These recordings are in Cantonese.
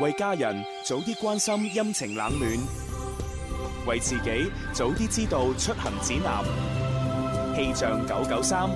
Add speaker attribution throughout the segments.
Speaker 1: 為家人早啲關心陰晴冷暖，為自己早啲知道出行指南。氣象九九三。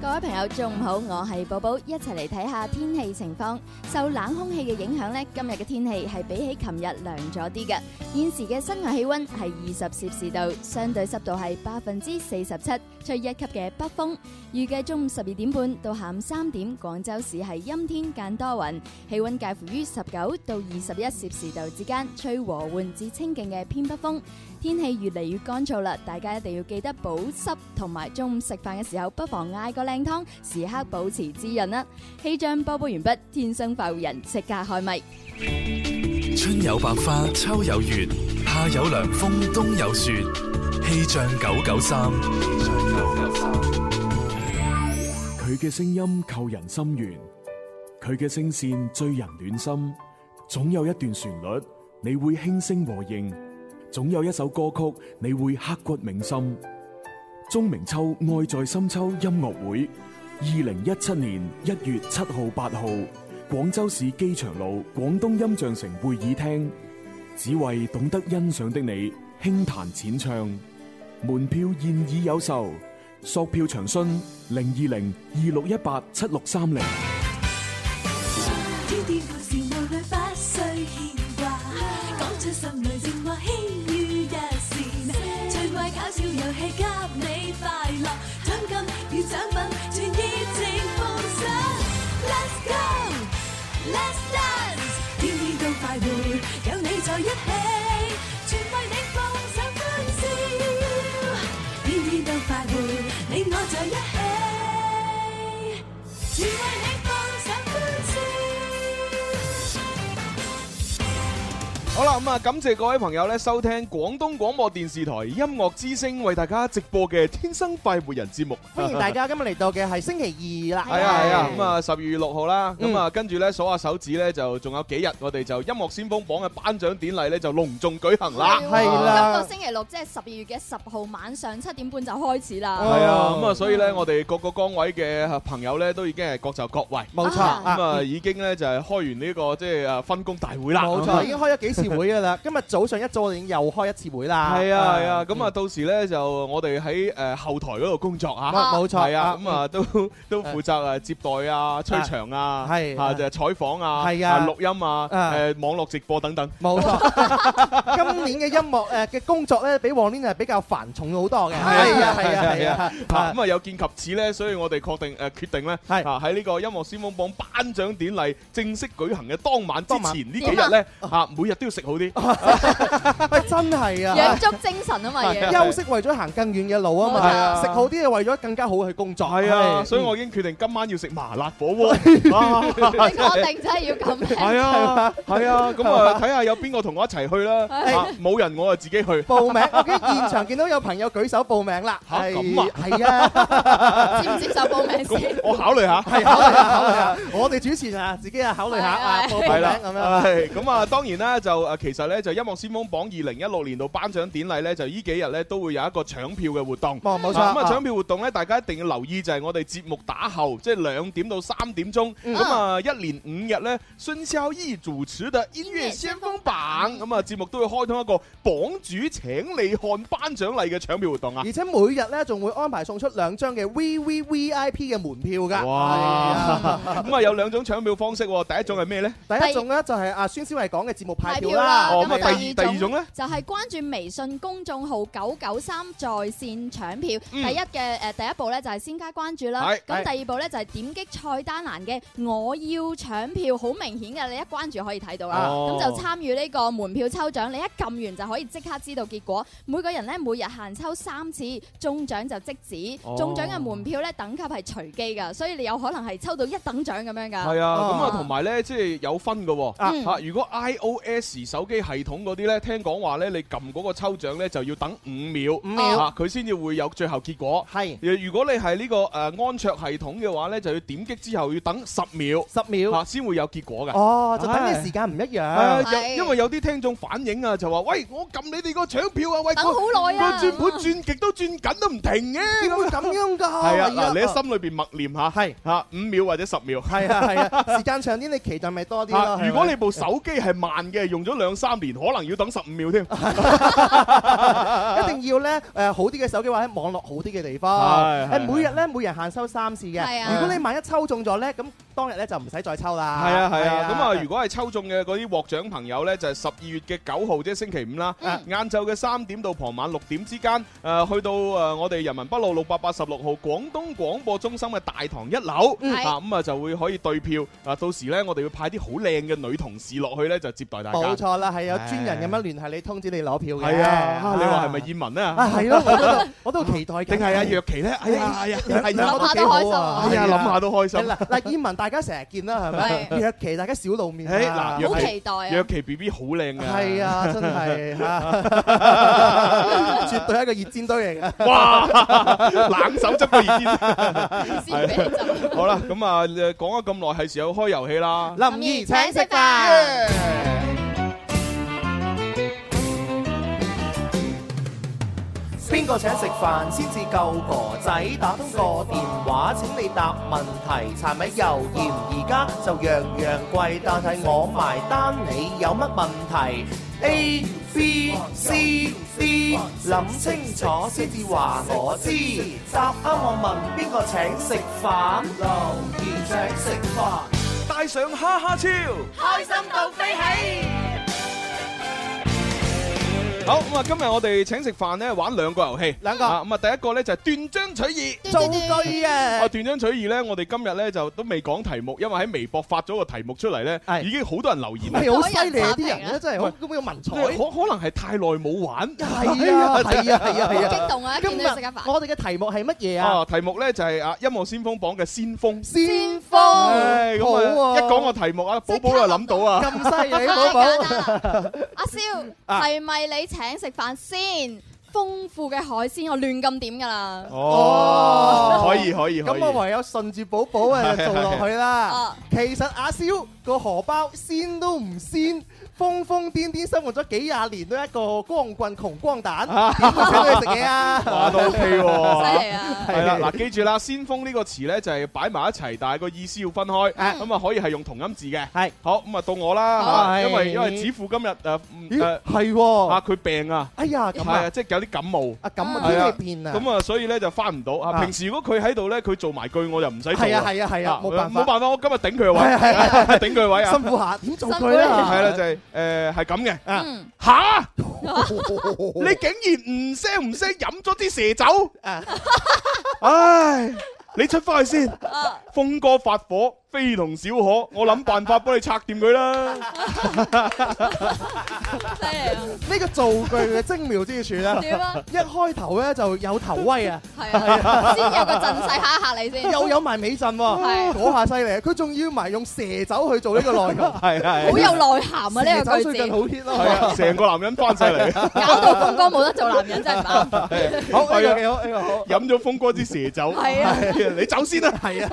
Speaker 2: 各位朋友，中午好，我係寶寶，一齊嚟睇下天氣情況。受冷空氣嘅影響呢，今日嘅天氣係比起琴日涼咗啲嘅。現時嘅室外氣溫係二十攝氏度，相對濕度係百分之四十七，吹一級嘅北風。預計中午十二點半到下午三點，廣州市係陰天間多雲，氣溫介乎於十九到二十一攝氏度之間，吹和緩至清勁嘅偏北風。天氣越嚟越乾燥啦，大家一定要記得保濕，同埋中午食飯嘅時候不妨嗌個靚湯，時刻保持滋潤啦。氣象播報完畢，天生快活人即刻開咪。
Speaker 3: 春有百花，秋有月，夏有涼風，冬有雪。氣象九九三，
Speaker 4: 佢嘅聲音扣人心弦，佢嘅聲線醉人暖心。總有一段旋律你會輕聲和應，總有一首歌曲你會刻骨銘心。鍾明秋愛在深秋音樂會，二零一七年一月七號、八號，廣州市機場路廣東音像城會議廳，只為懂得欣賞的你輕彈淺唱。門票現已有售，索票詳詢零二零二六一八七六三零。
Speaker 5: 天天故事無慮不需牽掛，講出心裏情話輕於一線，趣味搞笑遊戲給你快樂，獎金與獎品全熱情奉上。Let's go，Let's dance，天天都快活，有你在一起，全為你放上歡笑，天天都快活，你我在一起。全為你放上歡笑。
Speaker 6: 好啦，咁啊，感謝各位朋友咧收聽廣東廣播電視台音樂之聲為大家直播嘅《天生快活人》節目，
Speaker 7: 歡迎大。家今日嚟到嘅係星期二啦，
Speaker 6: 係啊係啊，咁啊十二月六號啦，咁啊跟住咧數下手指咧就仲有幾日，我哋就音樂先鋒榜嘅頒獎典禮咧就隆重舉行啦，
Speaker 2: 今個星期六即係十二月嘅十號晚上七點半就開始啦。
Speaker 6: 係啊，咁啊，所以咧，我哋各個崗位嘅朋友咧，都已經係各就各位，
Speaker 7: 冇錯啊
Speaker 6: 咁啊，已經咧就係開完呢個即係誒分工大會啦，
Speaker 7: 冇錯，已經開咗幾次會㗎啦。 今日早上一早我哋已經又開一次會啦。
Speaker 6: 係啊係啊，咁啊到時咧就我哋喺誒後台嗰度工作嚇，
Speaker 7: 冇冇錯
Speaker 6: 係啊，咁
Speaker 7: 嗯
Speaker 6: 啊都都負責誒接待啊、吹場啊，
Speaker 7: 係
Speaker 6: 啊就係採訪啊，
Speaker 7: 係啊
Speaker 6: 錄音啊，
Speaker 7: 啊
Speaker 6: 誒網絡直播等等。
Speaker 7: 冇 錯。今年嘅音樂誒嘅工作咧，比往年係比較繁重好多嘅。係啊係啊係啊
Speaker 6: 嚇咁啊有見及此咧，所以我哋確定誒決定咧，
Speaker 7: 係
Speaker 6: 啊喺呢個音樂先鋒榜頒獎典禮正式舉行嘅當晚之
Speaker 7: 當晚哦
Speaker 6: 前呢幾日咧，啊每日都要食好啲，
Speaker 7: 啊！喂，真係
Speaker 2: 養
Speaker 7: 啊！
Speaker 2: 足精神啊嘛，要
Speaker 7: 休息為咗行更遠嘅路啊
Speaker 2: 冇
Speaker 7: 嘛，
Speaker 2: 錯
Speaker 7: 食好啲嘢為咗更加好去工作。
Speaker 6: 係啊，所以我已經決定今晚要食麻辣火 鍋。啊
Speaker 2: 你確定真係要 咁？
Speaker 6: 係啊，係啊，咁啊，睇下有邊個同我一齊去啦。
Speaker 7: 係
Speaker 6: 啊冇人我就自己去。
Speaker 7: 報名，我記得現場見到有朋友舉手報名啦。
Speaker 6: 嚇
Speaker 7: 係
Speaker 6: 咁啊
Speaker 7: 係啊，
Speaker 2: 接唔接受報名先
Speaker 6: 咁？我考慮下。
Speaker 7: 係考慮下，考慮下。我哋主持人啊，自己啊考慮下啊，報報
Speaker 6: 係啦，
Speaker 7: 名咁樣。
Speaker 6: 係咁啊，當然啦，就誒其實咧，就音樂先鋒榜二零一六年度頒獎典禮咧，就呢幾日咧都會有一個搶票嘅活動。
Speaker 7: 冇冇錯
Speaker 6: 啊咁啊，
Speaker 7: 啊
Speaker 6: 搶票活動咧，大家一定要留意就係我哋節目打後，即係兩點到三點鐘，咁啊一連五日咧，孫肖依主持嘅音樂先鋒榜，咁啊節目都會開通一個榜主請你看頒獎禮嘅搶票活動啊！
Speaker 7: 而且每日咧仲會安排送出兩張嘅 V V V I P 嘅門票
Speaker 6: 啊
Speaker 7: 㗎。
Speaker 6: 哇！咁啊有兩種搶票方式喎，第一種係咩咧？
Speaker 7: 係啊！第一種咧就係阿孫思慧講嘅節目派票
Speaker 2: 派
Speaker 7: 啦。
Speaker 2: 票
Speaker 6: 哦，
Speaker 2: 啦咁
Speaker 6: 咁啊
Speaker 2: 啊
Speaker 6: 第
Speaker 2: 第
Speaker 6: 二
Speaker 2: 二
Speaker 6: 第二種咧？
Speaker 2: 就係關注微信公眾號九九三在線搶票，
Speaker 6: 嗯
Speaker 2: 第一嘅誒第一步咧就係先加關注啦
Speaker 6: 係，
Speaker 2: 咁
Speaker 7: 係
Speaker 2: 第二步咧就係點擊菜單欄嘅我要搶票，好明顯嘅，你一關注可以睇到啦，
Speaker 6: 哦
Speaker 2: 咁就參與呢個門票抽獎，你一撳完就可以即刻知道結果，每個人咧每日限抽三次，中獎就即止，
Speaker 6: 哦
Speaker 2: 中獎嘅門票咧等級係隨機㗎，所以你有可能係抽到一等獎咁樣㗎，嗯
Speaker 6: 係啊，咁啊
Speaker 7: 啊
Speaker 6: 同埋咧，即係有分嘅喎。
Speaker 7: 啊
Speaker 6: 嚇，如果 iOS 手手機系統嗰啲咧，聽講話咧，你撳嗰個抽獎咧就要等五秒，
Speaker 7: 五秒
Speaker 6: 啊佢先至會有最後結果。
Speaker 7: 哦係
Speaker 6: 如如果你係呢個誒安卓系統嘅話咧，就要點擊之後要等十秒
Speaker 7: 十秒
Speaker 6: 啊，。先會有結果嘅。
Speaker 7: 哦，就等
Speaker 6: 唉
Speaker 7: 嘅時間唔一
Speaker 6: 啊
Speaker 7: 樣。
Speaker 6: 有因為有啲聽眾反映啊，就話：喂，我撳你哋個搶票啊，喂，
Speaker 2: 等
Speaker 6: 個
Speaker 2: 好耐啊
Speaker 6: 個轉盤轉極都轉緊都唔停嘅。
Speaker 7: 點會咁樣㗎？
Speaker 6: 係啊，
Speaker 7: 哎呀
Speaker 6: 嗱，你喺心裏邊默念下，
Speaker 7: 啊係
Speaker 6: 嚇五秒或者十秒。
Speaker 7: 係啊係啊，時間長啲，你期待咪多啲
Speaker 6: 啊
Speaker 7: 咯。
Speaker 6: 如果你部手機係慢嘅，用咗兩三年，可能要等十五秒添。
Speaker 7: 一定要咧誒好啲嘅手機或者網絡好啲嘅地
Speaker 6: 係
Speaker 7: 方。
Speaker 6: 啊
Speaker 7: 誒
Speaker 6: 係
Speaker 7: 每日咧每人限收三次
Speaker 2: 係
Speaker 7: 嘅。
Speaker 2: 啊
Speaker 7: 如果你萬一抽中咗咧，咁當日咧就唔使再抽啦。
Speaker 6: 係啊係啊，咁啊，如果係抽中嘅嗰啲獲獎朋友呢，就係十二月嘅九號，即係星期五啦，晏晝嘅三點到傍晚六點之間，誒去到誒我哋人民北路六百八十六號廣東廣播中心嘅大堂一樓，
Speaker 2: 嗯
Speaker 6: 啊咁啊就會可以對票，啊到時呢，我哋會派啲好靚嘅女同事落去呢，就接待大
Speaker 7: 冇
Speaker 6: 家。
Speaker 7: 錯啦，係有專人咁樣聯繫你，通知你攞票嘅。
Speaker 6: 係啊，啊你話係咪燕文
Speaker 7: 啊，
Speaker 6: 啊？
Speaker 7: 係咯，我都我都 期待緊。
Speaker 6: 定係阿若琪呢？哎呀哎呀，係啊
Speaker 7: 兩個幾好啊！
Speaker 6: 哎呀，諗下都開心。
Speaker 7: 嗱嗱，燕文大家成日見啦，係咪？
Speaker 2: 係
Speaker 7: 若琪大家少露面啊。
Speaker 6: 誒嗱若
Speaker 2: 好
Speaker 6: 琪
Speaker 2: 期待
Speaker 6: 若
Speaker 2: 啊！
Speaker 6: 琪 B B 好靚㗎。
Speaker 7: 係啊，真係 嚇，絕對係一個熱煎堆嚟嘅。
Speaker 6: 哇！ 冷手執個熱煙。
Speaker 2: 先俾你走。
Speaker 6: 好啦，咁啊，誒講咗咁耐，係時候開遊戲啦。
Speaker 7: 林怡請食飯。
Speaker 2: 飯。
Speaker 7: 邊個請食飯先至夠哥仔？打通個電話請你答問題。柴米油鹽而家就樣樣貴，但係我埋單。你有乜問題？A B C D，諗清楚先至話我知。答啱我問邊個請食飯？留言請食飯。
Speaker 6: 帶上哈哈超，
Speaker 5: 開心到飛起。
Speaker 6: 好咁啊！今日我哋請食飯咧，玩兩個遊戲，
Speaker 7: 兩個
Speaker 6: 啊咁啊，第一個咧就係斷章取義。
Speaker 7: 造句啊
Speaker 6: 啊，！斷章取義咧，我哋今日咧就都未講題目，因為喺微博發咗個題目出嚟咧，
Speaker 7: 係
Speaker 6: 已經好多人留言啦。
Speaker 7: 係好犀利啊！啲人咧真係好咁有文
Speaker 6: 可
Speaker 7: 采。
Speaker 6: 可能係太耐冇玩。
Speaker 7: 係 啊！係啊！係啊！係啊！
Speaker 2: 激動啊！見
Speaker 7: 今日
Speaker 2: 到你食緊飯，
Speaker 7: 我哋嘅題目係乜嘢啊？
Speaker 6: 啊，題目咧就係啊音樂先鋒榜嘅先鋒。
Speaker 7: 先鋒，
Speaker 6: 唉咁啊，一講個題目啊，寶寶就諗到啊。
Speaker 7: 咁犀利，
Speaker 2: 太
Speaker 7: 寶
Speaker 2: 簡
Speaker 7: 寶。
Speaker 2: 單啦！阿蕭，係咪你請食飯先？豐富嘅海鮮，我亂咁點㗎啦。
Speaker 7: 哦
Speaker 6: 可以可以可以。
Speaker 7: 咁我唯有順住寶寶 啊做落去啦
Speaker 2: 哦。
Speaker 7: 其實阿蕭個荷包鮮都唔鮮，瘋瘋癲癲生活咗幾廿年都一個光棍窮光蛋，點會請佢食 嘢
Speaker 6: 哇，
Speaker 7: 啊？
Speaker 6: 都 OK 喎。
Speaker 2: 犀利啊！
Speaker 6: 系啦，嗱，記住啦，先鋒呢個詞呢，就係擺埋一齊，但係個意思要分開，
Speaker 7: 啊
Speaker 6: 咁啊可以係用同音字嘅。
Speaker 7: 係
Speaker 6: 好，咁啊到我啦，
Speaker 7: 係
Speaker 6: 因為因為子父今日誒嗯
Speaker 7: 咦
Speaker 6: 誒，
Speaker 7: 係
Speaker 6: 啊
Speaker 7: 喎。
Speaker 6: 佢病啊，
Speaker 7: 哎呀，咁
Speaker 6: 係
Speaker 7: 啊
Speaker 6: 啊，，即係有啲感冒，
Speaker 7: 啊咁啊
Speaker 2: 係
Speaker 6: 啊
Speaker 7: 天氣變啊，
Speaker 6: 咁啊所以呢就翻唔到啊。
Speaker 7: 啊
Speaker 6: 平時如果佢喺度呢，佢做埋句我就唔使做
Speaker 7: 係啊
Speaker 6: 啦。
Speaker 7: 係啊係啊，冇辦
Speaker 6: 冇
Speaker 7: 法，
Speaker 6: 辦法，我今日頂佢位，
Speaker 7: 係啊係
Speaker 6: 頂佢位啊
Speaker 7: 辛。苦下點做佢啊咧？
Speaker 2: 辛苦啊
Speaker 6: 係啦，就係誒係咁嘅。
Speaker 2: 嗯，
Speaker 6: 吓，
Speaker 7: 你
Speaker 6: 你竟然唔聲唔聲飲咗啲蛇酒？
Speaker 7: 啊
Speaker 6: 唉，你出翻去先
Speaker 2: 啊。
Speaker 6: 峰哥發火，非同小可，我諗辦法幫你拆掂佢啦。
Speaker 2: 犀利啊！
Speaker 7: 呢個造句嘅精妙之處咧，
Speaker 2: 點啊？
Speaker 7: 一開頭咧就有頭威啊！
Speaker 2: 係啊，先有個陣勢嚇一嚇你先。
Speaker 7: 又有埋美陣喎，
Speaker 2: 嗯係
Speaker 7: 嗰下犀利！啊佢仲要埋用蛇酒去做呢個內容，
Speaker 6: 係
Speaker 2: 好
Speaker 6: 係
Speaker 2: 有內涵啊！呢個
Speaker 7: 蛇
Speaker 2: 句
Speaker 7: 酒最近好
Speaker 2: 子
Speaker 7: hit
Speaker 6: 係
Speaker 7: 咯。
Speaker 6: 啊，成個男人翻晒嚟，
Speaker 2: 搞到峰哥冇得做男人真係唔啱。
Speaker 7: 好，呢
Speaker 6: 啊係
Speaker 7: 個
Speaker 6: 啊
Speaker 7: 幾好，呢個好。
Speaker 6: 飲咗峰哥支蛇酒。
Speaker 2: 係啊
Speaker 6: 係啊，你走先啦。
Speaker 7: 係啊，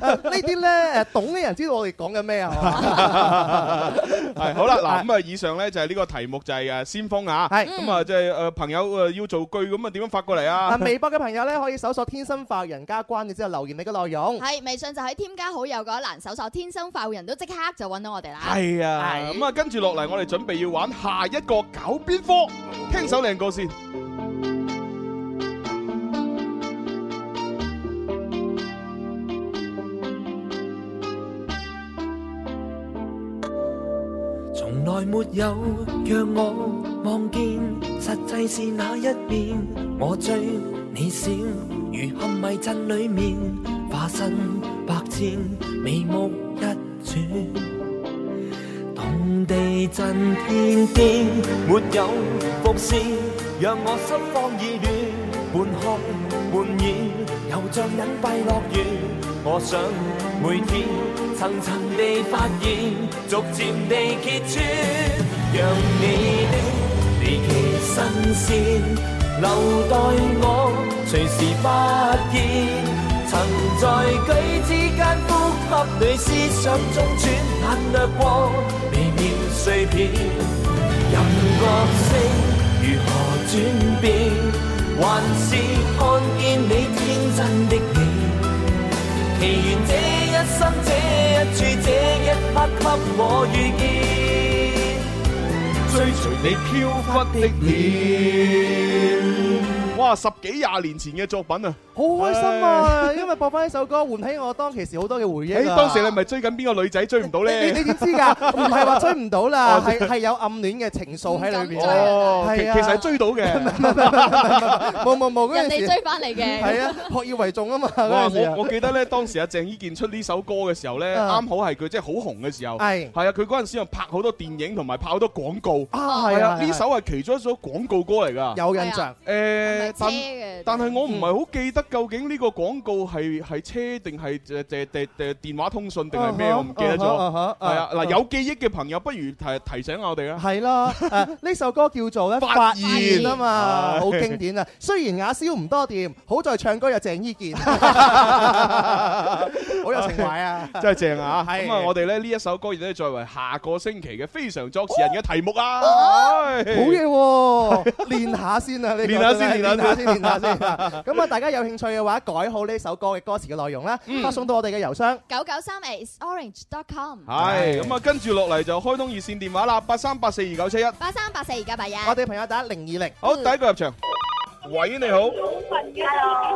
Speaker 7: 呢啲咧誒懂嘅人知道我哋講緊咩啊係嘛？
Speaker 6: 係好啦，嗱咁啊，以上咧就係呢個題目就係誒先鋒啊。
Speaker 7: 係
Speaker 6: 咁啊，即係誒朋友誒要做句咁啊，點樣發過嚟
Speaker 7: 啊，
Speaker 6: 啊？
Speaker 7: 微博嘅朋友咧可以搜索天生化人加關注之後留言你嘅內容。
Speaker 2: 係微信就喺添加好友嗰一欄搜索天生快活人都即刻就揾到我哋啦。
Speaker 6: 係啊，咁啊，跟住落嚟，我哋準備要玩下一個搞邊科，聽首靚歌先。
Speaker 8: 從來沒有讓我望見，實際是哪一面？我追你閃，如陷迷陣裡面，化身百戰，眉目一轉，動地震天邊，沒有伏線，讓我心慌意亂，半哭半掩，又像隱蔽樂園。我想每天層層地發現，逐漸地揭穿。讓你的離奇新鮮，留待我隨時發現。曾在舉止間呼吸裏思想中轉眼掠過微妙碎片，任角色如何轉變，還是看見你天真的臉。祈願這一生、這一處、這一刻給我遇見。
Speaker 6: 追隨你飄忽的臉。哇！十幾廿年前嘅作品啊，
Speaker 7: 好開心啊！因為播翻呢首歌，喚起我當其時好多嘅回憶
Speaker 6: 誒
Speaker 7: 啊。
Speaker 6: 當時你咪追緊邊個女仔追唔到
Speaker 7: 你你
Speaker 6: 咧？
Speaker 7: 你點知㗎？唔係話追唔到啦，係係有暗戀嘅情愫喺裏
Speaker 2: 唔敢
Speaker 7: 邊。
Speaker 2: 追啊
Speaker 6: 哦，其
Speaker 7: 係啊
Speaker 6: 其實係追到嘅。
Speaker 7: 冇冇冇嗰
Speaker 2: 人
Speaker 7: 陣
Speaker 2: 哋
Speaker 7: 時
Speaker 2: 追翻嚟嘅。
Speaker 7: 係啊，學以為重啊嘛
Speaker 6: 哇！
Speaker 7: 嗰陣時啊
Speaker 6: 我我記得咧，當時阿鄭伊健出呢首歌嘅時候咧，
Speaker 7: 啊
Speaker 6: 啱好係佢即係好紅嘅時候。
Speaker 7: 係
Speaker 6: 係啊，佢嗰陣時又拍好多電影同埋拍好多廣告。
Speaker 7: 啊
Speaker 6: 係
Speaker 7: 係啊
Speaker 6: 啊，，呢首係其中一首廣告歌嚟㗎。
Speaker 7: 有印象。
Speaker 2: 係咪啊
Speaker 6: 誒，
Speaker 2: 車
Speaker 6: 但
Speaker 2: 嘅？
Speaker 6: 但係我唔係好記得究竟呢個廣告係係車定係誒誒誒誒電話通訊定係
Speaker 7: 嗯
Speaker 6: 咩？我唔記得咗。
Speaker 7: 係
Speaker 6: 係啊，嗱有記憶嘅朋友，不如提提醒我哋啊。
Speaker 7: 係啦，誒呢首歌叫做咧
Speaker 6: 發
Speaker 7: 發
Speaker 6: 現
Speaker 7: 現啊嘛，
Speaker 6: 係
Speaker 7: 好經典啊！雖然雅蕭唔多掂，好在唱歌有鄭伊 健，好有情懷啊！
Speaker 6: 真係正啊！
Speaker 7: 係
Speaker 6: 咁啊，我哋咧呢一首歌亦都作為下個星期嘅非常作詞人嘅題目啊！好
Speaker 7: 哦 好嘢喎， 練下先啊！呢個
Speaker 6: 練下先
Speaker 7: 真係
Speaker 6: 練下
Speaker 7: 練下先，練下先啊。咁啊，大家有興趣嘅話，改好呢首歌嘅歌詞嘅內容啦，發送到我哋嘅郵箱。
Speaker 2: 九九三 s orange dot com，
Speaker 6: 係咁啊，跟住落嚟就開通熱線電話啦，八三八四二九七一。
Speaker 2: 八三八四而家八一。
Speaker 7: 我哋朋友打零二零，
Speaker 6: 好，第一個入場。喂，你好。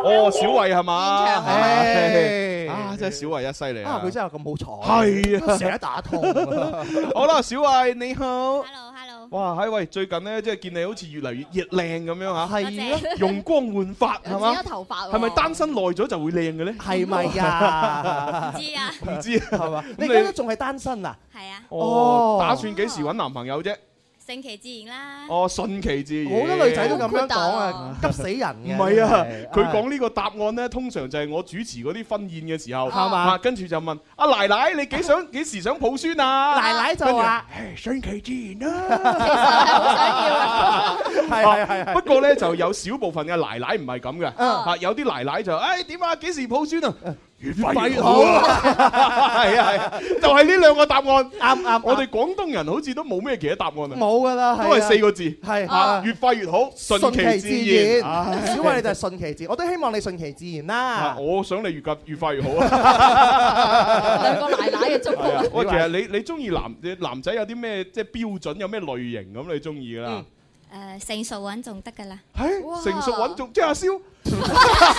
Speaker 6: 哦，小慧係
Speaker 2: 現
Speaker 6: 嘛？
Speaker 2: 場啊
Speaker 6: 係
Speaker 7: 唉
Speaker 6: 啊，真係小慧一犀利
Speaker 7: 啊
Speaker 6: 啊！！
Speaker 7: 佢真係咁好彩，
Speaker 6: 係啊。
Speaker 7: 成日打通。
Speaker 6: 好啦，小慧你好。
Speaker 9: Hello，Hello，
Speaker 6: 哇，喺喂，最近咧，即係見你好似越嚟越熱靚咁樣吓，
Speaker 7: 係 啊，
Speaker 6: 容光煥發係
Speaker 2: 剪咗
Speaker 6: 嘛？
Speaker 2: 頭髮喎。
Speaker 6: 係咪單身耐咗就會靚嘅咧？
Speaker 7: 係咪呀？
Speaker 9: 知啊，
Speaker 6: 唔知啊
Speaker 7: 係嘛？你而家都仲係單身啊？
Speaker 9: 係啊，
Speaker 6: 哦
Speaker 7: 哦，
Speaker 6: 打算幾時揾男朋友啫？
Speaker 9: 順其自然
Speaker 2: 嗯
Speaker 9: 啦，
Speaker 6: 哦，順其自然。
Speaker 7: 好多女仔都咁樣講
Speaker 2: 好
Speaker 7: 啊，急死人
Speaker 6: 唔
Speaker 7: 嘅。
Speaker 6: 係啊
Speaker 7: 真係，
Speaker 6: 佢講呢個答案咧，通常就係我主持嗰啲婚宴嘅時候，
Speaker 7: 係嘛
Speaker 6: 啊跟住就問阿奶奶你 幾想幾時想抱孫啊？
Speaker 7: 奶奶就話
Speaker 6: 唉順其自然啦。
Speaker 2: 其實係好想要啊。
Speaker 7: 係係係係
Speaker 6: 不過咧就有少部分嘅奶奶唔係咁嘅，
Speaker 7: 嗯
Speaker 6: 啊有啲奶奶就誒點啊幾時抱孫啊？越快
Speaker 7: 越
Speaker 6: 好啊！ 係啊係啊，就係呢兩個答案。
Speaker 7: 啱啱，
Speaker 6: 我哋廣東人好似都冇咩其他答案啊，
Speaker 7: 冇㗎啦，
Speaker 6: 都係四
Speaker 7: 個
Speaker 6: 個字，
Speaker 7: 係
Speaker 6: 啊
Speaker 7: 啊
Speaker 6: 越快越好，順其自然。啊
Speaker 7: 然。小慧你就係順其自然，我都希望你順其自然
Speaker 6: 啊
Speaker 7: 啦。
Speaker 6: 我想你越急越快越好 啊！
Speaker 2: 兩個奶奶嘅祝
Speaker 6: 係啊
Speaker 2: 福。
Speaker 6: 喂，其實你你中意男你男仔有啲咩即係標準，有咩類型咁你中意㗎
Speaker 7: 嗯
Speaker 6: 啦？
Speaker 9: 誒，成熟穩重得噶啦，
Speaker 2: 哇
Speaker 6: 係成熟穩重，即係 阿蕭。
Speaker 7: 你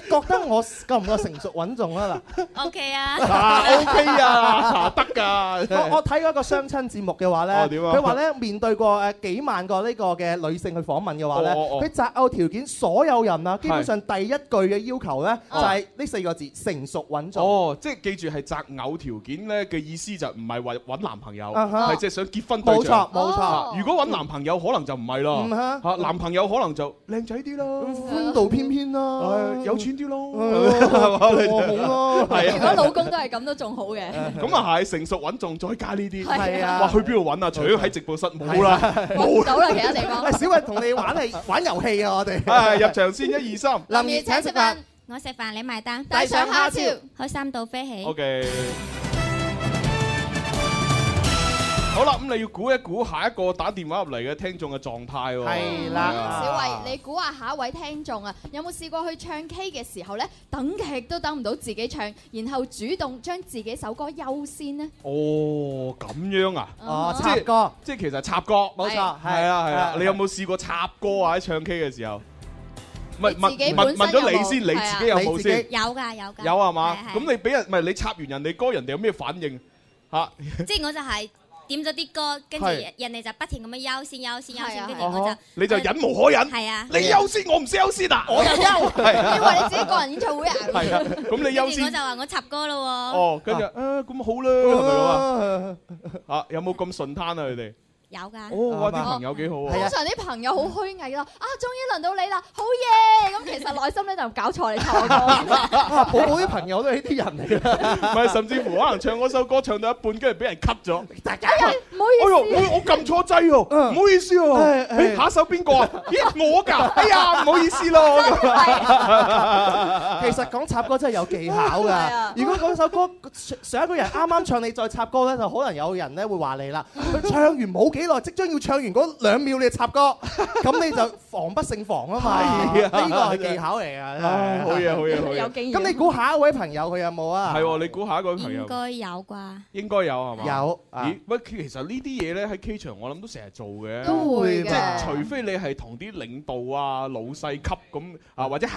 Speaker 7: 覺得我夠唔夠成熟穩重啊？
Speaker 9: ，OK 啊，
Speaker 6: 啊，OK 啊， 得㗎。
Speaker 7: 嗱，我我睇嗰個相親節目嘅話咧
Speaker 6: 哦，點啊
Speaker 7: 佢話咧面對過誒幾萬個呢個嘅女性去訪問嘅話咧，
Speaker 6: 哦哦哦
Speaker 7: 佢擇偶條件所有人啊，基本上第一句嘅要求咧就
Speaker 2: 哦
Speaker 7: 係呢四個字：成熟穩重。
Speaker 6: 哦，即係記住係擇偶條件咧嘅意思就唔係話揾男朋友，
Speaker 7: 啊哈
Speaker 6: 係即係想結婚對
Speaker 7: 冇
Speaker 6: 象
Speaker 7: 錯。冇錯，
Speaker 2: 哦
Speaker 6: 如果揾男朋友可能就唔係
Speaker 7: 嗯
Speaker 6: 啦，
Speaker 7: 嚇，
Speaker 6: 嚇男朋友可能就靚仔啲咯，
Speaker 7: 寬度翩翩啦，啊
Speaker 6: 誒哎有錢啲
Speaker 7: 嗯
Speaker 6: 咯，係嘛
Speaker 7: 我好咯，
Speaker 6: 係
Speaker 2: 如
Speaker 6: 啊
Speaker 2: 果老公都係咁，都仲好嘅。
Speaker 6: 咁啊係成熟穩重，再加呢啲。
Speaker 7: 係啊
Speaker 6: 哇！去邊度揾啊？除咗喺直播室冇 啦，
Speaker 2: 揾唔
Speaker 6: 冇啦。
Speaker 2: 到啦，其他地方
Speaker 7: 喂，。小慧同你玩係玩遊戲啊，我哋
Speaker 6: 係入場先，一二三
Speaker 7: 林怡請食飯，，
Speaker 9: 我食飯你埋單，
Speaker 2: 帶上蝦超。
Speaker 9: 開心到飛起，
Speaker 6: ，OK。好啦，咁你要估一估下一個打電話入嚟嘅聽眾嘅狀態喎。
Speaker 7: 係
Speaker 2: 小
Speaker 7: 啦，
Speaker 2: 慧，你估下下一位聽眾啊，有冇試過去唱 K 嘅時候呢？等劇都等唔到自己唱，然後主動將自己首歌優先呢？
Speaker 6: 哦，咁樣啊？
Speaker 7: 哦
Speaker 2: 啊
Speaker 7: 插歌
Speaker 6: 即係其實插歌，冇
Speaker 7: 冇錯，
Speaker 6: 係啊係啊！你有
Speaker 7: 冇？
Speaker 6: 冇試過插歌啊？喺唱 K 嘅時候，問
Speaker 2: 你
Speaker 6: 問
Speaker 2: 自己
Speaker 6: 問
Speaker 2: 本身
Speaker 6: 問咗
Speaker 2: 有
Speaker 6: 你
Speaker 2: 冇
Speaker 6: 先，你
Speaker 2: 係
Speaker 6: 自
Speaker 2: 啊
Speaker 6: 己有
Speaker 7: 你
Speaker 6: 冇
Speaker 7: 自
Speaker 6: 先
Speaker 7: 己？
Speaker 9: 有噶有噶，
Speaker 6: 有啊係嘛？
Speaker 9: 係係
Speaker 6: 咁你俾人唔係你插完人哋歌，人哋有咩反應嚇？
Speaker 9: 即係我就係點咗啲歌，跟住
Speaker 6: 係
Speaker 9: 人哋就不停咁樣優先優先優
Speaker 2: 係啊
Speaker 9: 先，跟住
Speaker 2: 係
Speaker 9: 我
Speaker 6: 啊
Speaker 9: 就
Speaker 6: 你就忍無可忍，
Speaker 9: 係啊，
Speaker 6: 你優先我唔識優先啊！我優 係啊
Speaker 2: 以為你自己個人演唱會啊？
Speaker 6: 係啊， 咁你
Speaker 9: 跟
Speaker 6: 優
Speaker 9: 住我就
Speaker 6: 先
Speaker 9: 話我插歌咯
Speaker 6: 啊哦，跟住啊咁好啦咁樣啊！啊有冇咁順攤啊？佢
Speaker 9: 喎，
Speaker 6: 哋
Speaker 9: 有㗎。
Speaker 6: 哦，哇！
Speaker 7: 啱
Speaker 6: 啲
Speaker 7: 啊
Speaker 6: 朋友幾好
Speaker 7: 係
Speaker 6: 喎
Speaker 7: 啊。
Speaker 2: 通常啲朋友好虛偽咯，啊，終於輪到你啦，好嘢！咁其實內心咧就搞錯你錯 歌，
Speaker 7: 啊，寶寶啲朋友都係呢啲人嚟㗎，
Speaker 6: 唔係，甚至乎可能唱嗰首歌唱到一半，跟住俾人 cut 咗。
Speaker 7: 大家
Speaker 2: 哎呀，唔好
Speaker 6: 哎
Speaker 2: 意
Speaker 6: 呦，
Speaker 2: 思。
Speaker 6: 我我撳錯掣喎，
Speaker 7: 嗯
Speaker 6: 唔好意思
Speaker 7: 係
Speaker 6: 喎。
Speaker 7: 係
Speaker 6: 誒下一首邊個啊？咦，我㗎。哎呀，唔好意思咯。
Speaker 7: 其實講插歌真係有技巧
Speaker 2: 係
Speaker 7: 㗎
Speaker 2: 啊。
Speaker 7: 如果嗰首歌上上一個人啱啱唱你再插歌咧，就可能有人咧會話 你啦。佢唱完冇幾耐，即將要唱完嗰兩秒你就插歌， 咁你就防不勝防啊嘛。
Speaker 6: 係啊
Speaker 7: 呢個係技巧嚟㗎。真
Speaker 6: 唉
Speaker 7: 係
Speaker 6: 好嘢，好嘢，好
Speaker 2: 有
Speaker 6: 嘢。
Speaker 2: 經驗。
Speaker 7: 咁你估下一位朋友佢有冇啊？
Speaker 6: 係喎，你估下一個朋
Speaker 9: 應
Speaker 6: 友
Speaker 9: 該有啩，
Speaker 6: 應該有係嘛？。
Speaker 7: 有啊
Speaker 6: 咦，喂，其實呢啲嘢咧喺 K 場我諗都成日做嘅。
Speaker 2: 都會
Speaker 6: 即係
Speaker 2: 嘅，
Speaker 6: 除非你係同啲領導啊、老細級咁啊，或者客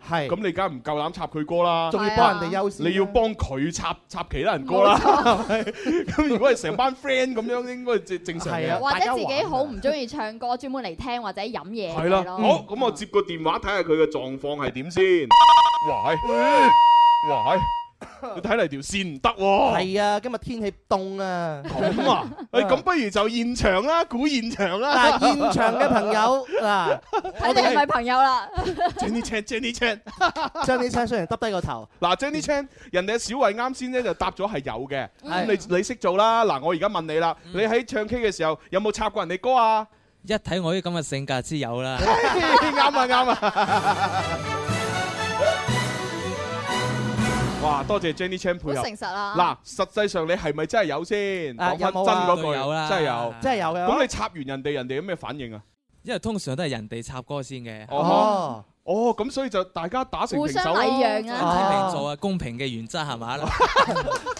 Speaker 7: 係啊
Speaker 6: 咁你梗係唔夠膽插佢歌啦。
Speaker 7: 仲要幫人哋優先啊。
Speaker 6: 你要幫佢插插其他人歌啦， 咁如果係成班 friend 咁樣，應該正正常
Speaker 7: 係啊
Speaker 6: 嘅。
Speaker 2: 或
Speaker 7: 大家
Speaker 2: 者自己
Speaker 7: 玩啊
Speaker 2: 好唔中意唱歌，專門嚟聽或者飲嘢
Speaker 6: 係
Speaker 2: 嘅
Speaker 6: 啦，
Speaker 2: 咯
Speaker 6: 好，咁我接個電話睇下佢嘅狀況係點先。哇，哎哇，你睇嚟條線唔得喎。
Speaker 7: 係啊，今日天氣凍啊。
Speaker 6: 咁啊， 誒咁不如就現場啦，估現場啦。
Speaker 7: 嗱，現場嘅朋友嗱，
Speaker 2: 睇你係咪朋友啦？
Speaker 6: Jenny Chan，Jenny Chan。
Speaker 7: 張啲青雖然耷低個頭，
Speaker 6: 嗱，Jenny Chan，人哋小慧啱先咧就答咗係有嘅，咁
Speaker 7: 係
Speaker 2: 嗯
Speaker 7: 嗯
Speaker 6: 你你識做啦。嗱，我而家問你啦，你喺唱 K 嘅時候有冇插過人哋歌啊？
Speaker 10: 一睇我啲咁嘅性格之有啦。
Speaker 6: 啱啊啱啊！ 哇，多謝 Jenny Chan
Speaker 2: 好
Speaker 6: 配合。
Speaker 2: 誠實啊！
Speaker 6: 嗱，實際上你係咪真係有先？
Speaker 7: 啊有
Speaker 6: 講翻真
Speaker 7: 冇啊
Speaker 6: 嗰句，
Speaker 10: 有啦
Speaker 6: 真係有。
Speaker 7: 真係啊有嘅。
Speaker 6: 咁你插完人哋，人哋有咩反應啊？
Speaker 10: 因為通常都係人哋插歌先嘅，
Speaker 6: 哦，哦，咁所以就大家打成
Speaker 2: 互
Speaker 6: 平手
Speaker 2: 相
Speaker 6: 咯。
Speaker 2: 禮讓啊！
Speaker 10: 睇
Speaker 7: 哦
Speaker 10: 嚟做啊公平嘅原則係嘛啦。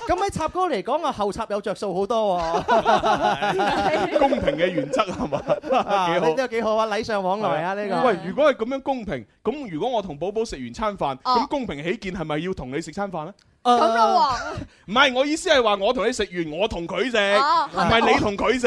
Speaker 7: 咁喺插歌嚟講啊，後插有着數好多喎，
Speaker 6: 公平嘅原則係嘛？
Speaker 7: 啊
Speaker 6: 幾
Speaker 7: 呢
Speaker 6: 好
Speaker 7: 都。幾好啊，禮尚往來啊呢個。
Speaker 6: 喂，如果係咁樣公平，咁如果我同寶寶食完餐飯，
Speaker 2: 哦
Speaker 6: 咁公平起見係咪要同你食餐飯咧？
Speaker 7: 呃
Speaker 2: 咁咯
Speaker 6: 唔係，我意思係話我同你食完，我同佢食，
Speaker 2: 喎，
Speaker 6: 唔
Speaker 2: 哦，
Speaker 6: 係你同佢食。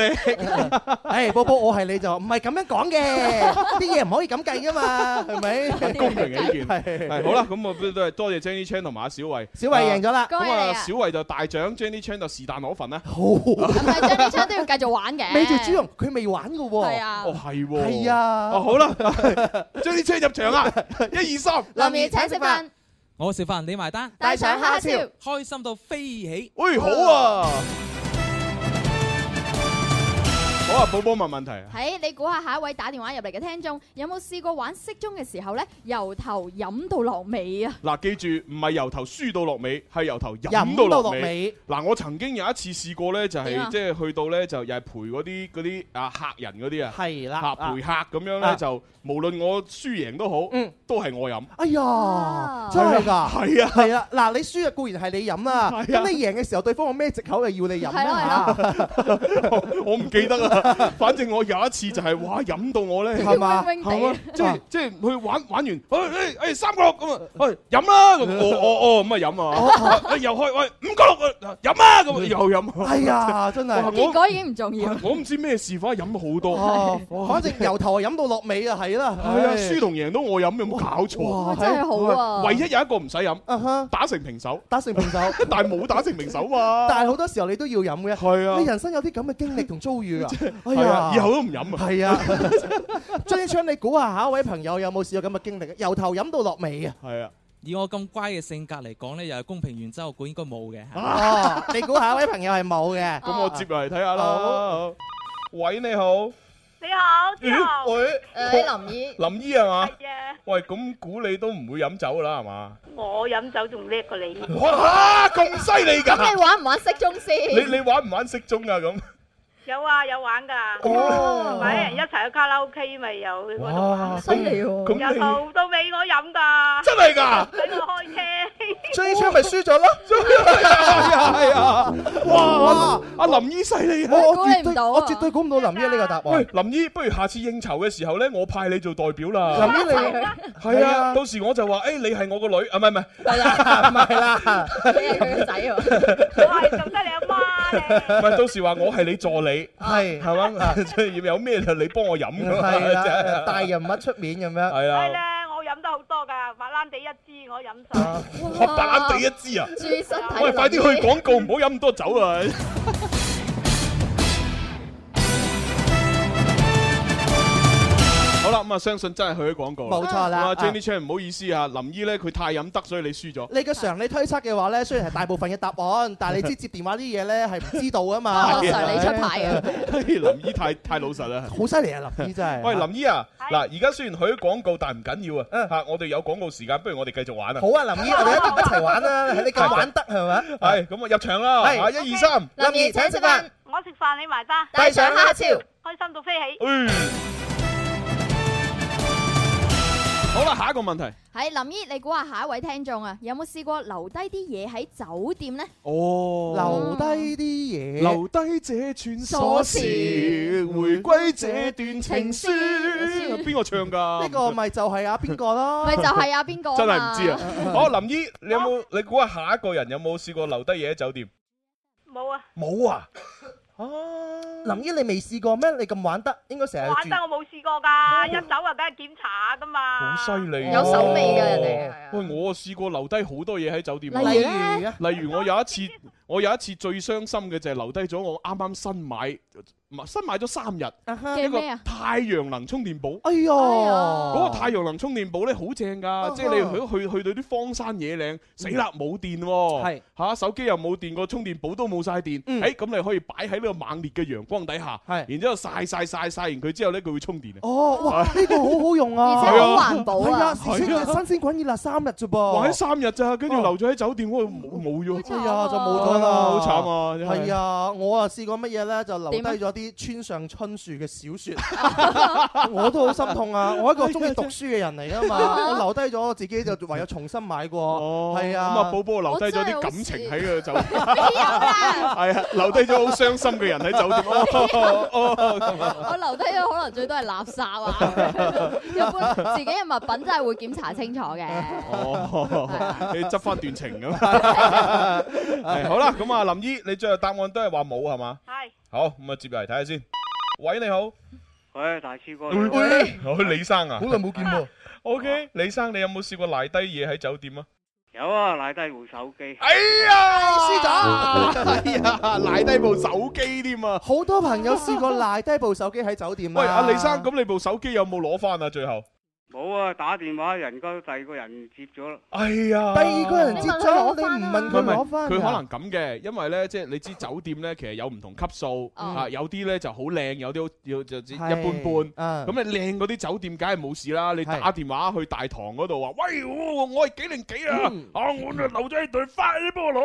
Speaker 7: 誒，寶寶我係你就唔係咁樣講嘅，啲嘢唔可以咁計噶嘛，係咪？
Speaker 6: 公平起見。係
Speaker 7: 係
Speaker 6: 好啦，咁我都都係多謝 Jenny Chan 同埋阿小慧。
Speaker 7: 小慧贏
Speaker 6: 咗。
Speaker 7: 咗啦，
Speaker 2: 恭
Speaker 6: 咁
Speaker 2: 喜
Speaker 6: 啊，
Speaker 2: 你啊！
Speaker 6: 小慧就大獎，Jenny Chan 就是但攞份啦。
Speaker 7: 好，
Speaker 2: 咁咪張呢張都要繼續玩 嘅。
Speaker 7: 美住朱容佢未玩噶
Speaker 2: 係
Speaker 7: 喎，
Speaker 2: 啊
Speaker 6: 哦，，係喎。
Speaker 7: 係。啊
Speaker 6: 哦，，好啦 ，Jenny Chan 入場啊！一二三，
Speaker 2: 林怡請食飯，
Speaker 10: 我食飯你埋單，
Speaker 2: 帶上蝦超。
Speaker 10: 開心到飛起。
Speaker 6: 喂，好啊。好啊，寶寶問問題啊。
Speaker 2: 喺你估下下一位打電話入嚟嘅聽眾有冇試過玩骰盅嘅時候咧，由頭飲到落尾啊？
Speaker 6: 嗱，記住唔係由頭輸到落尾，係由頭飲到
Speaker 7: 飲到
Speaker 6: 落
Speaker 7: 落
Speaker 6: 尾。
Speaker 7: 尾，
Speaker 6: 嗱，我曾經有一次試過咧，就
Speaker 2: 點啊
Speaker 6: 係即係去到咧，就又係陪嗰啲嗰啲啊客人嗰啲啊，
Speaker 7: 係
Speaker 6: 嚇
Speaker 7: 啦，
Speaker 6: 陪客咁樣
Speaker 7: 啊
Speaker 6: 咧，就無論我輸贏都好
Speaker 7: 嗯，
Speaker 6: 都係我飲。
Speaker 7: 哎呀
Speaker 2: 啊，
Speaker 7: 真係㗎。
Speaker 6: 係啊，
Speaker 7: 係啊，嗱，你輸啊固然係你飲啦，
Speaker 6: 係啊
Speaker 7: 咁你贏嘅時候，對方有咩藉口又要你飲
Speaker 2: 係咯
Speaker 7: 啦？
Speaker 6: 我唔記得啦。反正我有一次就係哇飲到我 咧，
Speaker 7: 係嘛
Speaker 2: 嗡嗡
Speaker 6: 係
Speaker 2: 地
Speaker 6: 嘛，即係
Speaker 7: 啊
Speaker 6: 即係去玩玩完，誒誒誒三個六咁啊，喂飲啦咁，哦哦哦咁啊飲啊，誒又開喂五個六啊飲啊咁啊又 飲啊，
Speaker 7: 哎呀，真
Speaker 6: 哇
Speaker 7: 係，
Speaker 2: 結
Speaker 6: 我
Speaker 2: 果已經唔重要。
Speaker 6: 我唔知咩事，反正飲咗好多。
Speaker 7: 哦，反正由頭飲到落尾啊，係啦，
Speaker 6: 係啊，
Speaker 7: 唉
Speaker 6: 輸同贏都我飲，有冇搞錯？
Speaker 7: 哇
Speaker 2: 哇，真係好啊！
Speaker 6: 唯一有一個唔使飲，
Speaker 7: 啊哈，
Speaker 6: 打成平手，
Speaker 7: 打成平 手，
Speaker 6: 但係冇打成平手 嘛。
Speaker 7: 但係好多時候你都要飲嘅，
Speaker 6: 係啊
Speaker 7: 你，人生有啲咁嘅經歷同遭 遇啊，哎
Speaker 6: 係
Speaker 7: 呀
Speaker 6: 啊，，以後都唔飲啊。
Speaker 7: 係啊， 張一昌，你估下下一位朋友有冇試過咁嘅經歷？由頭飲到落尾啊！
Speaker 6: 係啊，
Speaker 10: 以我咁乖嘅性格嚟講呢又係公平原則，我估應該冇嘅。
Speaker 7: 哦，
Speaker 6: 啊
Speaker 7: 你估下一位朋友係冇嘅，
Speaker 6: 咁我接落嚟睇下啦
Speaker 7: 好。
Speaker 6: 喂，你好。你好，喂，
Speaker 2: 誒林姨，
Speaker 6: 林姨係嘛？
Speaker 11: 啫，
Speaker 6: 喂，咁估你都唔會飲酒啦，係嘛？
Speaker 11: 啊我飲酒仲叻過你，
Speaker 6: 哇，咁犀利
Speaker 2: 咁
Speaker 6: 㗎！
Speaker 2: 你玩唔玩骰盅先？
Speaker 6: 你你玩唔玩骰盅啊？咁
Speaker 11: 有啊有玩噶，
Speaker 6: 哦
Speaker 11: 同埋啲人一齊去卡拉 OK 咪有去嗰度
Speaker 6: 哇，
Speaker 11: 玩，
Speaker 2: 犀利喎
Speaker 6: 咁
Speaker 11: 由
Speaker 6: 你
Speaker 11: 頭到尾我飲噶，
Speaker 6: 真係㗎！
Speaker 11: 使我開車。
Speaker 7: 張一昌咪輸 咗咯。
Speaker 6: 係啊係啊！哇，阿林姨犀利啊！
Speaker 7: 我
Speaker 2: 估
Speaker 7: 我絕
Speaker 2: 你唔
Speaker 7: 對
Speaker 2: 到啊
Speaker 7: 我絕對估唔到林姨呢個 答
Speaker 6: 喂
Speaker 7: 案。，
Speaker 6: 林姨，不如下次應酬嘅時候咧，我派你做代表啦。
Speaker 7: 林姨你
Speaker 6: 係
Speaker 7: 係
Speaker 6: 啊，
Speaker 7: 啊
Speaker 6: 到時我就話，誒，你係我個女，啊，唔係唔係，
Speaker 7: 唔係啦，
Speaker 2: 你係佢個仔喎。
Speaker 11: 我係做得你阿媽 咧，
Speaker 6: 唔係到時話我係你助理，
Speaker 7: 係
Speaker 6: 係嘛？即係有咩就你幫我飲咁啊
Speaker 7: 係
Speaker 6: 真
Speaker 7: 啦，
Speaker 6: 係
Speaker 7: 大人物出面咁樣。
Speaker 6: 係
Speaker 11: 所以
Speaker 6: 啊，
Speaker 11: 咧我飲得好多噶，白蘭地一支我飲晒。
Speaker 6: 我白冷地一支啊！
Speaker 2: 注意身體。
Speaker 6: 喂，快啲去
Speaker 2: 講。
Speaker 6: 廣告，唔好飲咁多酒啊！好啦，咁啊，相信真係去咗廣告。
Speaker 7: 冇錯啦
Speaker 6: 咁啊
Speaker 7: 啊
Speaker 6: ，Jenny Chan 唔好意思啊，林姨咧佢太飲得，所以你輸 咗。
Speaker 7: 你嘅常理推測嘅話咧，雖然係大部分嘅答案，但係你知接電話啲嘢咧係唔知道噶 啊嘛。
Speaker 6: 我常理出
Speaker 7: 牌啊！
Speaker 6: 哎林姨太太老實啦。
Speaker 7: 好犀利啊！林姨真係。
Speaker 6: 喂，林姨啊，嗱，而家雖然許廣告，但唔緊要啊。嚇，我哋有廣告時間，不如我哋繼續玩啊。
Speaker 7: 好啊，林姨，我哋一一齊玩啦！你咁玩得係咪？
Speaker 6: 係，咁啊入場啦。
Speaker 7: 係
Speaker 6: 啊一二三，
Speaker 7: 林怡請食飯。
Speaker 11: 我食飯你埋單，
Speaker 7: 帶上蝦超
Speaker 11: 開心到飛起。
Speaker 6: 嗯好啦，下一個問題。
Speaker 2: 係林姨，你估下下一位聽眾啊，有冇試過留低啲嘢喺酒店呢？
Speaker 6: 哦，
Speaker 7: 留低啲嘢，
Speaker 6: 留低這串鎖匙，回歸這段情書。邊個唱㗎？
Speaker 7: 呢個咪就係阿邊個咯？
Speaker 2: 咪就係啊邊個啊
Speaker 6: 真係唔
Speaker 2: 嘛
Speaker 6: 知啊！好，林姨，你有冇你估下下一個人有冇試過留低嘢喺酒店？
Speaker 11: 冇啊，
Speaker 7: 冇啊！林姨，你未試過咩？你咁玩得，應該成日
Speaker 11: 玩
Speaker 7: 住
Speaker 11: 得我冇試過㗎，一走啊梗係檢查㗎嘛。啊
Speaker 6: 好犀利啊，
Speaker 11: 有手尾㗎人
Speaker 2: 哋
Speaker 6: 哋。喂，我試過留低好多嘢喺酒
Speaker 7: 哦
Speaker 6: 店啊。
Speaker 2: 例如呢
Speaker 6: 例如我有一次，我有一次最傷心嘅就係留低咗我啱啱新買，唔係新買咗三日
Speaker 2: 嘅
Speaker 6: 一個
Speaker 2: 咩啊
Speaker 6: 太陽能充電寶。
Speaker 7: 哎呦，
Speaker 6: 嗰個太陽能充電寶咧好正㗎，即係你去去去到啲荒山野嶺，死啦冇電喎
Speaker 7: 係，
Speaker 6: 嚇手機又冇電，個充電寶都冇晒電，
Speaker 7: 嗯
Speaker 6: 誒咁你可以擺喺呢個猛烈嘅陽光底下，
Speaker 7: 係
Speaker 6: 然之後曬曬曬曬完佢之後咧，佢會充電啊！
Speaker 7: 哦，哇！呢個好好用啊，
Speaker 2: 而且好環保
Speaker 7: 係啊，
Speaker 2: 啊！
Speaker 7: 新鮮新鮮滾熱辣三日啫
Speaker 6: 玩咗
Speaker 7: 噃，
Speaker 6: 三日啊咋，跟住留咗喺酒店嗰度冇冇咗，
Speaker 7: 哎呀就冇咗啦，
Speaker 6: 好慘啊真係
Speaker 7: 係啊，我啊試過乜嘢咧，就留
Speaker 2: 點啊
Speaker 7: 低咗啲村上春樹嘅 小説，我都好心痛啊！我一個中意讀書嘅人嚟 噶嘛，我留低咗我自己就唯有重新買過，係
Speaker 6: 咁啊
Speaker 7: 啊，
Speaker 6: 寶寶留低咗啲感情喺個酒店，
Speaker 2: 邊有啊？
Speaker 6: 係啊，留低咗好傷心嘅人喺酒店。哦哦哦咁啊
Speaker 2: 我留低咗可能最多係垃圾啊， 一般自己嘅物品真係會檢查清楚嘅。
Speaker 7: 啊
Speaker 6: 哦，你執翻段情咁。係好啦，咁啊，林姨，你最後答案都係話冇係嘛？
Speaker 11: 係
Speaker 6: 好，咁啊，接入嚟睇下先。喂，你好，
Speaker 12: 喂，大超哥，
Speaker 7: 喂，
Speaker 6: 好李生啊
Speaker 7: 好耐冇見喎，
Speaker 6: à? ，OK，李生，你有冇試過賴低嘢喺酒店啊？
Speaker 12: 有啊，賴低部手機，
Speaker 6: 哎呀，
Speaker 7: 輸 咗。
Speaker 6: 哎呀，賴低部手機添啊！
Speaker 7: 好多朋友試過賴低部手機喺酒店啊
Speaker 6: 喂，阿李生，咁你部手機有冇攞翻啊？最後，
Speaker 12: 冇啊，打電話人家第二個人接咗啦，
Speaker 6: 哎呀，
Speaker 7: 第二個人接咗，你
Speaker 2: 你問佢攞
Speaker 7: 唔
Speaker 2: 返啊啊
Speaker 7: 問佢攞翻，
Speaker 6: 唔係唔係，佢可能咁嘅，因為咧，即係你知酒店咧，其實有唔同級數
Speaker 2: 嗯
Speaker 6: 啊，有啲咧就好靚，有啲好要就一
Speaker 7: 係
Speaker 6: 般般。
Speaker 7: 啊
Speaker 6: 咁你靚嗰啲酒店梗係冇事啦，你
Speaker 7: 係
Speaker 6: 打電話去大堂嗰度話，喂，我我係幾零幾啊
Speaker 7: 嗯，
Speaker 6: 啊，我就留咗喺度，快啲幫我攞。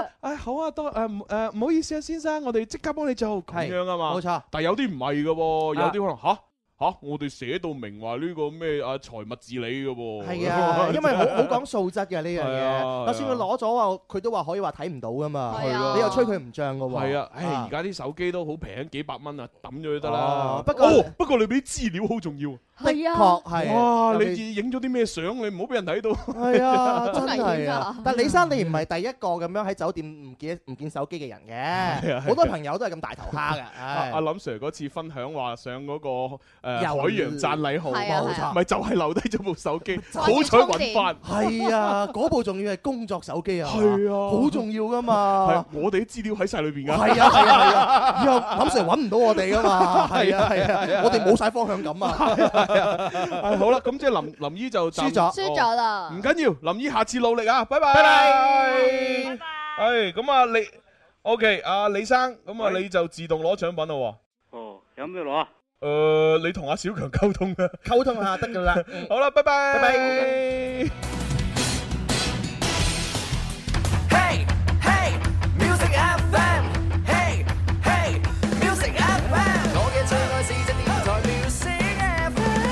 Speaker 2: 啊
Speaker 6: 啊，好啊，多誒誒，唔好意思啊，先生，我哋即刻幫你做咁
Speaker 7: 係
Speaker 6: 樣啊嘛
Speaker 7: 冇。錯。
Speaker 6: 但係有啲唔係嘅喎，有
Speaker 7: 啊
Speaker 6: 啲可能吓吓，我哋寫到明話呢個咩啊財物治理嘅喎。
Speaker 7: 係 啊，因為好好講素質嘅呢樣
Speaker 6: 係啊
Speaker 7: 嘢，就算佢攞咗啊，佢都話可以話睇唔到噶嘛，
Speaker 2: 係啊
Speaker 7: 你又吹佢唔漲噶喎。
Speaker 6: 係啊，唉，而家啲手機都好平，幾百蚊啊，抌咗佢得啦
Speaker 7: 哦。不過
Speaker 6: 哦不過裏邊啲資料好重要。
Speaker 2: 係啊
Speaker 7: 確，係。
Speaker 6: 哇！
Speaker 7: 尤其
Speaker 6: 你影咗啲咩相？你唔好俾人睇到。
Speaker 7: 係 啊，真
Speaker 2: 好危
Speaker 7: 係
Speaker 2: 險
Speaker 7: 啊
Speaker 2: 㗎！
Speaker 7: 但李生你唔係第一個咁樣喺酒店唔見唔見手機嘅人
Speaker 6: 係啊
Speaker 7: 嘅，好多朋友都係咁大頭蝦嘅。
Speaker 6: 阿 阿
Speaker 7: 唉
Speaker 6: 林 Sir 嗰次分享話上嗰個誒
Speaker 7: 遊
Speaker 6: 海洋讚禮號，
Speaker 2: 係啊係啊
Speaker 6: 咪就係留低咗部手 機，
Speaker 2: 就
Speaker 6: 好彩揾翻。
Speaker 7: 係 啊，嗰部仲要係工作手機啊，
Speaker 6: 係啊
Speaker 7: 好重要噶嘛
Speaker 6: 係。啊我哋啲資料喺晒裏邊㗎。
Speaker 7: 係啊係啊係啊，以後林 Sir 揾唔到我哋噶嘛， 係啊係啊，我哋冇晒方向感啊，
Speaker 6: 係好啦，咁即係林林姨就暫哦
Speaker 7: 輸咗
Speaker 2: 輸咗啦
Speaker 7: 哦
Speaker 6: 唔。緊要，林姨下次努力啊，拜拜。
Speaker 7: 拜拜
Speaker 11: 拜拜。
Speaker 6: 係咁啊，你 OK 啊，李生，咁啊
Speaker 12: 喂
Speaker 6: 你就自動攞獎品咯
Speaker 12: 哦，有咩攞啊？
Speaker 6: 喎。誒，你同阿小強溝通啊。
Speaker 7: 溝通下得噶啦。
Speaker 6: 好啦，拜拜。
Speaker 7: 拜拜。
Speaker 8: Hey, hey, music FM. Hey, hey, music FM. 我嘅最愛是只電台 music FM。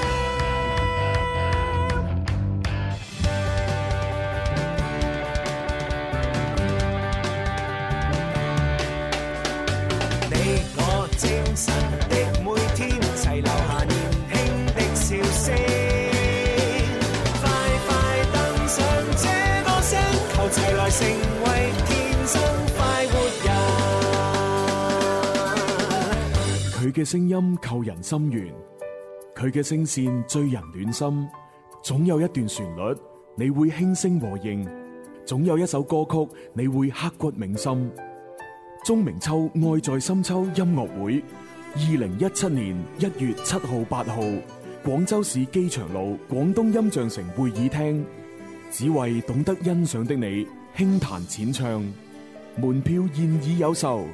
Speaker 8: 你我精神的每天，齊留下年輕的笑聲。快快登上這歌聲，求齊來成為天生快活人。
Speaker 4: 佢嘅聲音扣人心弦，佢嘅聲線醉人暖心。總有一段旋律你會輕聲和應，總有一首歌曲你會刻骨銘心。鍾明秋愛在深秋音樂會，二零一七年一月七號、八號廣州市機場路廣東音像城會議廳，只為懂得欣賞的你輕彈淺唱。門票現已有售，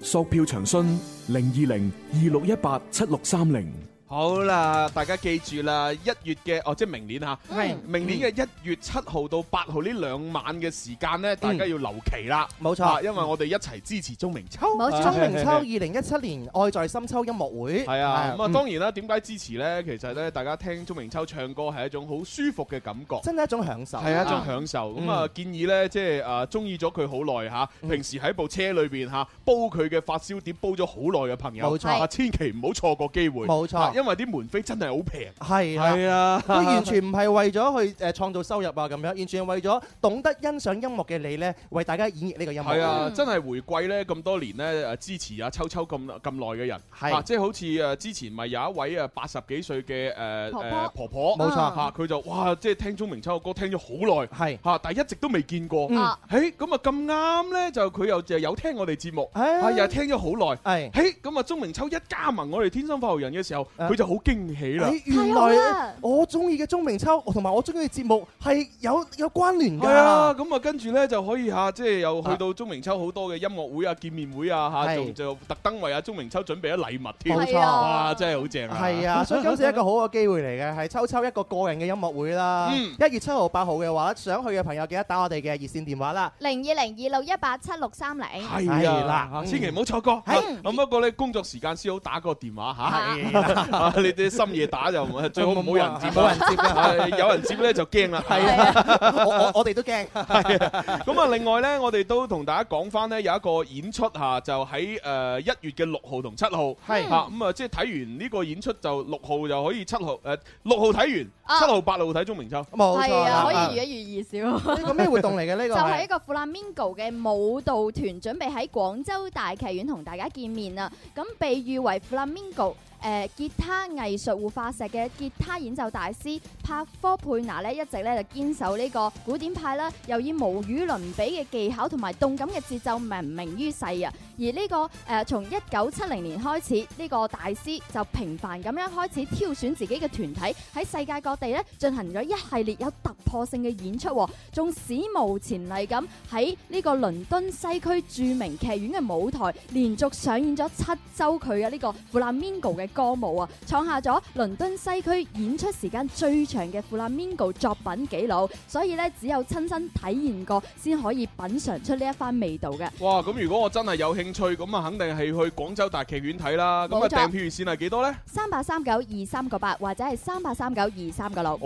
Speaker 4: 索票詳詢零二零二六一八七六三零。
Speaker 6: 好啦，大家記住啦，一月嘅哦，即係明年嚇，
Speaker 7: 係
Speaker 6: 明年嘅一月七號到八號呢兩晚嘅時間呢，大家要留期啦，
Speaker 7: 嗯冇錯
Speaker 6: 啊因為我哋一齊支持鍾明秋，
Speaker 7: 鐘明秋二零一七年愛在深秋音樂會，
Speaker 6: 係啊，咁啊
Speaker 7: 嗯
Speaker 6: 當然啦，點解支持呢？其實呢，大家聽鐘明秋唱歌係一種好舒服嘅感覺，
Speaker 7: 真係一嗯種享受，
Speaker 6: 係一種享受。咁啊，建議呢，即係誒中意咗佢好耐嚇，
Speaker 7: 嗯
Speaker 6: 平時喺部車裏邊嚇煲佢嘅發燒碟煲咗好耐嘅朋
Speaker 7: 冇
Speaker 6: 友，
Speaker 7: 錯
Speaker 6: 啊千祈唔好錯過機會，
Speaker 7: 冇錯
Speaker 6: 啊因為啲門飛真係好平。
Speaker 7: 係啦
Speaker 6: 係啊
Speaker 7: 佢完全唔係為咗去誒創造收入啊咁樣，完全係為咗懂得欣賞音樂嘅你呢，為大家演繹呢個音樂。
Speaker 6: 係啊，真係回歸咧咁多年咧，誒支持啊秋秋咁咁耐嘅人，
Speaker 7: 係
Speaker 6: 啊，即係好似誒之前咪有一位誒八十幾歲嘅誒
Speaker 7: 婆婆
Speaker 6: 誒婆婆，
Speaker 7: 冇錯
Speaker 6: 嚇，佢就哇即係聽鐘明秋嘅歌聽咗好
Speaker 7: 耐，係
Speaker 6: 嚇，但係一直都未見過，
Speaker 7: 嗯
Speaker 6: 誒咁啊咁啱咧就佢又就有聽我哋節目，係又係聽咗好
Speaker 7: 耐，
Speaker 6: 係咁啊鐘明秋一加盟我哋天生發號人嘅時候，佢就好驚喜啦
Speaker 7: 哎，原來我中意嘅鐘明秋，同埋我中意嘅節目係有有關聯㗎。
Speaker 6: 係啊，咁啊，跟住咧就可以嚇，即係又去到鐘明秋好多嘅音樂會啊、見面會啊嚇，
Speaker 7: 係
Speaker 6: 仲就特登為阿鐘明秋準備咗禮物添，
Speaker 7: 冇錯
Speaker 6: 哇，真係好正啊！
Speaker 7: 係啊，所以今次一個好嘅機會嚟嘅，係秋秋一個個人嘅音樂會啦。一月七號、八號嘅話，想去嘅朋友記得打我哋 嘅熱線電話啦。
Speaker 2: 零二零二六一八七六三零。
Speaker 6: 係
Speaker 7: 係哦啦
Speaker 6: 啊，千祈唔好錯過。啊咁不過咧，工作時間先好打個電話嚇
Speaker 7: 係啦。
Speaker 6: 啊你哋深夜打就 唔最好冇人接啊，
Speaker 7: 冇人接啊
Speaker 6: 啊有人接咧就驚啦。
Speaker 7: 係啊，我我我哋都驚。
Speaker 6: 係啊，咁啊，另外咧，我哋都同大家講翻咧，有一個演出嚇，就喺誒一月嘅六號同七號，
Speaker 7: 係
Speaker 6: 嚇咁啊，即係睇完呢個演出就六號就可以七號誒六號睇完，
Speaker 2: 啊
Speaker 6: 七號八號睇鐘明秋，
Speaker 7: 冇
Speaker 2: 係啊，可以預一預二少。
Speaker 7: 呢個咩活動嚟嘅呢個
Speaker 2: 就
Speaker 7: 係
Speaker 2: 係一個 Flamingo 嘅舞蹈團，準備喺廣州大劇院同大家見面啊！咁被譽為 Flamingo 誒、吉他藝術活化石嘅吉他演奏大師帕科佩拿咧，一直咧就堅守呢個古典派啦，又以無與倫比嘅技巧同埋動感嘅節奏聞名於世啊！而呢、個誒、從一九七零年開始，呢、個大師就頻繁咁樣開始挑選自己嘅團體，喺世界各地咧進行咗一系列有突破性嘅演出喎，仲史無前例咁喺呢個倫敦西區著名劇院嘅舞台連續上演咗七週佢嘅呢個 Flamingo 嘅歌舞啊，創下咗倫敦西區演出時間最長嘅 Flamingo 作品紀錄，所以咧只有親身體驗過先可以品嚐出呢一番味道嘅。
Speaker 6: 哇！咁如果我真係有興趣，咁啊肯定係去廣州大劇院睇啦。咁啊
Speaker 2: 冇錯
Speaker 6: 訂票熱線係幾多呢？
Speaker 2: 三八三九二三個八或者係三八三九二三個六。
Speaker 6: 哦，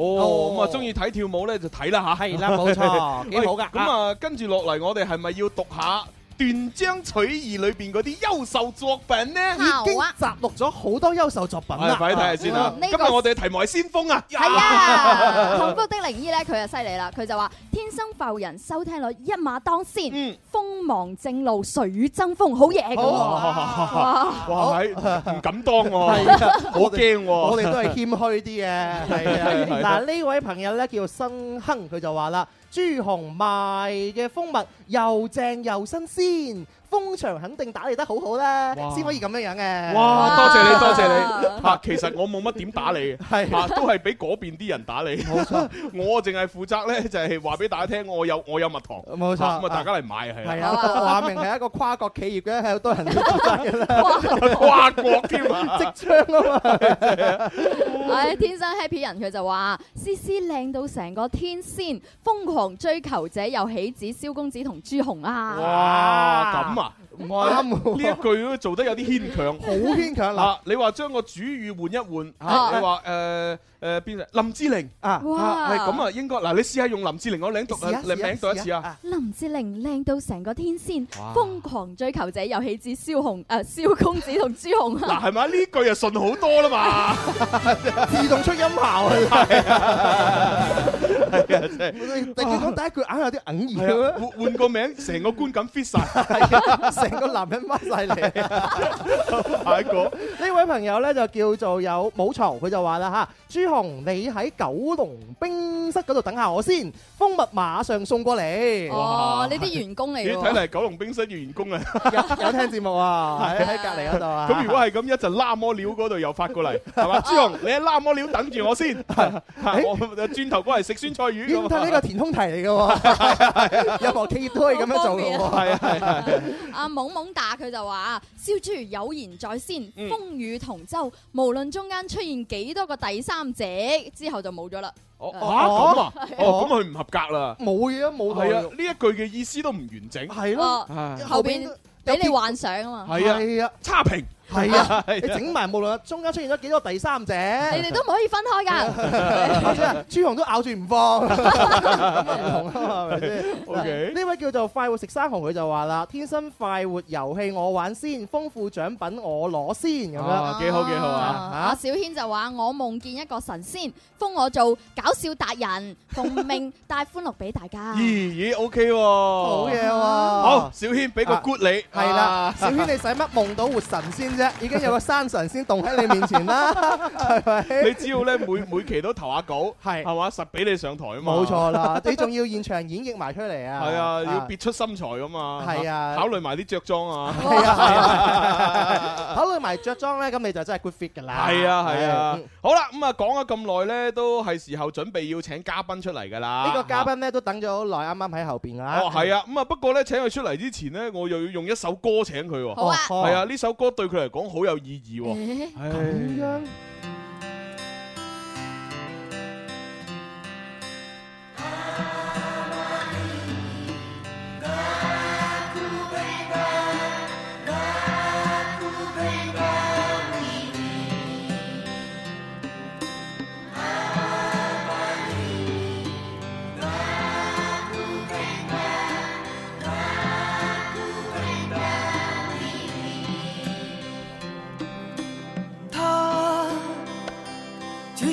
Speaker 6: 咁啊，中意睇跳舞咧就睇啦吓，
Speaker 7: 係啦 冇錯幾好㗎
Speaker 6: 喂咁啊，跟住落嚟，我哋係咪要讀下斷章取義裏邊嗰啲優秀作品呢？
Speaker 7: 已經集錄咗好多優秀作品
Speaker 6: 係
Speaker 7: 啦。
Speaker 6: 快啲睇下先啦。
Speaker 2: 嗯呢
Speaker 6: 今
Speaker 2: 個
Speaker 6: 日我哋嘅題目係先鋒啊，
Speaker 2: 係 啊，幸福的靈醫咧，佢就犀利啦，佢就話天生浮人收聽率一馬當先，
Speaker 6: 嗯
Speaker 2: 鋒芒正露誰爭鋒，好嘢咁
Speaker 6: 哇
Speaker 2: 喎。
Speaker 6: 哇，係唔敢當
Speaker 7: 係啊
Speaker 6: 喎，好
Speaker 7: 我
Speaker 6: 驚喎。
Speaker 7: 我哋都係謙虛 啲嘅，係
Speaker 6: 係係
Speaker 7: 啊。嗱，呢位朋友咧叫生亨，佢就話啦：朱紅賣嘅蜂蜜又正又新鮮，蜂場肯定打理得好好啦，
Speaker 6: 哇
Speaker 7: 先可以咁樣樣嘅。
Speaker 6: 哇！多謝你，多 謝你嚇。其實我冇乜點打你嘅，係都係俾嗰邊啲人打你。冇錯， 我淨係負責咧，就係話俾大家聽，我有我有蜜糖。
Speaker 7: 冇錯
Speaker 6: 嚇咁啊，大家嚟買係啦。
Speaker 7: 係啊，話明係一個跨國企業嘅，係好多人都做得嘅啦。
Speaker 6: 跨國 添啊，
Speaker 7: 即將啊嘛。
Speaker 2: 唉，哎天生 happy 人佢就話：思思靚到成個天仙，瘋狂追求者有喜子、蕭公子同朱紅啊！
Speaker 6: 哇，咁啊，
Speaker 7: 啱
Speaker 6: 呢一句都做得有啲牽強，
Speaker 7: 好牽強啦
Speaker 6: 啊！你話將個主語換一
Speaker 7: 啊
Speaker 6: 換，你話誒誒變成林志玲
Speaker 7: 啊，
Speaker 2: 哇
Speaker 6: 係咁啊，應該嗱，你試下用林志玲個名讀
Speaker 2: 試下
Speaker 6: 啊，你名讀一次 啊！
Speaker 2: 林志玲靚到成個天仙，
Speaker 6: 哇
Speaker 2: 瘋狂追求者有喜子蕭紅誒蕭公子同朱紅
Speaker 6: 嗱，
Speaker 2: 啊！
Speaker 6: 係咪呢句就順好多啦嘛？
Speaker 7: 自動出音效啊！
Speaker 6: 係啊， 真係。
Speaker 7: 你你講第一句硬有啲硬
Speaker 6: 係啊，換換個名，成個觀感 fit 晒，
Speaker 7: 成個男人乜晒嚟。
Speaker 6: 下一個。
Speaker 7: 呢位朋友咧就叫做有冇嘈，佢就話啦吓，朱紅你喺九龍冰室嗰度等下我先，蜂蜜馬上送過嚟。
Speaker 2: 哦，呢啲員工嚟
Speaker 6: 咦，
Speaker 2: 㗎
Speaker 6: 睇
Speaker 2: 喎。
Speaker 6: 嚟九龍冰室嘅員工啊，
Speaker 7: 有有聽節 目啊，喺喺隔離嗰度啊。
Speaker 6: 咁如果係咁，一陣拉摩料嗰度又發過嚟，係嘛？朱紅，你喺拉摩料等住我先， 我轉頭過嚟食酸菜魚
Speaker 7: 咦
Speaker 6: 咁
Speaker 7: 唔
Speaker 6: 啊。
Speaker 7: 得呢個填空題嚟 㗎喎，任何企業都可以咁樣做㗎
Speaker 2: 好
Speaker 7: 喎。
Speaker 2: 方
Speaker 6: 係啊係啊係啊。
Speaker 2: 阿懵懵打佢就話啊，燒豬有言在先，風雨同舟，無論中間出現幾多個第三者，之後就冇咗啦。
Speaker 6: 哦
Speaker 2: 啊
Speaker 6: 啊咁啊，
Speaker 7: 哦
Speaker 6: 哦咁佢唔合格啦。
Speaker 7: 冇嘢啊，冇內
Speaker 6: 係啊，
Speaker 7: 容。
Speaker 6: 呢一句嘅意思都唔完整。
Speaker 7: 係咯，
Speaker 2: 哦
Speaker 6: 唉
Speaker 2: 後邊俾你幻想啊嘛，
Speaker 6: 係啊，
Speaker 7: 係啊，
Speaker 6: 差評。
Speaker 7: 係啊，
Speaker 6: 係啊
Speaker 7: 你整埋無論中間出現咗幾多第三者，
Speaker 2: 你 哋都唔可以分開㗎。
Speaker 7: 或者係朱紅都咬住唔放，咁啊唔同啊嘛，係咪先？
Speaker 6: OK
Speaker 7: 呢位叫做快活食生蠔，佢就話啦：天生快活遊戲我玩先，豐富獎品我攞先咁樣。
Speaker 6: 啊，幾好幾好啊！
Speaker 2: 啊阿小軒就話：我夢見一個神仙，封我做搞笑達人，奉命帶歡樂俾大家。
Speaker 6: 咦咦，OK Ờ,
Speaker 7: 好
Speaker 6: 喎。
Speaker 7: 嘢喎！Ờ.
Speaker 6: 好，，啊小軒俾個 good 你。
Speaker 7: 係
Speaker 6: À,
Speaker 7: 啦，小軒你使乜夢到活神仙啫？已經有個山神仙動喺你面前 啦，係咪？
Speaker 6: 你只要咧每每期都投下稿，
Speaker 7: 係
Speaker 6: 係嘛，實俾你上台啊嘛。
Speaker 7: 冇。錯啦，你仲要現場演繹埋出嚟啊！
Speaker 6: 係啊，要別出心裁咁嘛。
Speaker 7: 係啊
Speaker 6: 考慮埋啲着裝啊。
Speaker 7: 係 啊係啊，考慮埋着裝咧，咁你就真係 good fit 㗎啦。
Speaker 6: 係啊係啊
Speaker 7: 嗯，
Speaker 6: 好啦，咁啊講咗咁耐咧，都係時候準備要請嘉賓出嚟㗎啦。
Speaker 7: 呢個嘉賓咧都等咗好耐，啱啱喺後邊㗎啦。
Speaker 6: 啊哦，係啊，咁啊，不過咧，請佢出嚟之前咧，我又要用一首歌請佢喎。
Speaker 2: 好啊
Speaker 7: 哦
Speaker 6: 係啊，呢首歌對佢嚟講好有意義喎。
Speaker 2: 誒
Speaker 7: 咁
Speaker 6: 唉
Speaker 7: 樣
Speaker 8: 他主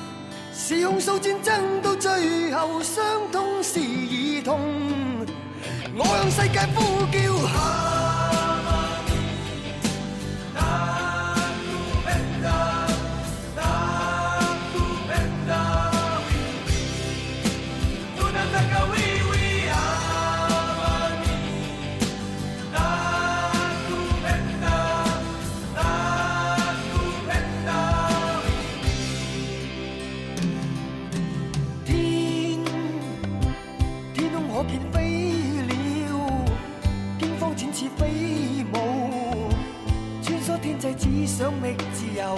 Speaker 8: 是控訴戰爭到最後，傷痛是兒童。我向世界呼叫。天，天空可見飛鳥，驚慌展翅飛舞，穿梭天際只想覓自由。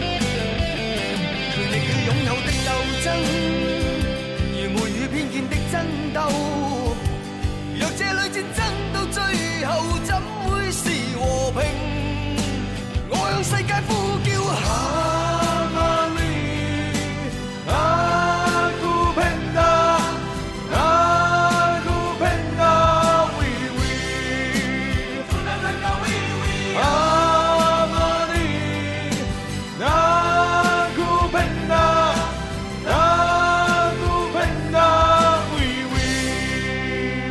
Speaker 8: 權力與擁有的鬥爭，愚昧與偏見的爭鬥。若這類戰爭到最後，怎會是和平？
Speaker 13: 世界呼叫下馬利阿古平達阿古平達 we we 阿馬利阿古平達阿古平達 we we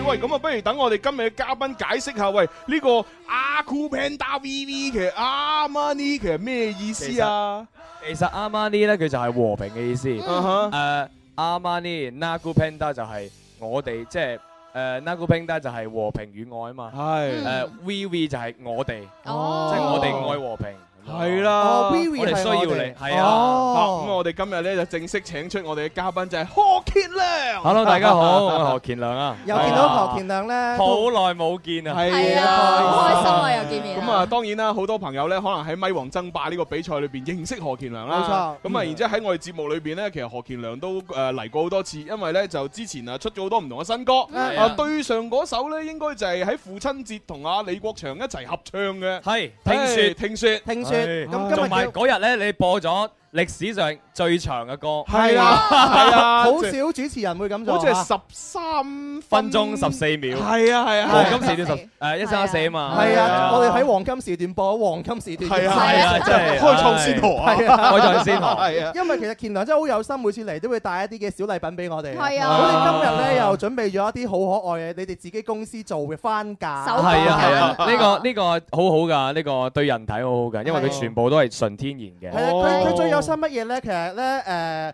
Speaker 6: 喂，咁啊，不如等我哋今日嘅嘉賓解釋下，喂，呢個阿酷 Panda V V 其實阿 m 呢其實咩意思啊？
Speaker 14: 其實阿瑪尼咧，佢就係和平嘅意思。
Speaker 2: 啊
Speaker 6: 嗯哼
Speaker 14: 誒，阿瑪尼 Nagu Panda 就係我哋即係誒 Nagu Panda 就係和平與愛啊嘛。
Speaker 6: 係
Speaker 14: 誒
Speaker 6: 嗯
Speaker 14: ，VV 就係我哋，即係
Speaker 6: 哦
Speaker 14: 我哋愛和平。
Speaker 6: 係啦，
Speaker 14: 哦，Vivi
Speaker 6: 我哋
Speaker 14: 係
Speaker 6: 需
Speaker 14: 我
Speaker 6: 要
Speaker 14: 哋
Speaker 6: 你，係啊。
Speaker 14: 哦
Speaker 6: 好咁我哋今日咧就正式請出我哋嘅嘉賓就係何健亮。
Speaker 14: Hello，大家好，我係何健亮啊。
Speaker 6: 又見到何
Speaker 7: 健亮咧
Speaker 14: 好耐冇見啊。
Speaker 6: 係
Speaker 7: 啊
Speaker 6: 好開心
Speaker 7: 啊又見面啦
Speaker 6: 咁啊，當然啦，好多朋友咧，可能喺咪王爭霸呢個比賽裏邊認識何健良啦。
Speaker 7: 冇錯
Speaker 6: 咁啊，
Speaker 7: 嗯
Speaker 6: 然之後喺我哋節目裏邊咧，其實何健良都誒呃嚟過好多次，因為咧就之前啊出咗好多唔同嘅新歌。
Speaker 14: 係
Speaker 6: 啊
Speaker 14: 啊，
Speaker 6: 對上嗰首咧，應該就係喺父親節同阿李國祥一齊合唱嘅。
Speaker 14: 係聽說
Speaker 6: 唉聽說，
Speaker 7: 聽
Speaker 14: 說
Speaker 6: 咁
Speaker 14: 同埋嗰日咧，你播咗歷史上最長嘅歌。
Speaker 6: 係啊係啊
Speaker 7: 好少主持人會咁做，啊
Speaker 14: 好似係
Speaker 6: 十三
Speaker 14: 分鐘十四秒。哦
Speaker 6: 係啊係啊係啊
Speaker 14: 黃金時段十誒一三一四啊嘛。
Speaker 7: 係啊，我哋喺黃金時段播黃金時段，
Speaker 14: 係啊係啊真係開創先河啊
Speaker 7: 係啊
Speaker 14: 開創先河係 啊
Speaker 7: 因為其實健良真係好有心，每次嚟都會帶一啲嘅小禮品俾我哋。
Speaker 14: 係啊
Speaker 7: 我哋今日咧又準備咗一啲好可愛嘅，你哋自己公司做嘅番架，
Speaker 14: 係啊係啊，呢個呢個好好㗎，呢個對人體好好㗎，因為佢全部都係純天然
Speaker 7: 係啦，
Speaker 14: 嘅。
Speaker 7: 啊佢佢最有心乜嘢咧？其實咧，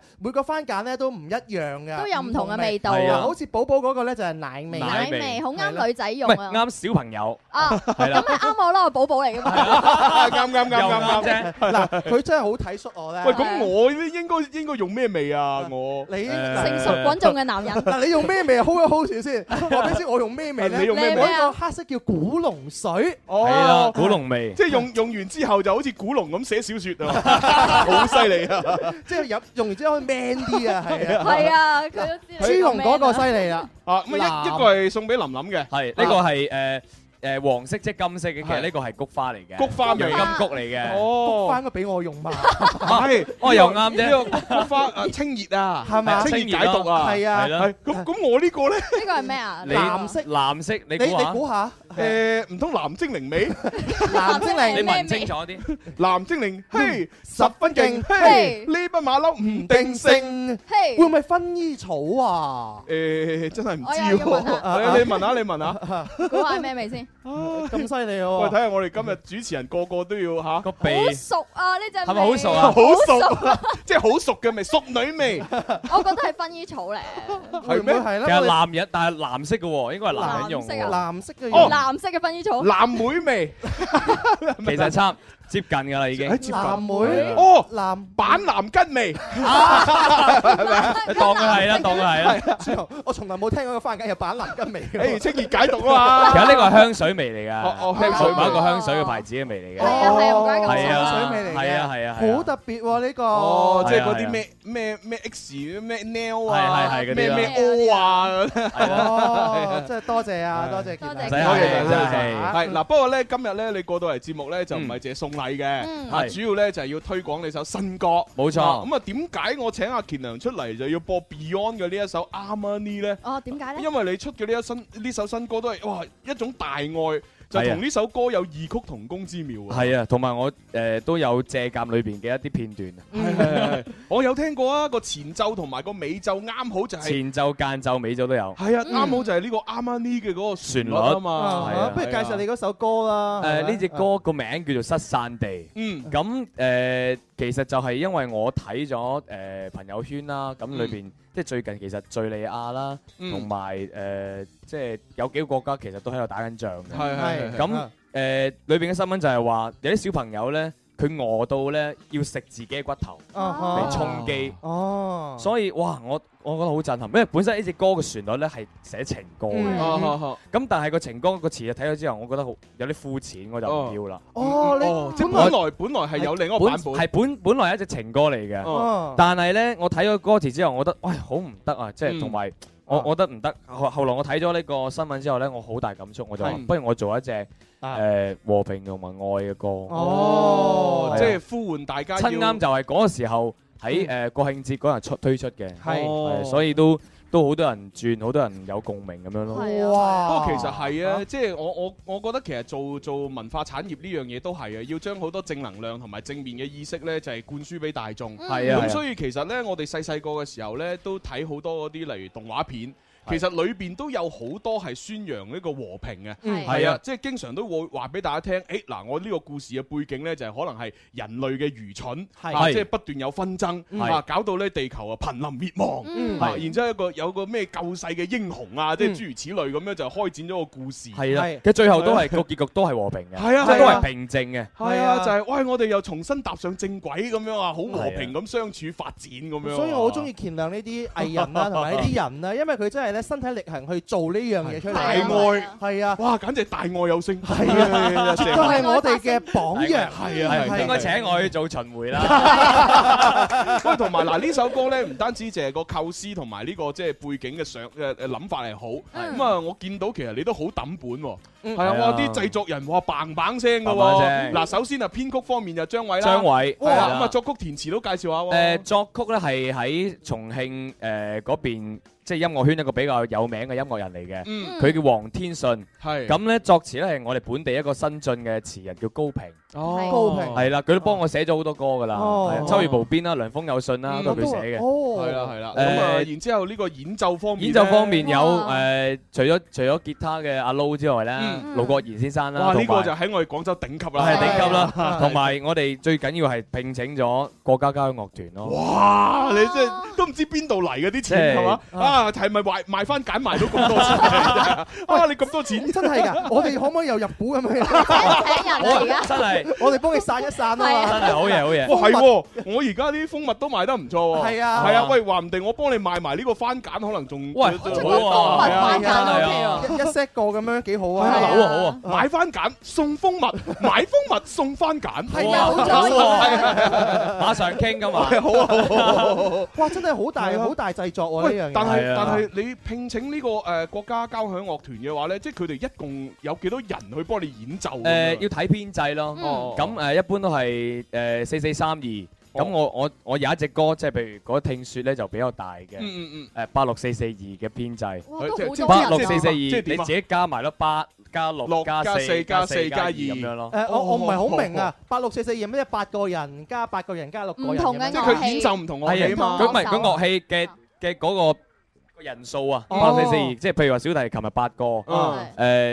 Speaker 7: 誒、每個番梘咧都唔一樣嘅，
Speaker 2: 都有唔同嘅味道啊
Speaker 7: 嗱好似寶寶嗰個咧就係奶味，
Speaker 2: 奶味好啱女仔
Speaker 14: 唔
Speaker 2: 用
Speaker 14: 係
Speaker 2: 啊！
Speaker 14: 啱小朋友，
Speaker 2: 啊，
Speaker 14: 係
Speaker 2: 咁
Speaker 14: 啦，
Speaker 2: 咪啱我啦，我寶寶嚟噶嘛。
Speaker 6: 啊啱啱啱啱啱
Speaker 7: 嗱，佢真係好體恤我咧。
Speaker 6: 喂，咁我應該應該用咩味啊？我
Speaker 7: 你
Speaker 2: 成熟滾重嘅男 人。
Speaker 7: 嗱，你用咩味啊？hold 一 hold 住先，話俾你知我用咩味咧？
Speaker 6: 啊你用咩味
Speaker 7: 我呢個黑色叫古龍水。
Speaker 6: 哦
Speaker 14: 係啦，古龍味。
Speaker 6: 即係用用完之後就好似古龍咁寫小説 啊，好犀利啊！
Speaker 7: 即係飲用完之後 man 啲啊，係啊，
Speaker 2: 係啊，佢都知
Speaker 7: 朱紅嗰個犀利啦，
Speaker 6: 啊，咁啊一一個係送俾林林嘅，
Speaker 14: 係呢個係誒誒黃色即係金色嘅，其實呢個係菊花嚟嘅，
Speaker 6: 菊花味
Speaker 14: 金菊嚟嘅。
Speaker 6: 哦，
Speaker 7: 翻個俾我 用嘛，
Speaker 6: 係，
Speaker 14: 哦又啱
Speaker 6: 呢
Speaker 14: 啫
Speaker 6: 個菊花啊清熱啊，
Speaker 7: 係嘛
Speaker 6: 清熱解毒啊，
Speaker 7: 清熱啊係啊
Speaker 6: 係咁咁我呢個咧，
Speaker 2: 呢個係咩啊？
Speaker 14: 你藍色，你
Speaker 7: 你你估下，
Speaker 6: 誒唔通藍精靈味？
Speaker 7: 藍精靈
Speaker 14: 你聞清楚啲。
Speaker 6: 藍精靈，嘿，十分勁，
Speaker 7: 嘿
Speaker 6: 嘿，呢匹馬騮唔定
Speaker 7: 定
Speaker 6: 性。
Speaker 7: 性，
Speaker 2: 嘿
Speaker 7: 會唔會薰衣草啊？
Speaker 6: 誒真係唔知
Speaker 2: 我又要問
Speaker 7: 下
Speaker 6: 喎，你你問下你問下。
Speaker 2: 估下係咩味先？
Speaker 7: 咁犀利
Speaker 6: 喂，
Speaker 7: 喎！
Speaker 6: 睇下我哋今日主持人個個都要吓個鼻
Speaker 2: 好熟啊！呢只
Speaker 6: 係咪好熟啊？好熟啊， 即係好熟嘅味，熟女味
Speaker 2: 我覺得係薰衣草咧，
Speaker 6: 係咩？
Speaker 7: 係
Speaker 14: 其實男人，但係藍色嘅喎，應該係男人用
Speaker 2: 藍色
Speaker 14: 喎。
Speaker 7: 藍色嘅
Speaker 6: 哦
Speaker 2: 藍色嘅薰衣 草。
Speaker 6: 藍莓味，
Speaker 14: 其實差唔接近㗎啦，已經。
Speaker 7: 藍莓
Speaker 6: 哦，
Speaker 7: 藍
Speaker 6: 板藍根味，
Speaker 14: 當佢係啦，當佢係啦。
Speaker 7: 朱紅，我從來冇聽過個番梘有板藍 根味
Speaker 6: 誒
Speaker 7: 嘅。
Speaker 6: 清熱解毒啊嘛。
Speaker 14: 其實呢個係香水味嚟㗎，
Speaker 6: 哦哦香水味
Speaker 14: 某一個香水嘅牌子嘅味嚟
Speaker 2: 係
Speaker 14: 嘅。
Speaker 2: 啊係啊，唔怪咁
Speaker 14: 係啊
Speaker 7: 香水味嚟嘅
Speaker 14: 係啊係啊係啊
Speaker 7: 好特別喎呢個。
Speaker 6: 哦，即係嗰
Speaker 14: 係
Speaker 6: 啲
Speaker 14: 啊
Speaker 6: 咩咩咩 X 咩 nail
Speaker 14: 係係
Speaker 6: 啊，
Speaker 14: 係嗰
Speaker 6: 咩
Speaker 14: 啲啦
Speaker 6: 咩 O 啊，
Speaker 7: 哦，真係多謝啊，多謝健
Speaker 2: 多謝
Speaker 7: 良。
Speaker 14: 健良真係
Speaker 6: 係嗱。不過咧，今日咧你過到嚟節目咧就唔係淨係送禮嘅，啊
Speaker 14: 係
Speaker 6: 主要咧就係要推廣你首新歌。
Speaker 14: 冇錯
Speaker 6: 啊咁啊，點解我請阿健良出嚟就要播 Beyond 嘅呢一首 Harmony 咧？
Speaker 2: 哦，點解咧？
Speaker 6: 因為你出嘅呢一新呢首新歌都係哇一種大愛，就
Speaker 14: 係啊
Speaker 6: 同呢首歌有異曲同工之妙啊！
Speaker 14: 係啊，同埋我誒都有借鑑裏邊嘅一啲片段，
Speaker 6: 係係係我有聽過啊，個前奏同埋個尾奏啱好就係
Speaker 14: 前奏、間奏、尾奏都有。
Speaker 6: 係啊，啱好就係呢個 Harmony 嘅嗰個旋
Speaker 14: 旋律
Speaker 6: 律啊嘛，
Speaker 7: 啊
Speaker 6: 係啊
Speaker 7: 不如介紹你嗰首歌啦。
Speaker 14: 誒呢
Speaker 7: ờ,
Speaker 14: 隻
Speaker 7: 啊
Speaker 14: 歌個名叫做《失散地》。
Speaker 6: 嗯
Speaker 14: 咁誒，其實就係因為我睇咗誒朋友圈啦，咁
Speaker 7: 嗯
Speaker 14: 裏邊即係最近其實敍利亞啦，
Speaker 6: 嗯
Speaker 14: 同埋誒即係有幾個國家其實都喺度打緊仗嘅。
Speaker 7: ờ,
Speaker 6: 係係係
Speaker 7: 啊
Speaker 14: 咁誒裏邊嘅新聞就係話有啲小朋友咧，佢餓到咧要食自己嘅骨頭
Speaker 7: ờ,
Speaker 14: 嚟充飢。
Speaker 7: 哦，
Speaker 14: 所以哇，我我覺得好震撼，因為本身呢隻歌嘅旋律咧係寫情歌嘅，
Speaker 7: 嗯
Speaker 14: 咁、
Speaker 6: 哦哦哦
Speaker 14: 但係個情歌個詞啊睇咗之後，我覺得好有啲膚淺，我就唔要啦。
Speaker 7: 哦，
Speaker 6: 哦，
Speaker 7: 你
Speaker 6: 即係本來本來係有另一個版本，
Speaker 14: 係本本來係一隻情歌嚟嘅，
Speaker 6: 哦
Speaker 14: 但係咧我睇咗歌詞之後，我覺得喂好唔得啊，即
Speaker 6: 嗯
Speaker 14: 係同埋我我覺得唔得。後後來我睇咗呢個新聞之後咧，我好大感觸，我就話
Speaker 6: 係
Speaker 14: 不如我做一隻誒和平同埋愛嘅歌。
Speaker 6: 哦
Speaker 14: 係啊
Speaker 6: 即係呼喚大家要
Speaker 14: 親啱就係嗰個時候喺誒國慶節嗰日出推出嘅，
Speaker 6: 係
Speaker 14: 係所以都都好多人轉，好多人有共鳴咁樣咯。
Speaker 2: à.
Speaker 6: 不過其實係
Speaker 7: Ờ.
Speaker 6: 啊，即係我我我覺得其實做做文化產業呢樣嘢都係啊，要將好多正能量同埋正面嘅意識呢，就係灌輸俾大眾。
Speaker 14: 嗯係啊
Speaker 6: 咁
Speaker 14: 係啊
Speaker 6: 所以其實呢，我哋細細個嘅時候呢，都睇好多嗰啲例如動畫片。其實裏邊都有好多係宣揚呢個和平嘅，
Speaker 14: 嗯
Speaker 6: 係
Speaker 14: 係
Speaker 6: 啊
Speaker 14: 啊，
Speaker 6: 即係經常都會話俾大家聽，誒嗱，我呢個故事嘅背景呢，就係可能係人類嘅愚蠢，
Speaker 14: 係
Speaker 6: 啊即係不斷有紛爭，
Speaker 14: 嗯
Speaker 6: 啊，搞到呢地球啊瀕臨滅亡，
Speaker 14: 嗯
Speaker 6: 啊
Speaker 14: 係
Speaker 6: 然之後一個有個咩救世嘅英雄啊，即係諸如此類咁樣就開展咗個故事。
Speaker 14: 係啊，佢最後都係個結局都係和平嘅，
Speaker 6: 係啊
Speaker 14: 即係都
Speaker 6: 係啊
Speaker 14: 係平靜嘅。
Speaker 6: 係啊，就係喂，我哋又重新踏上正軌咁樣啊，好和平咁相處發展咁樣啊。
Speaker 7: 所以我好中意乾亮呢啲藝人啦，同埋呢啲人啦，因為佢真係咧身體力行去做呢樣嘢出嚟。
Speaker 6: 大愛
Speaker 7: 係啊，
Speaker 6: 哇，簡直大愛有聲，係
Speaker 7: 啊 絕對係我哋嘅榜樣。
Speaker 6: 係啊，係
Speaker 14: 應該請我去做巡迴啦。
Speaker 6: 喂，同埋嗱呢首歌咧，唔單止淨係個構思同埋呢個即係背景嘅想誒誒諗法係好，
Speaker 2: 嗯
Speaker 6: 咁啊我見到其實你都好抌本喎，
Speaker 7: 嗯
Speaker 6: 係啊，
Speaker 14: 係啊
Speaker 6: 我啲製作人話棒棒聲嘅
Speaker 14: 砰砰
Speaker 6: 喎，
Speaker 14: 聲
Speaker 6: 嗱首先啊編曲方面就張偉啦，
Speaker 14: 張偉
Speaker 6: 係
Speaker 14: 係
Speaker 6: 啊，
Speaker 14: 啊
Speaker 6: 咁啊作曲填詞都介紹下喎，
Speaker 14: 誒作曲咧係喺重慶誒嗰邊，即係音樂圈一個比較有名嘅音樂人嚟
Speaker 6: 嗯
Speaker 14: 嘅。佢叫黃天信。
Speaker 6: 係
Speaker 14: 咁咧作詞咧係我哋本地一個新晉嘅詞人叫高平。
Speaker 6: 哦
Speaker 7: 高平
Speaker 14: 係啦，佢都幫我寫咗好多歌噶啦，
Speaker 7: 哦
Speaker 14: 係啊秋月無邊啦、涼風有信啦，都係佢寫嘅。
Speaker 7: 哦
Speaker 6: 係啦係啦，咁啊
Speaker 14: 誒
Speaker 6: 然之後呢個演奏方面呢，
Speaker 14: 演奏方面有
Speaker 6: 哇
Speaker 14: 誒，除咗除咗吉他嘅阿 Low 之外咧，盧國賢先生啦，
Speaker 6: 哇！呢
Speaker 14: 啊同
Speaker 6: 個
Speaker 14: 埋
Speaker 6: 就喺我哋廣州頂級啦，
Speaker 14: 係頂 級啦
Speaker 6: 係，
Speaker 14: 同埋我哋最緊要係聘請咗國家交響樂團咯。
Speaker 6: 哇！你真係都唔知邊度嚟嘅啲錢
Speaker 14: 即係
Speaker 6: 係嘛？啊，係咪賣賣翻揀埋都咁多 錢 啊？啊，你咁多錢
Speaker 7: 真係㗎，我哋可唔可以又入股咁樣？
Speaker 6: 我而家
Speaker 14: 真係，
Speaker 7: 我哋幫你散一散啊嘛！
Speaker 14: 真係好嘢好嘢
Speaker 6: 哇，係喎！我而家啲蜂蜜都賣得唔錯喎。
Speaker 7: 係啊
Speaker 6: 係啊！喂，話唔定我幫你賣埋呢個番梘，可能仲
Speaker 14: 喂
Speaker 6: 仲
Speaker 14: 真
Speaker 6: 好
Speaker 14: 係
Speaker 6: 啊！係啊
Speaker 14: 番
Speaker 2: à,
Speaker 14: 梘番梘
Speaker 6: 係
Speaker 14: OK
Speaker 7: 一 à. set 個咁樣幾好
Speaker 6: 係
Speaker 7: 啊！
Speaker 6: 啊好啊好啊！買番梘送蜂蜜，買蜂蜜送番梘，
Speaker 7: 係啊
Speaker 6: 哇
Speaker 7: 好咗啊
Speaker 6: 係啊
Speaker 14: 馬上傾噶嘛，
Speaker 6: 好啊好 啊好啊好啊！
Speaker 7: 哇！真係好大好大製作喎
Speaker 6: 喂
Speaker 7: 呢樣嘢。
Speaker 6: 但係
Speaker 14: 係啊
Speaker 6: 但係你聘請呢個誒國家交響樂團嘅話咧，即係佢哋一共有幾多人去幫你演奏咁樣？
Speaker 14: 誒要睇編制咯
Speaker 6: 嗯，
Speaker 14: 咁誒一般都係誒四四三二，咁我我我有一隻歌，即係譬如嗰聽説咧就比較大嘅，
Speaker 6: 嗯嗯
Speaker 14: 誒八六四四二嘅編制
Speaker 6: 哇都好多人啊，
Speaker 14: 八六四四二，
Speaker 6: 即
Speaker 14: 你
Speaker 6: 係點啊
Speaker 14: 自己加埋咯，八加六
Speaker 6: 加
Speaker 14: 加
Speaker 6: 四
Speaker 14: 四
Speaker 6: 加
Speaker 14: 加
Speaker 6: 四
Speaker 14: 四
Speaker 6: 加
Speaker 14: 加
Speaker 6: 二
Speaker 14: 二咁樣
Speaker 6: 哦
Speaker 14: 咯。
Speaker 7: 誒，我我唔係好明啊，八六四四二咩？八個人加八個人加六個人咁樣，
Speaker 6: 即係佢演奏唔同樂器啊嘛。
Speaker 14: 佢唔係佢樂器嘅嘅嗰個個人數啊，
Speaker 6: 哦
Speaker 14: 八四四二，即係譬如話小提琴係八個
Speaker 6: 嗯，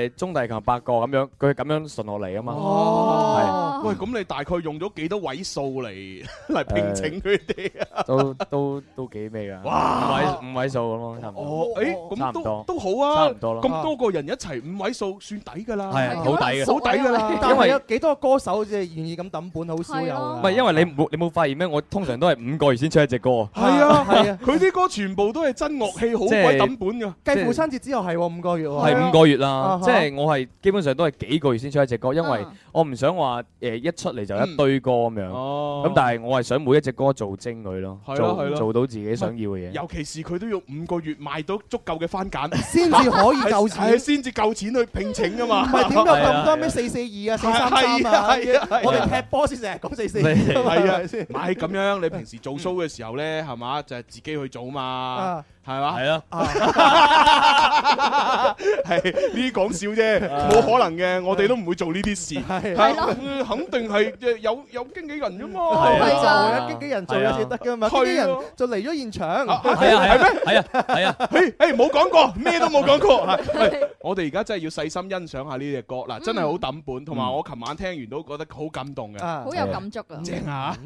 Speaker 14: 誒中提琴係八個咁樣，佢係咁樣順落嚟啊嘛。
Speaker 6: 哦，喂，咁你大概用咗幾多位數 嚟嚟聘請佢哋啊？
Speaker 14: 都都都幾咩㗎？
Speaker 6: 哇
Speaker 14: 五位五位數咁咯，差唔多。
Speaker 6: 哦，誒，咁
Speaker 14: 差唔多
Speaker 6: 都都好啊，
Speaker 14: 差唔多啦
Speaker 6: 咁多個人一齊五位數算抵㗎啦，
Speaker 14: 係啊好抵嘅
Speaker 6: 好抵㗎啦。
Speaker 7: 但
Speaker 14: 因為
Speaker 7: 係有幾多歌手即係願意咁抌本，好少有
Speaker 14: 唔
Speaker 7: 啊。
Speaker 14: 係因為你冇你冇發現咩？我通常都係五個月先出一隻歌。
Speaker 6: 係啊，
Speaker 7: 係啊，
Speaker 6: 佢啲歌全部都係真樂器，好
Speaker 14: 即係
Speaker 6: 鬼抌本㗎。
Speaker 7: 計父親節之後係喎五個月喎，
Speaker 14: 係五個月啦
Speaker 7: 啊，
Speaker 14: 即係我係基本上都係幾個月先出一隻歌，因為我唔想話誒一出嚟就一堆歌咁樣。
Speaker 6: 哦
Speaker 14: 咁但係我係想每一隻歌做精佢咯，
Speaker 6: 係咯係咯
Speaker 14: 做做到自己想要嘅嘢。
Speaker 6: 尤其是佢都要五個月賣到足夠嘅番 梘，
Speaker 7: 先至可以夠錢
Speaker 6: 係先至夠錢去聘請 㗎嘛。
Speaker 7: 唔係點有咁多咩四四二啊、四三三啊？
Speaker 6: 係啊係啊
Speaker 7: 我哋踢波先成日講四四二啊嘛，
Speaker 6: 係
Speaker 7: 係
Speaker 6: 啊
Speaker 7: 咪，先？
Speaker 6: 唔係咁樣，你平時做 show 嘅時候咧，係嘛，就係自己去做嘛
Speaker 7: 啊，
Speaker 6: 係嘛？
Speaker 14: 係咯，
Speaker 6: 係呢啲講笑啫，冇可能嘅，我哋都唔會做呢啲事，係
Speaker 7: 咯
Speaker 6: 咁肯定係即係有有經紀人㗎嘛，
Speaker 14: 係啊
Speaker 7: 就
Speaker 14: 係
Speaker 7: 係
Speaker 14: 啊
Speaker 7: 經紀人做嘅先得㗎嘛，
Speaker 6: 係
Speaker 7: 經
Speaker 6: 啊
Speaker 7: 紀人就嚟咗現場，
Speaker 14: 係啊係咩？係啊係啊，
Speaker 6: 誒誒冇 講過，咩都冇講過。係喂我哋而家真係要細心欣賞下呢隻歌，嗱真係好抌本，同埋我琴晚聽完都覺得好感動嘅，
Speaker 7: 啊
Speaker 2: 好有感觸啊！
Speaker 6: 正啊！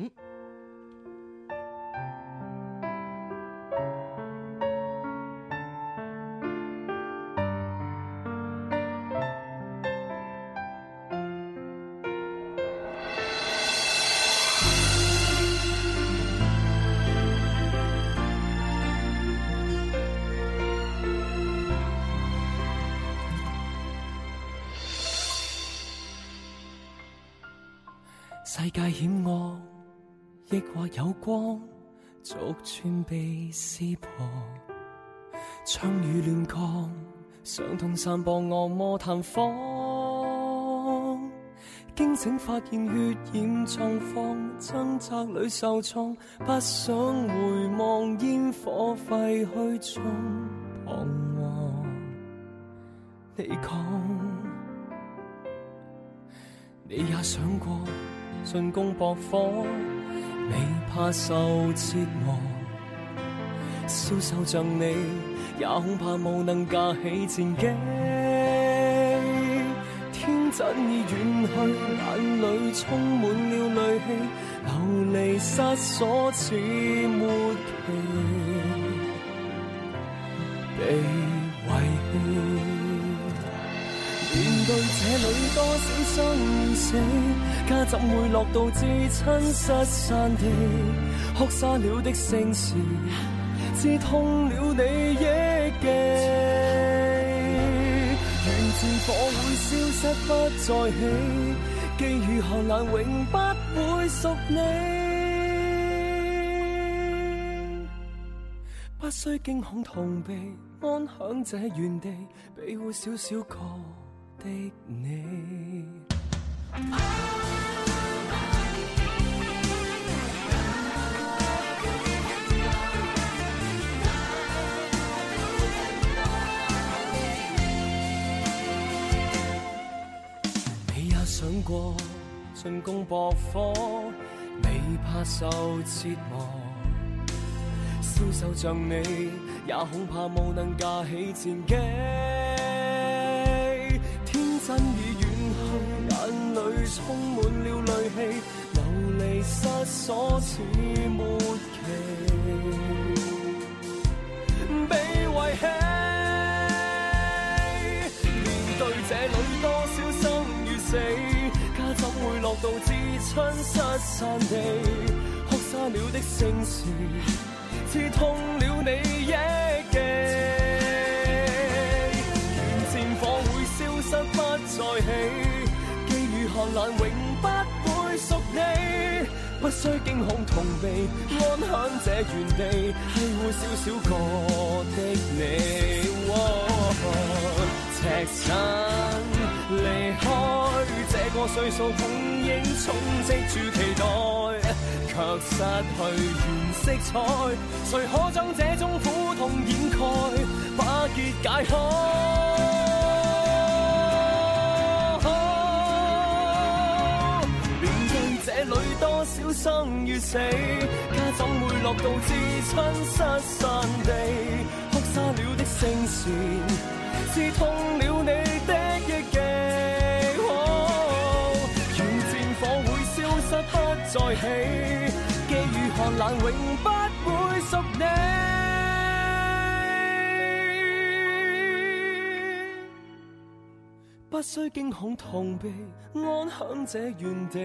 Speaker 8: 世界險惡，亦或有光，逐寸被撕破。槍與亂抗，傷痛散播，惡魔探訪。
Speaker 15: 驚醒發現血染狀況，掙扎裏受創，不想回望煙火廢墟中彷徨。你講，你也想過進攻駁火，你怕受折磨，消瘦像你，也恐怕冇能架起戰機。天真已遠去，眼裏充滿了淚氣，流離失所似末期被遺棄。面對這裏多少生死，家怎會落到至親失散地？哭沙了的姓氏，刺痛了你憶記。源自火會消失不再起，寄予寒冷永不會屬你。不需驚恐逃避，安享這原地，庇護小小個的你。你也想過進攻駁火，你怕受折磨，消瘦像你，也恐怕無能架起戰機。天真已遠去，眼裏充滿了淚氣，流離失所似末期。被遺棄。面對這裏多少生與死，家怎會落到至親失散地？哭沙了的姓氏，刺痛了你憶記。原戰火會消失不再起，寄予寒冷永不會屬你。不需驚恐同避，安享這原地，欺護小小個的你。哦赤身離開，這個歲數本應充斥住期待，卻失去原色彩。誰可將這種苦痛掩蓋，把結解開？面對這裏多少生與死，家怎會落到至親失散地？哭沙了的聲線。刺痛了你的憶記，哦原戰火會消失不再起，寄予寒冷永不會屬你。不需驚恐逃避，安享這原地，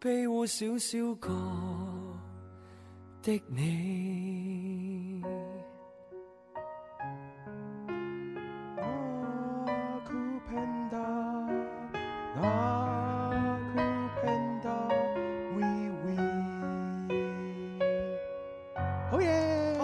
Speaker 15: 庇護小小個的你。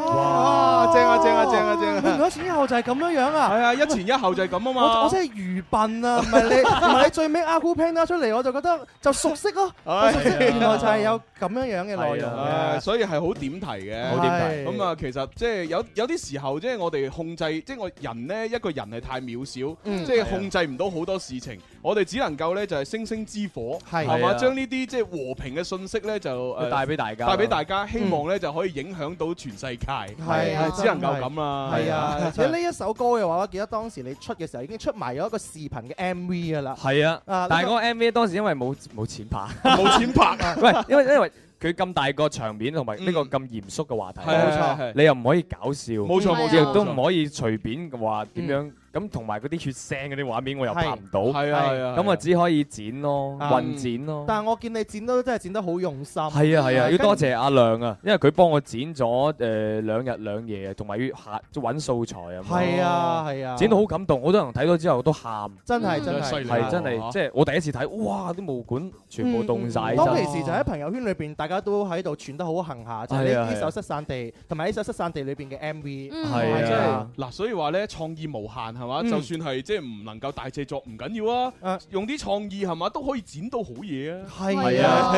Speaker 6: 哇！正啊正啊正啊正
Speaker 7: 換
Speaker 6: 啊！
Speaker 7: 咗錢以後就係咁樣樣啊！
Speaker 6: 係啊，一前一後就係咁啊嘛。
Speaker 7: 我我真係愚笨啊！唔係你唔係你最尾阿姑 plan 出嚟，我就覺得 就熟悉咯。
Speaker 6: 唉
Speaker 7: 就熟悉原來就係有咁樣樣嘅內容
Speaker 6: 唉
Speaker 7: 嘅。
Speaker 6: 所以係好點題嘅，
Speaker 7: 好點題
Speaker 6: 咁啊，其實即係有有啲時候，即係我哋控制，即係我人呢，一個人係太渺小，
Speaker 7: 嗯
Speaker 6: 即係控制唔到好多事情，我哋只能夠呢，就係星星之火，
Speaker 14: 係
Speaker 6: 係
Speaker 14: 係
Speaker 6: 嘛，
Speaker 14: 啊
Speaker 6: 將呢啲即係和平嘅信息呢，就誒
Speaker 14: 帶俾大家
Speaker 6: 帶俾大家，希望呢，就可以影響到全世界，係
Speaker 7: 啊
Speaker 6: 只能夠咁啦，
Speaker 7: 係啊，而且呢
Speaker 6: 一
Speaker 7: 一首歌嘅話，我記得當時你出嘅時候已經出埋咗一個視頻嘅 MV 噶啦。
Speaker 14: 係啊，
Speaker 7: 啊
Speaker 14: 但係
Speaker 7: 呢
Speaker 14: 嗰
Speaker 7: 個
Speaker 14: 個 MV 當時因為冇冇錢 拍，
Speaker 6: 冇錢拍。
Speaker 14: 喂，因為因為佢咁大個場面同埋呢個咁嚴肅嘅話題，
Speaker 6: 係冇錯係啊
Speaker 14: 你又唔可以搞笑，
Speaker 6: 冇錯冇錯
Speaker 14: 亦都唔可以隨便話點樣。咁同埋嗰啲血腥嗰啲畫面我又拍唔到，
Speaker 6: 係係啊係啊
Speaker 14: 咁我只可以剪咯，
Speaker 7: 啊
Speaker 14: 混剪咯。
Speaker 7: 但係我見你剪都真係剪得好用心。
Speaker 14: 係啊係啊，要
Speaker 7: 跟
Speaker 14: 多謝阿亮啊，因為佢幫我剪咗誒兩日兩夜啊，同埋要下揾素材啊。
Speaker 7: 係啊係啊
Speaker 14: 剪到好感動，好多人睇咗之後都喊。
Speaker 7: 真係真係犀利啊
Speaker 14: 係真係，即係我第一次睇，哇！啲毛管全部凍晒。
Speaker 7: 當其時就喺朋友圈裏邊，大家都喺度傳得好行下，就係
Speaker 14: 係啊
Speaker 7: 呢
Speaker 14: 係
Speaker 7: 呢
Speaker 14: 啊
Speaker 7: 首《失散地》同埋呢首《失散地》裏邊嘅 MV。
Speaker 14: 係啊
Speaker 7: 真係
Speaker 6: 嗱，所以話咧創意無限係係嘛？
Speaker 14: 嗯
Speaker 6: 就算係即係唔能夠大製作唔緊要啊，用啲創意係嘛都可以剪到好嘢啊！
Speaker 7: 係啊，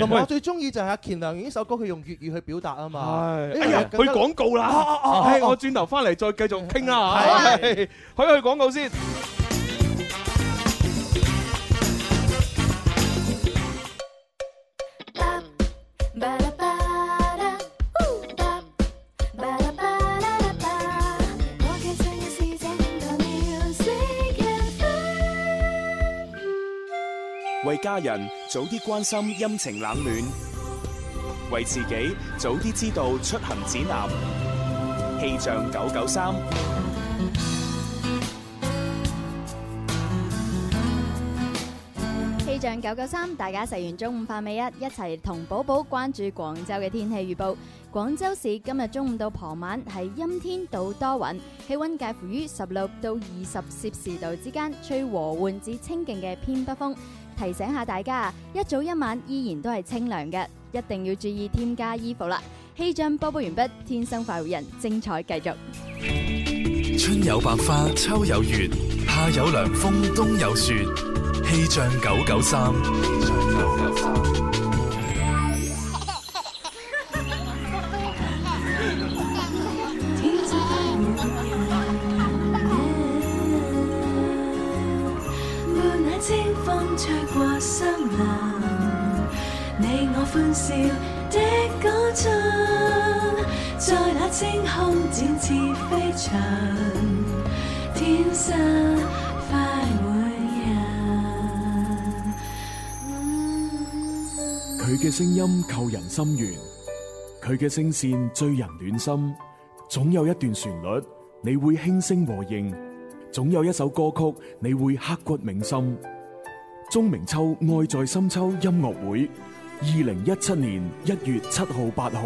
Speaker 7: 同埋我
Speaker 6: 埋
Speaker 7: 最中意就係阿乾良呢首歌，佢用粵語去表達啊嘛。
Speaker 6: 係
Speaker 7: 呢
Speaker 6: 哎
Speaker 7: 樣
Speaker 6: 呀，
Speaker 7: 嘢
Speaker 6: 去
Speaker 7: 更加
Speaker 6: 廣告啦！
Speaker 7: 啊啊啊啊
Speaker 6: 唉哎我轉頭翻嚟再繼續傾啦嚇，係去去廣告先。
Speaker 1: 为家人早啲关心阴晴冷暖，为自己早啲知道出行指南。气象九九三，
Speaker 2: 气象九九三，大家食完中午饭未啊？一齐同宝宝关注广州嘅天气预报。广州市今日中午到傍晚系阴天到多云，气温介乎于十六到二十摄氏度之间，吹和缓至清劲嘅偏北风。提醒下大家啊，一早一晚依然都系清凉嘅，一定要注意添加衣服啦。气象播报完毕，天生快活人精彩继续。
Speaker 3: 春有百花，秋有月，夏有涼風，冬有雪。氣象九九三，
Speaker 5: 伴那清風吹過森林，你我歡笑的歌唱，在那清空展翅飛翔，天生快活人。
Speaker 4: 佢嘅聲音扣人心弦，佢嘅聲線醉人暖心。總有一段旋律，你會輕聲和應；總有一首歌曲，你會刻骨銘心。鍾明秋愛在深秋音樂會，二零一七年一月七號、八號，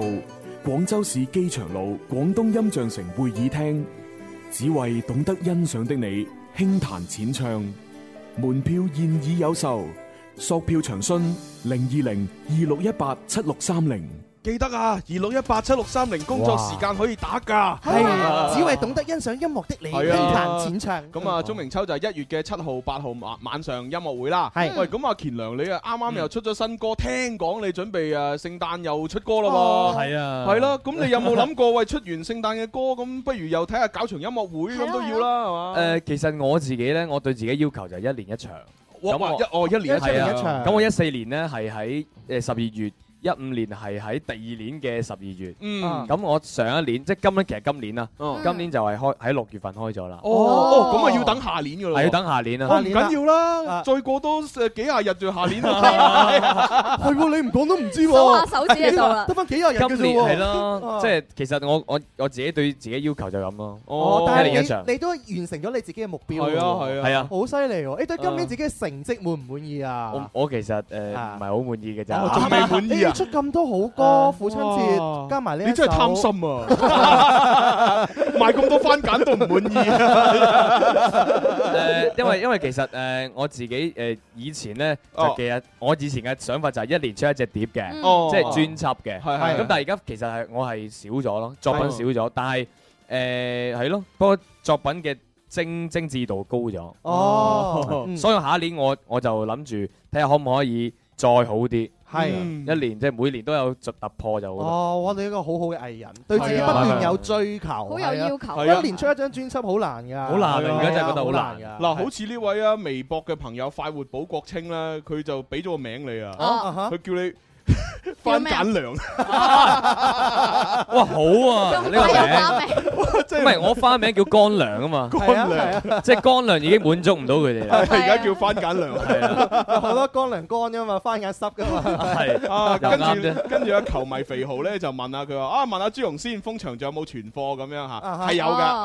Speaker 4: 廣州市機場路廣東音像城會議廳，只為懂得欣賞的你輕彈淺唱。門票現已有售，索票詳詢零二零二六一八七六三零。
Speaker 6: 記得啊，二六一八七六三零工作時間可以打㗎，
Speaker 7: 係啊只為懂得欣賞音樂的你，輕
Speaker 6: 係啊
Speaker 7: 彈淺唱。
Speaker 6: 咁啊，鐘明秋就係一月嘅七號、八號晚晚上音樂會啦。
Speaker 7: 係
Speaker 6: 喂，咁啊，乾良你啊啱啱又出咗新歌，聽講你準備誒聖誕又出歌啦
Speaker 14: 哦
Speaker 6: 喎。
Speaker 14: 係啊
Speaker 6: 係啦。咁你有冇諗過喂出完聖誕嘅歌，咁不如又睇下搞場音樂會咁
Speaker 7: 啊
Speaker 6: 都要啦，係嘛？
Speaker 14: 誒，其實我自己咧，我對自己要求就係一年一場。
Speaker 6: 哇哇一哦一年一場
Speaker 14: 係啊
Speaker 6: 一年一場
Speaker 14: 咁我一四年咧係喺誒十二月，一五年係喺第二年嘅十二月。
Speaker 6: 嗯
Speaker 14: 咁我上一年即係今年，其實今年啦
Speaker 6: 嗯，
Speaker 14: 今年就係開喺六月份開咗啦。
Speaker 6: 哦哦，咁啊要等下年㗎啦。
Speaker 14: 係要等下年啊。
Speaker 6: 哦唔緊要啦，
Speaker 14: 啊
Speaker 6: 再過多誒幾廿日就下 年啦。
Speaker 7: 係喎，你唔講都唔知
Speaker 6: 喎
Speaker 7: 喎。
Speaker 6: 數下手指就到啦
Speaker 7: 得翻幾廿日嘅啫
Speaker 14: 今年係
Speaker 7: 啊
Speaker 14: 咯，即係其實我我我自己對自己要求就咁咯。
Speaker 7: 哦，但
Speaker 14: 一年一
Speaker 7: 係
Speaker 14: 場
Speaker 7: 你。你都完成咗你自己嘅目標喎。
Speaker 14: 係啊係啊係啊
Speaker 7: 好犀利喎！你對今年自己嘅成績滿唔滿意啊？
Speaker 14: 我我其實誒唔係好滿意嘅咋。
Speaker 7: 哦仲未滿意啊你出咁多好歌，父親節加埋呢
Speaker 6: 你真係貪心 啊！賣咁多番簡都唔滿意啊
Speaker 14: 誒，因為因為其實誒我自己誒以前咧
Speaker 6: 哦
Speaker 14: 就其實我以前嘅想法就係一年出一隻碟嘅，
Speaker 6: 嗯 哦
Speaker 14: 即係專輯嘅。
Speaker 6: 係係
Speaker 14: 咁但係而家其實係我係少咗咯，作品少咗，但係誒係咯，不過作品嘅精精緻度高咗。
Speaker 7: 哦
Speaker 14: 嗯所以下一年我我就諗住睇下可唔可以再好啲。
Speaker 7: 係
Speaker 14: 嗯一年即係每年都有突破就好啦。
Speaker 7: 哦，我哋一個好好嘅藝人，對自己不斷有追求，好
Speaker 2: 有要求
Speaker 6: 係啊
Speaker 7: 一年出一張專輯好難㗎，
Speaker 14: 好難啊而家真係覺得好難
Speaker 7: 㗎。
Speaker 6: 嗱，好似呢位啊，微博嘅朋友快活寶國清咧，佢就俾咗個名你啊
Speaker 7: 啊哈，
Speaker 6: 佢叫你 番簡良，
Speaker 14: 哇，好啊！呢個名。
Speaker 6: 真
Speaker 14: 唔係我花名叫乾糧啊嘛，
Speaker 6: 乾糧
Speaker 14: 即係乾糧已經滿足唔到佢哋啦。
Speaker 6: 而家叫番簡良，係啊。
Speaker 7: 有好多乾糧乾㗎嘛，番眼濕㗎嘛。
Speaker 14: 係
Speaker 6: 啊，
Speaker 14: 又
Speaker 6: 跟
Speaker 14: 啱
Speaker 6: 住
Speaker 14: 啫
Speaker 6: 跟住啊，球迷肥豪咧就問下佢話啊，問下朱容先，封場仲有冇存貨咁樣嚇？
Speaker 7: 啊
Speaker 6: 係有㗎
Speaker 2: 哦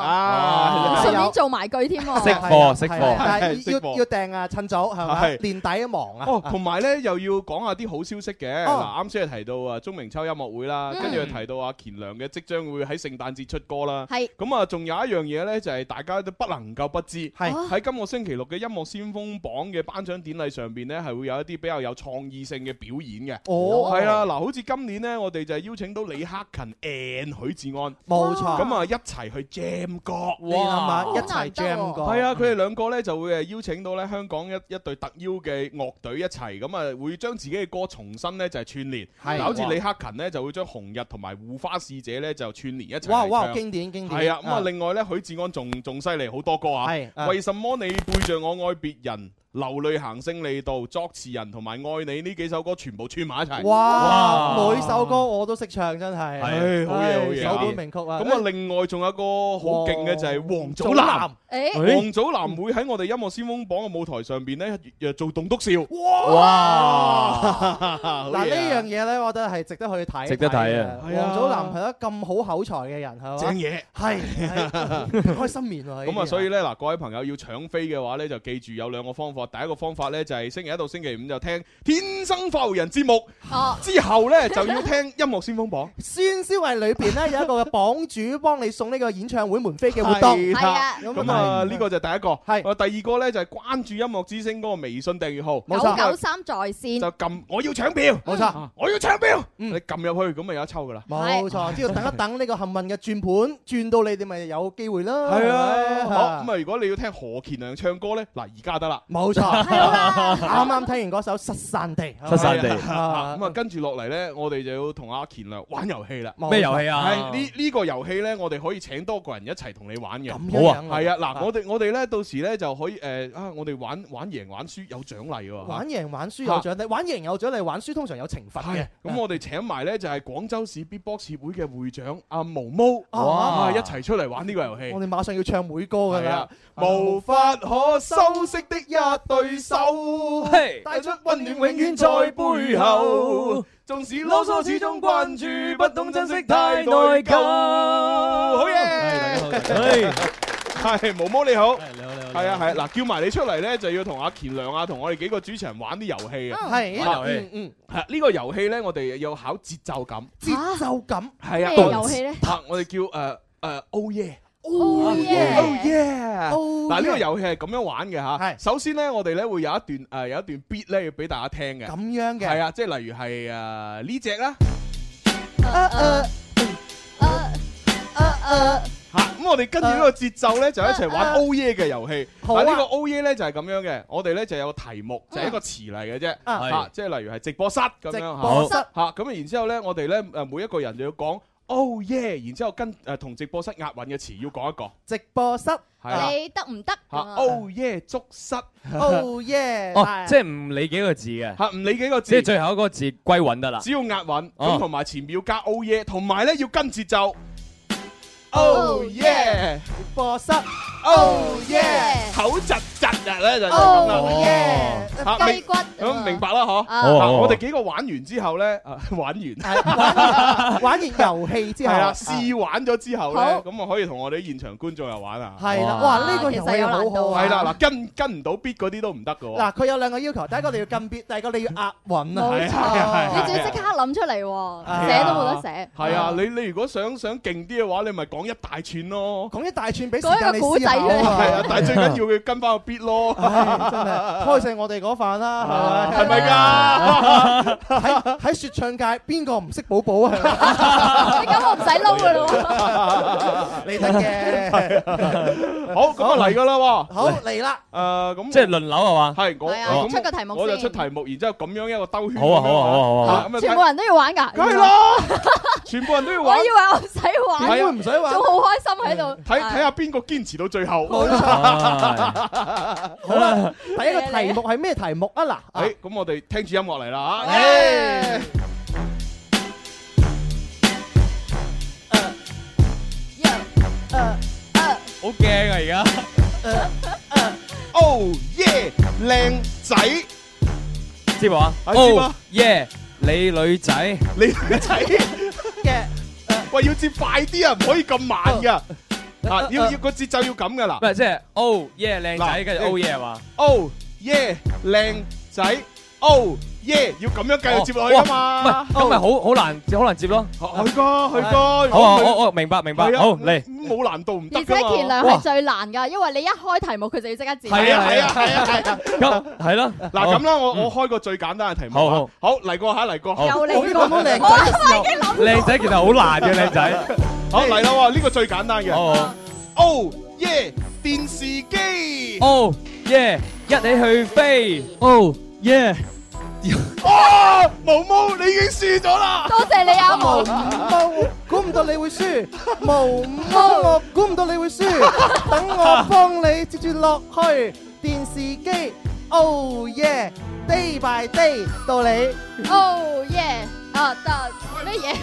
Speaker 6: 啊，
Speaker 2: 順便做埋句添喎。
Speaker 6: 識貨識貨
Speaker 7: 但
Speaker 6: 係識
Speaker 7: 係要
Speaker 6: 貨
Speaker 7: 要訂啊，趁早係咪
Speaker 6: 係？
Speaker 7: 年底都忙啊。
Speaker 6: 哦，同埋咧又要講下啲好消息嘅。
Speaker 7: 哦
Speaker 6: 嗱，啱先係提到啊，鐘明秋音樂會啦，
Speaker 7: 嗯
Speaker 6: 跟住又提到啊，乾良嘅即將會喺聖誕節出歌啦。嘛。
Speaker 2: 係
Speaker 6: 咁啊，仲有一樣嘢呢，就係大家都不能夠不知，
Speaker 2: 係
Speaker 7: 啊
Speaker 2: 哦
Speaker 6: 喺今個星期六嘅音樂先鋒榜嘅頒獎典禮上邊呢，係會有一啲比較有創意性嘅表演嘅。
Speaker 7: 哦
Speaker 6: 係啊，嗱，好似今年呢，我哋就係邀請到李克勤 and 許志安，
Speaker 7: 冇錯
Speaker 6: 咁啊，一齊去 jam 歌。
Speaker 7: 你諗下一齊好難得喎 jam 歌
Speaker 6: 係啊，佢哋兩個呢，就會誒邀請到呢香港一一隊特邀嘅樂隊一齊，咁啊會將自己嘅歌重新呢，就係串連。
Speaker 7: 係
Speaker 6: 嗱好似
Speaker 7: 哇
Speaker 6: 李克勤呢，就會將紅日同埋護花使者呢，就串連一齊嚟
Speaker 7: 哇
Speaker 6: 唱。
Speaker 7: 哇經典經典
Speaker 6: 係啊，咁啊
Speaker 7: 啊
Speaker 6: 另外咧，許志安仲仲犀利好多歌啊！
Speaker 7: 係啊
Speaker 6: 為什麼你背着我愛別人？流淚行勝利道，作詞人同埋愛你呢幾首歌全部串埋一齊。
Speaker 7: 哇！
Speaker 6: 哇
Speaker 7: 每首歌我都識唱，真係。
Speaker 6: 係好嘢好嘢，
Speaker 7: 首本名曲啊！
Speaker 6: 咁啊，另外仲有個好勁嘅就係黃祖藍。
Speaker 7: 誒
Speaker 6: 黃祖藍會喺我哋音樂先鋒榜嘅舞台上邊咧，誒做棟篤笑。啊哇！
Speaker 7: 嗱呢樣嘢啊咧，我覺得係值得去睇，
Speaker 6: 值得睇啊係啊
Speaker 7: 黃祖藍係一個咁好口才嘅人，係嘛？
Speaker 6: 正嘢
Speaker 7: 係 係開心面喎。
Speaker 6: 咁啊，所
Speaker 7: 以
Speaker 6: 以咧嗱，各位朋友要搶飛嘅話咧，就記住有兩個方法。第一個方法咧就係星期一到星期五就聽《天生發育人》節目，
Speaker 2: 哦
Speaker 6: 之後咧就要聽《音樂先鋒榜》。
Speaker 7: 先消為裏邊咧有一個榜主幫你送呢個演唱會門飛嘅活動，
Speaker 6: 係啦
Speaker 7: 咁
Speaker 6: 咁啊，呢個就係第一個。係。第二個咧就係關注音樂之星嗰個微信訂閱號。
Speaker 2: 993在線。
Speaker 6: 就撳我要搶票，
Speaker 7: 冇錯，
Speaker 6: 我要搶票，你撳入去咁咪有得抽噶啦。
Speaker 7: 冇 錯，只要等一等呢個幸運嘅轉盤轉到你哋咪有機會啦。
Speaker 6: 係
Speaker 7: 係咪
Speaker 6: 啊，好咁啊！如果你要聽何健良唱歌咧，嗱而家得啦，
Speaker 7: 冇錯，啱啱聽完嗰首《失散地》，
Speaker 6: 失散
Speaker 7: 係咪啊
Speaker 6: 咁啊，跟住落嚟咧，我哋就要同阿健良玩遊戲啦。
Speaker 7: 冇錯咩遊戲啊
Speaker 6: 係呢呢個遊戲咧，我哋可以請多個人一齊同你玩嘅。
Speaker 7: 樣好啊啊
Speaker 6: 係啊，嗱，我哋我哋咧到時咧就可以誒啊，我哋玩玩贏玩輸有獎勵喎。
Speaker 7: 玩贏玩輸有獎勵，玩贏有獎勵，玩輸通常有懲罰嘅。啊
Speaker 6: 咁我哋請埋咧就係廣州市 Beatbox 協會嘅會長阿毛毛，
Speaker 7: 啊
Speaker 6: 哇，一齊出嚟玩呢個遊戲。
Speaker 7: 我哋馬上要唱會歌㗎
Speaker 6: 係啊
Speaker 7: 啦，
Speaker 6: 無法可修飾的一對手，帶出温暖永遠在背後。縱使囉嗦，始終關注，不懂珍惜太內疚。好嘢！係毛毛你好，你好你好，係啊係啊嗱，叫埋你出嚟咧，就要同阿乾亮啊，同我哋幾個主持人玩啲遊戲啊，
Speaker 7: 係玩
Speaker 6: 啊
Speaker 7: 遊戲嗯
Speaker 6: 係呢個遊戲咧，我哋要考節奏感，
Speaker 7: 節奏感
Speaker 6: 係啊，
Speaker 7: 咩遊戲咧？
Speaker 6: 啊，我哋叫誒誒 Oh yeah！
Speaker 7: Oh
Speaker 6: yeah！
Speaker 7: Oh
Speaker 6: 嗱呢個
Speaker 7: yeah！
Speaker 6: 遊戲係咁樣玩嘅嚇，首先咧我哋咧會有一段呃誒有一段 beat 咧要俾大家聽嘅，咁
Speaker 7: 樣嘅，
Speaker 6: 係啊，即係例如係誒呢只啦，
Speaker 2: 啊
Speaker 6: 啊
Speaker 2: 啊
Speaker 6: 嚇咁我哋跟住呢個節奏咧就一齊玩 O 耶嘅遊戲，
Speaker 7: 啊好啊
Speaker 6: 嗱呢個 O 耶咧就係咁樣嘅，我哋咧就有個題目就係一個詞嚟嘅啫，
Speaker 7: 啊
Speaker 6: 嚇即係例如係直播室咁樣
Speaker 7: 直
Speaker 6: 嚇
Speaker 7: 播室
Speaker 6: 嚇咁然之後咧我哋咧誒每一個人就要講 Oh yeah，然之後跟誒同直播室押韻嘅詞要講一個。
Speaker 7: 直播 室
Speaker 6: 係啊
Speaker 2: 你得唔得？
Speaker 6: 嚇
Speaker 2: 咁啊。
Speaker 6: ，Oh yeah，足室
Speaker 7: Oh yeah！
Speaker 14: 哦，即係唔理幾個字嘅，
Speaker 6: 嚇唔理幾個字
Speaker 14: 即係最後一個字歸穩得啦。
Speaker 6: 只要押韻，
Speaker 14: 哦
Speaker 6: 咁同埋前面要加 Oh yeah，同埋咧要跟節奏。哦
Speaker 7: Oh
Speaker 6: yeah！
Speaker 7: 直播室
Speaker 6: Oh
Speaker 7: yeah！
Speaker 6: 口窒窒啊咧就就咁
Speaker 7: Oh
Speaker 6: 啦。
Speaker 7: yeah！
Speaker 6: 嚇明
Speaker 7: 雞骨
Speaker 6: 咁明白啦哦
Speaker 7: 啊好啊
Speaker 6: 嗬。嚇
Speaker 14: 哦
Speaker 7: 好啊
Speaker 6: 我哋幾個玩完之後咧，啊 玩完
Speaker 7: 玩完遊戲之後，啊
Speaker 6: 係啦，啊試玩咗之後咧，
Speaker 7: 好
Speaker 6: 咁啊可以同我哋啲現場觀眾又玩啊。
Speaker 7: 係啦哇哇呢個遊戲其實有難度啊
Speaker 6: 係啦，嗱跟跟唔到 beat 嗰啲都唔得㗎喎。
Speaker 7: 嗱，佢有兩個要求，第一個你要
Speaker 6: 嗯
Speaker 7: 跟 beat，第二個你要押韻啊。
Speaker 6: 冇錯係啊係啊係啊
Speaker 2: 你仲要即刻諗出嚟喎，
Speaker 6: 係啊。
Speaker 2: 寫都冇得寫。
Speaker 6: 係啊，你-你如果想- 想勁啲嘅話，你咪講一大串咯。
Speaker 7: 講一個故仔出嚟。
Speaker 6: 係啊，但係最緊要要跟返個beat咯。
Speaker 7: 開正我哋嗰飯啦，係咪？
Speaker 6: 係咪㗎？
Speaker 7: 喺喺説唱界，邊個唔識寶寶啊？你得嘅。
Speaker 6: 好，咁啊，嚟㗎啦喎。
Speaker 7: 好，嚟啦。
Speaker 6: 誒，咁 係，我-
Speaker 2: 係啊，
Speaker 6: 咁
Speaker 2: 出個題目
Speaker 6: 我就
Speaker 2: 先。
Speaker 6: 出題目，然之後咁樣一個兜圈
Speaker 14: 好啊，
Speaker 6: 咁樣
Speaker 14: 好啊，
Speaker 6: 啊。
Speaker 14: 好啊，好啊。
Speaker 6: 咁啊，
Speaker 2: 全部人都要玩㗎？
Speaker 6: 梗係啦，全部人都要玩。
Speaker 2: 我以為我唔使玩。
Speaker 6: 係啊。
Speaker 2: 仲好開心喺度。
Speaker 6: 睇-
Speaker 2: 係。
Speaker 6: 睇下邊個堅持到最後。
Speaker 7: 好啦，第一個題目係咩題目啊？嗱，
Speaker 6: 誒，咁我哋聽住音樂嚟啦，啊。好驚啊！而家，Oh yeah，靚仔，
Speaker 14: 知冇啊
Speaker 6: 啊知啊
Speaker 14: ？Oh yeah，你女仔，
Speaker 6: 你女仔
Speaker 7: 嘅，
Speaker 14: 呃
Speaker 6: 喂，要接快啲啊，唔可以咁慢噶，
Speaker 14: 哦呃
Speaker 6: 啊，要要個節奏要咁噶啦，
Speaker 14: 唔係即係 Oh yeah，靚仔，跟住 Oh yeah 係嘛？
Speaker 6: ，Oh yeah，靚仔，Oh 耶，要咁樣繼續接落去噶嘛？
Speaker 14: 唔係咁咪好好難，好難接咯。
Speaker 6: 去哥，去哥，
Speaker 14: 好啊，我我明白明白，
Speaker 6: 係啊
Speaker 14: 好嚟。
Speaker 6: 冇難度唔得
Speaker 2: 而且
Speaker 6: 㗎嘛
Speaker 2: 乾亮係最難㗎，因為你一開題目佢就要即刻接。
Speaker 6: 係啊係啊係啊係啊！
Speaker 14: 咁係啦，
Speaker 6: 嗱咁啦，我我開個最簡單嘅題目
Speaker 14: 好
Speaker 6: 啊
Speaker 14: 好
Speaker 6: 好嚟過嚇，嚟過，
Speaker 14: 好又
Speaker 2: 嚟過
Speaker 6: 我呢個
Speaker 2: 我
Speaker 6: 好
Speaker 2: 我已經諗
Speaker 14: 靚仔其實好難嘅，靚仔。
Speaker 6: 好嚟啦喎，呢個最簡單嘅。
Speaker 14: 哦
Speaker 6: Oh yeah，電視機。
Speaker 14: Oh yeah，一起去飛。
Speaker 10: Oh yeah，
Speaker 6: 哦，毛毛你已經輸咗啦。
Speaker 2: 多謝你啊毛
Speaker 7: 毛，估唔到你會輸，毛毛，我估唔到你會輸，等我幫你接住落去。電視機，Oh yeah，day by day 到你。
Speaker 2: Oh yeah，啊得咩嘢？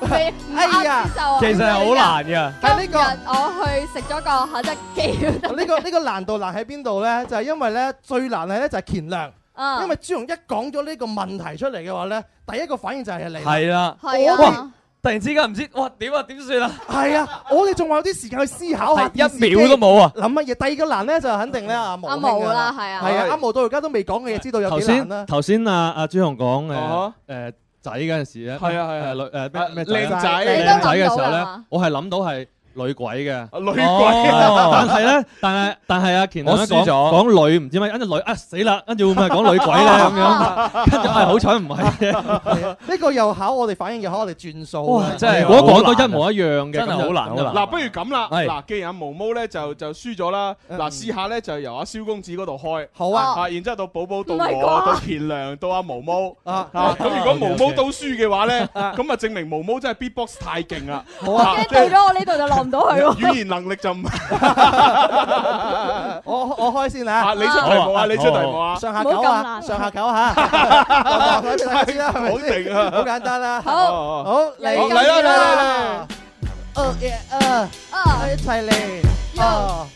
Speaker 2: 你
Speaker 7: 哎呀
Speaker 14: 其實係好難嘅。
Speaker 7: 但係呢
Speaker 2: 今
Speaker 7: 個
Speaker 2: 日我去食咗個肯德基，
Speaker 7: 呢個呢個難度難喺邊度咧？就係因為咧最難係咧就係乾良
Speaker 2: 啊，
Speaker 7: 因為朱紅一講咗呢個問題出嚟嘅話咧，第一個反應就係你。
Speaker 14: 係啦。
Speaker 2: 係啊
Speaker 14: 哇！突然之間唔知，哇點啊點算啊？
Speaker 7: 係啊，我哋仲話有啲時間去思考下
Speaker 14: 係，一秒都冇啊
Speaker 7: 諗乜嘢？第二個難咧就肯定咧阿毛
Speaker 2: 阿毛
Speaker 7: 兄㗎
Speaker 2: 啦係啊
Speaker 7: 係啊，阿毛到而家都未講嘅嘢，知道有
Speaker 16: 頭
Speaker 7: 幾難
Speaker 16: 先
Speaker 7: 啦。
Speaker 16: 頭先啊
Speaker 14: à,
Speaker 16: 啊朱紅講誒
Speaker 7: 啊
Speaker 16: 誒仔嗰陣時咧，
Speaker 6: 係啊係啊
Speaker 14: À,
Speaker 16: 誒女
Speaker 7: À,
Speaker 16: 誒咩咩
Speaker 6: 靚仔你
Speaker 16: 靚
Speaker 6: 都諗
Speaker 16: 仔
Speaker 6: 到
Speaker 16: 嘅時候
Speaker 6: 啦
Speaker 16: 咧
Speaker 6: 嘛，
Speaker 16: 我係諗到係女鬼嘅
Speaker 6: 啊女鬼
Speaker 16: 哦但係咧，但係但係阿乾
Speaker 14: 我
Speaker 16: 亮
Speaker 14: 輸
Speaker 16: 講
Speaker 14: 咗
Speaker 16: 講女唔知咩，跟住女
Speaker 14: à,
Speaker 16: 啊死啦，跟住會唔會係講女鬼 咧咁樣？跟住係好彩唔係嘅。
Speaker 7: 呢個又考我哋反應，又考我哋轉數。
Speaker 16: 哇真係
Speaker 6: 如果
Speaker 16: 講到一模一樣嘅真係好難好難
Speaker 6: 嗱，不如咁啦，
Speaker 16: 係
Speaker 6: 嗱，既然阿毛毛咧就就輸咗啦，嗱，試下咧就由阿蕭公子嗰度開，
Speaker 7: 好啊
Speaker 6: 啊，然之後到寶寶，到
Speaker 7: 唔係啩
Speaker 6: 我，到乾亮，到阿毛毛，
Speaker 7: 啊
Speaker 6: 啊，咁如果 毛
Speaker 16: OK，OK
Speaker 6: 毛都輸嘅話咧，咁啊證明毛毛真係 B-box 太勁啦，
Speaker 7: 好啊
Speaker 2: 跟住到咗我呢度就落唔到去 喎。
Speaker 6: 語言能力就唔
Speaker 7: 我我開先啦。
Speaker 6: 啊你出題目啊你出題目啊
Speaker 7: 上下九
Speaker 6: 唔好咁
Speaker 7: 啊，
Speaker 6: 難
Speaker 7: 上下 九嚇。我講俾大家知啦，係咪
Speaker 6: 好定
Speaker 7: 先？
Speaker 6: 啊
Speaker 7: 好簡單啦。
Speaker 6: 好哦
Speaker 7: 好嚟
Speaker 6: 好嚟啦嚟啦
Speaker 7: ！Oh yeah，啊，一齊嚟。哦